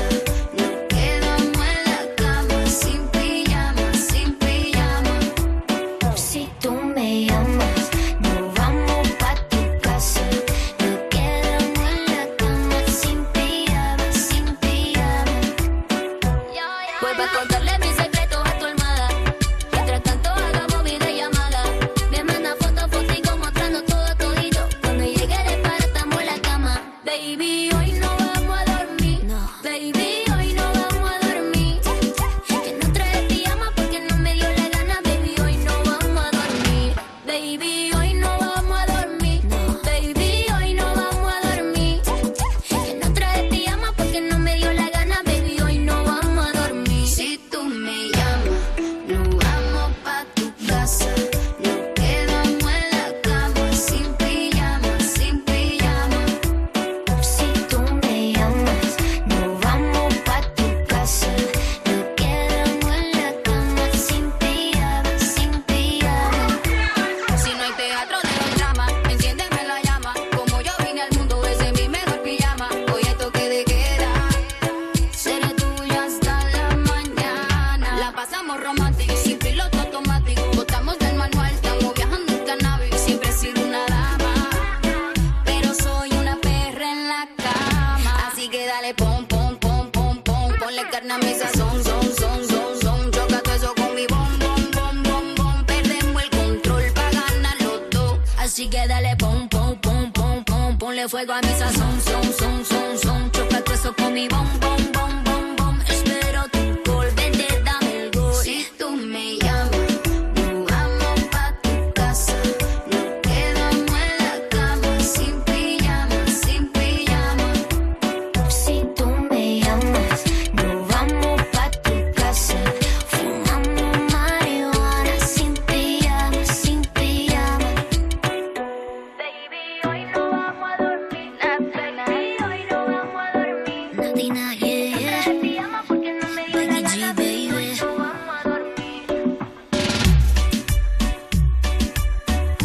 Pues dale pom, pom, pom, pom, pom. Ponle carne a mi sazón, son, son, son, son. Choca todo eso con mi bom, bom, bom, bom, bom. Perdemos el control para ganar los dos. Así que dale pom, pom, pom, pom, pom. Ponle fuego a mi sazón, son, son, son, son. Choca todo eso con mi bom, bom, bom, bom, bom. Espero tu gol, vente, dame el gol. Si tú me llamas, nos vamos pa' tu casa. Quedamos en la cama sin pijama, sin pijama. Si tú me llamas, nos vamos pa' tu casa. Fumamos marihuana sin pijama, sin pijama. Baby, hoy no vamos a dormir. Baby, hoy no vamos a dormir. Nadina, yeah, yeah. No pijama porque no me dio la gana. Baby, no vamos a dormir.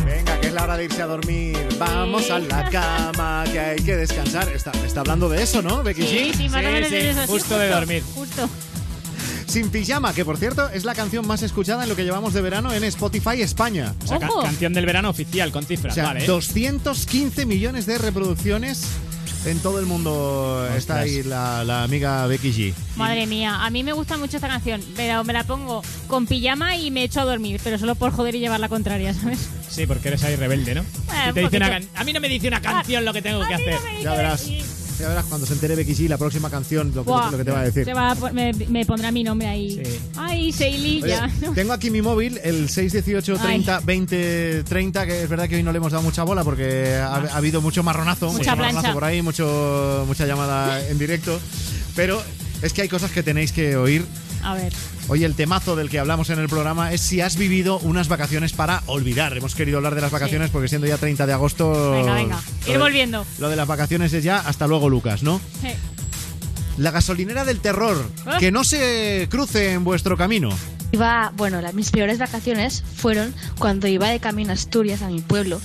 Venga, que es la hora de irse a dormir. Vamos a la cama, que hay que descansar. Está, está hablando de eso, ¿no, Becky Sí, G? sí, más o menos es eso, sí, justo de dormir. Justo. Sin pijama, que por cierto es la canción más escuchada en lo que llevamos de verano en Spotify España. O sea, ca- canción del verano oficial con cifras, O sea, vale. ¿eh? 215 millones de reproducciones en todo el mundo. Está ahí la, la amiga Becky G. Madre mía, a mí me gusta mucho esta canción, pero me la pongo con pijama y me echo a dormir, pero solo por joder y llevar la contraria, ¿sabes? Sí, porque eres ahí rebelde, ¿no? Eh, Y un te dice una poquito. Ah. can- A mí no me dice una canción lo que tengo que hacer. Ya verás. Ya verás cuando se entere Becky G la próxima canción lo que, Buah, lo que te va a decir. se va a pon- me, me pondrá mi nombre ahí. Ay, Oye, Seililla. tengo aquí mi móvil, el 618 30 20 30, que es verdad que hoy no le hemos dado mucha bola porque ha, ha habido mucho marronazo, Mucha mucho marronazo plancha. por ahí, mucho, mucha llamada en directo. Pero es que hay cosas que tenéis que oír. A ver. Hoy el temazo del que hablamos en el programa es si has vivido unas vacaciones para olvidar. Hemos querido hablar de las vacaciones porque siendo ya 30 de agosto... Venga, venga. lo Ir de- volviendo. Lo de las vacaciones es ya hasta luego, Lucas, ¿no? Sí. La gasolinera del terror, Ah. que no se cruce en vuestro camino. Iba, bueno, las, mis peores vacaciones fueron cuando iba de camino a Asturias, a mi pueblo,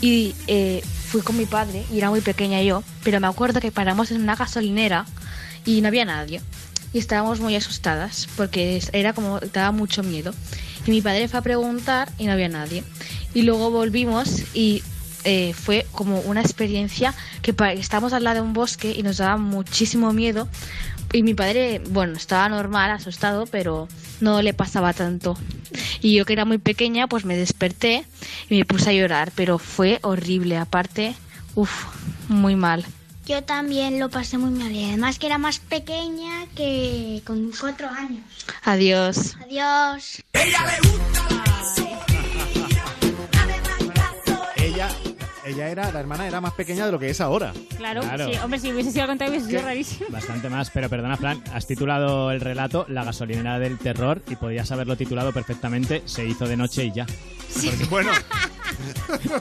y eh, fui con mi padre, y era muy pequeña yo, pero me acuerdo que paramos en una gasolinera y no había nadie. Y estábamos muy asustadas porque es- era como, daba mucho miedo. Y mi padre fue a preguntar y no había nadie. Y luego volvimos y eh, fue como una experiencia que pa- estábamos al lado de un bosque y nos daba muchísimo miedo. Y mi padre, bueno, estaba normal, asustado, pero no le pasaba tanto. Y yo que era muy pequeña, pues me desperté y me puse a llorar, pero fue horrible. Aparte, uff, muy mal. Yo también lo pasé muy mal y además que era más pequeña que con cuatro años. Adiós. Adiós. Ella, ella era, la hermana era más pequeña de lo que es ahora. Claro, Claro. sí. Hombre, si hubiese sido al contrario hubiese sido ¿Qué? rarísimo. Bastante más, pero perdona, Fran, has titulado el relato La gasolinera del terror y podías haberlo titulado perfectamente Se hizo de noche y ya. Porque, bueno,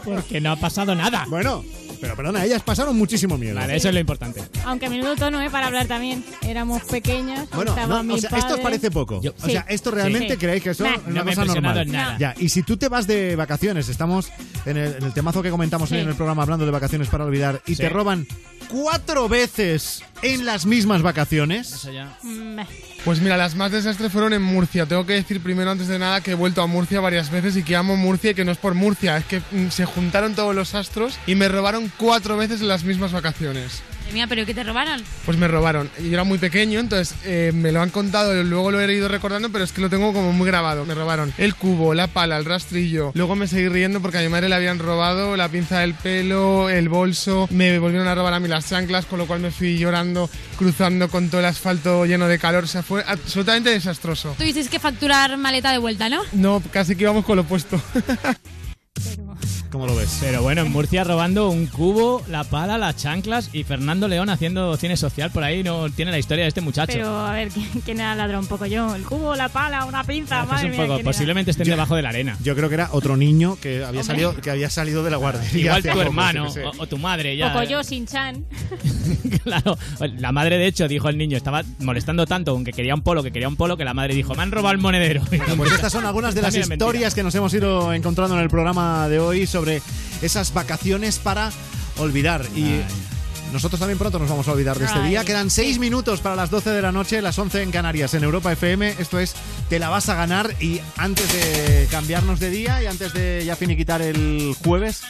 porque no ha pasado nada. Bueno, pero perdona, ellas pasaron muchísimo miedo. Vale, eso es lo importante. Aunque a menudo tono, ¿eh? Para hablar también. Éramos pequeñas. Bueno, estaba no, mi o sea, esto os padre. parece poco. o Sí. sea, esto realmente Sí. creéis que eso Nah. es una No me he cosa impresionado normal. en nada. Ya, y si tú te vas de vacaciones, estamos en el, en el temazo que comentamos hoy Sí. en el programa hablando de vacaciones para olvidar, y Sí. te roban cuatro veces en las mismas vacaciones. Mm, Pues mira, las más desastres fueron en Murcia. Tengo que decir primero, antes de nada, que he vuelto a Murcia varias veces y que amo Murcia y que no es por Murcia, es que mm, se juntaron todos los astros y me robaron cuatro veces en las mismas vacaciones. Madre mía, ¿pero qué te robaron? Pues me robaron. Y Yo era muy pequeño, entonces eh, me lo han contado, luego lo he ido recordando, pero es que lo tengo como muy grabado. Me robaron el cubo, la pala, el rastrillo. Luego me seguí riendo porque a mi madre le habían robado la pinza del pelo, el bolso. Me volvieron a robar a mí las chanclas, con lo cual me fui llorando, cruzando con todo el asfalto lleno de calor. O sea, fue absolutamente desastroso. Tuvisteis que facturar maleta de vuelta, ¿no? No, casi que íbamos con lo opuesto. ¿Cómo lo ves? Pero bueno, en Murcia robando un cubo, la pala, las chanclas y Fernando León haciendo cine social por ahí. No tiene la historia de este muchacho. Pero a ver, ¿quién, quién era el ladrón? Un poco yo. El cubo, la pala, una pinza, Es madre un mía. poco, pues, ¿quién era? posiblemente estén debajo de la arena. Yo creo que era otro niño que había Hombre. salido que había salido de la guardería. Igual hace tu poco, hermano yo qué sé. o, o tu madre ya. eh. Poco yo, sin chan. Claro, la madre de hecho dijo el niño, estaba molestando tanto aunque quería un polo, que quería un polo, que la madre dijo, me han robado el monedero. Pues estas son algunas de las También es mentira. historias que nos hemos ido encontrando en el programa de hoy sobre esas vacaciones para olvidar. Y Nosotros también pronto nos vamos a olvidar de este Ay, día. Quedan 6 minutos para las 12 de la noche, las 11 en Canarias, en Europa FM. Esto es Te la vas a ganar. Y antes de cambiarnos de día y antes de ya finiquitar el jueves,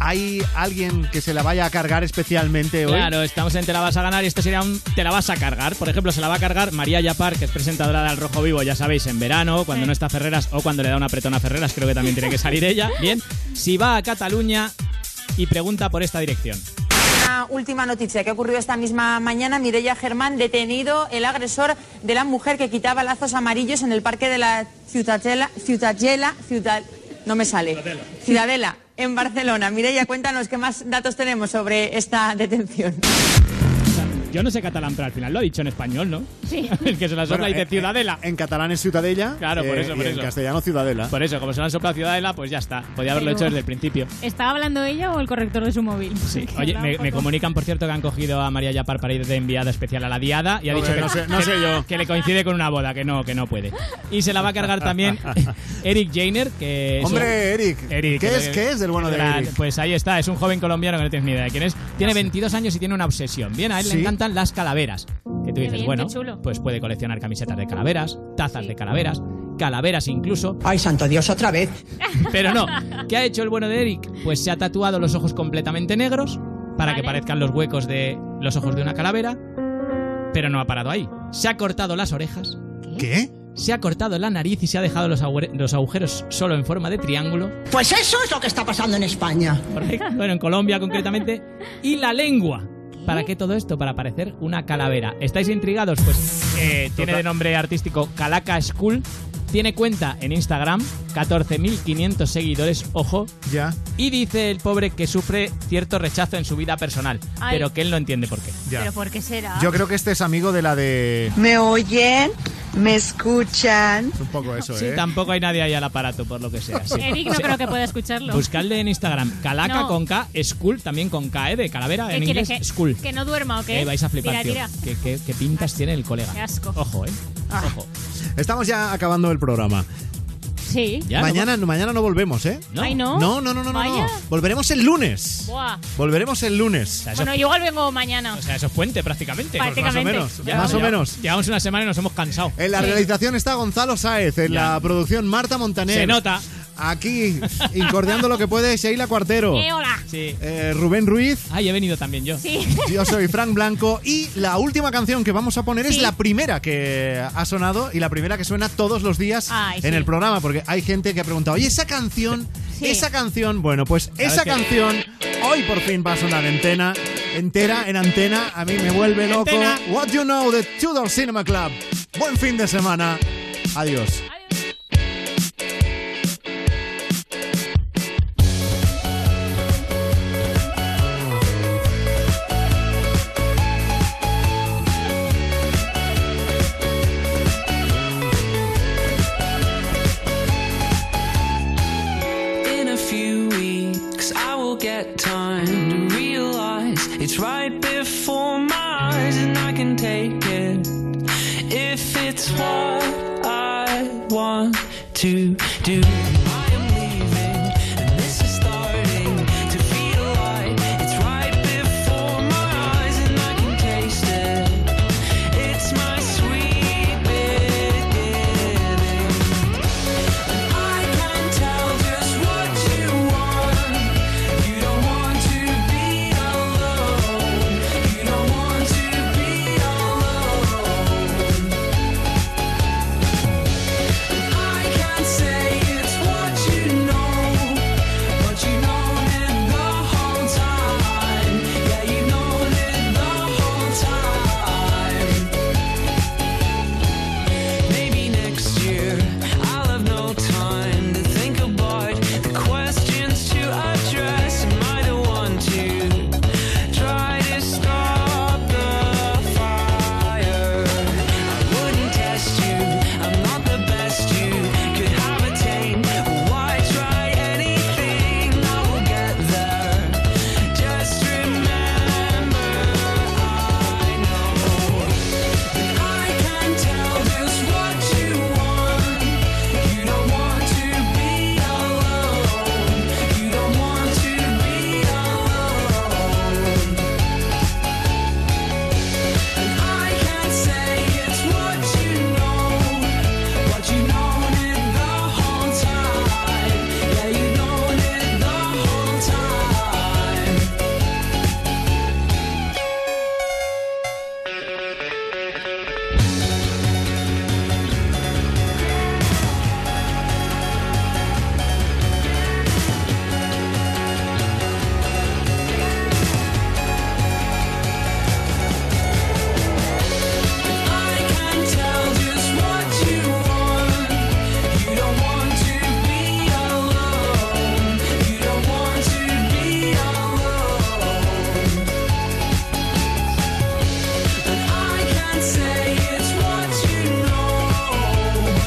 ¿hay alguien que se la vaya a cargar especialmente hoy? Claro, estamos en Te la vas a ganar y esto sería un Te la vas a cargar. Por ejemplo, se la va a cargar María Yapar, que es presentadora del Rojo Vivo, ya sabéis, en verano, cuando no está Ferreras o cuando le da una apretón a Ferreras, creo que también tiene que salir ella. Bien, si va a Cataluña y pregunta por esta dirección. Una última noticia que ocurrió esta misma mañana. Mireia Germán detenido el agresor de la mujer que quitaba lazos amarillos en el parque de la Ciutadela, Ciutadela, Ciudad, no me sale. Ciudadela. en Barcelona. Mireia, cuéntanos qué más datos tenemos sobre esta detención. Yo no sé catalán, pero al final lo ha dicho en español, ¿no? Sí. El que se la sopla Bueno, dice en- Ciudadela. En catalán es Ciutadella. Claro, por eh, eso, y por en eso. castellano Ciudadela. Por eso, como se la han soplado Ciudadela, pues ya está. Podía haberlo hecho desde el principio. ¿Estaba hablando ella o el corrector de su móvil? Sí. Oye, me, me comunican, por cierto, que han cogido a María Yapar para ir de enviada especial a la diada y ha No, dicho eh, que, no sé- no sé que- yo. que le coincide con una boda, que no, que no puede. Y se la va a cargar también Eric Jainer, que... es Hombre, un- Eric. Eric, ¿Qué que- es, qué es del bueno de la- Eric? Ah, Pues ahí está, es un joven colombiano que no tienes ni idea de quién es. Tiene 22 años y tiene una obsesión. Bien, a él Sí. le encantan las calaveras. Que tú Qué dices, bien, bueno, qué chulo. pues puede coleccionar camisetas de calaveras, tazas de calaveras, calaveras incluso. Ay, santo Dios, otra vez. Pero no, ¿qué ha hecho el bueno de Eric? Pues se ha tatuado los ojos completamente negros para que parezcan los huecos de los ojos de una calavera, pero no ha parado ahí. Se ha cortado las orejas. ¿Qué? Se ha cortado la nariz y se ha dejado los, agüer- los agujeros solo en forma de triángulo. Pues eso es lo que está pasando en España. Correcto, bueno, en Colombia concretamente. Y la lengua. ¿Para qué todo esto? Para parecer una calavera. ¿Estáis intrigados? Pues eh, tiene de nombre artístico Calaca School. Tiene cuenta en Instagram, 14.500 seguidores, ojo. Ya. Y dice el pobre que sufre cierto rechazo en su vida personal, Ay. pero que él no entiende por qué. ¿Pero por qué será? Yo creo que este es amigo de la de. ¿Me oyen? ¿Me escuchan? Un poco eso, Sí, ¿eh? tampoco hay nadie ahí al aparato, por lo que sea. sí. Eric no O sea, pues creo que pueda escucharlo. Buscadle en Instagram, Calaca No. con K, School también con K, ¿eh? De calavera, ¿Qué en quiere? inglés, que, School. ¿Que no duerma o qué? Eh, vais a flipar, Tira, tío. tira. ¿Qué, qué- qué pintas tiene el colega? Qué asco. Ah, Ojo, ¿eh? Ojo. Estamos ya acabando el programa. Sí. mañana, no, mañana no volvemos, ¿eh? No. Ay, ¿no? No, no, no, no, no. Vaya. Volveremos el lunes. Buah. Volveremos el lunes. Bueno, yo igual vengo mañana. O sea, eso es puente prácticamente. Pues más o menos, Prácticamente. más o menos. Llevamos una semana y nos hemos cansado. En la realización está Gonzalo Sáez, en la producción Marta Montaner. Se nota. Aquí, incordiando lo que puede, Sheila Cuartero. Eh, hola. Sí. Eh, Rubén Ruiz. Ay, he venido también yo. Sí. Yo soy Frank Blanco y la última canción que vamos a poner es Sí. la primera que ha sonado y la primera que suena todos los días Ay, en sí. el programa porque hay gente que ha preguntado, oye, esa canción, esa canción, bueno, pues esa qué? canción hoy por fin va a sonar entera, entera, en antena, a mí me vuelve loco. Antena. What You Know de Tudor Cinema Club. Buen fin de semana. Adiós. In a few weeks, I will get time to realize it's right before my eyes, and I can take it if it's what I want to do.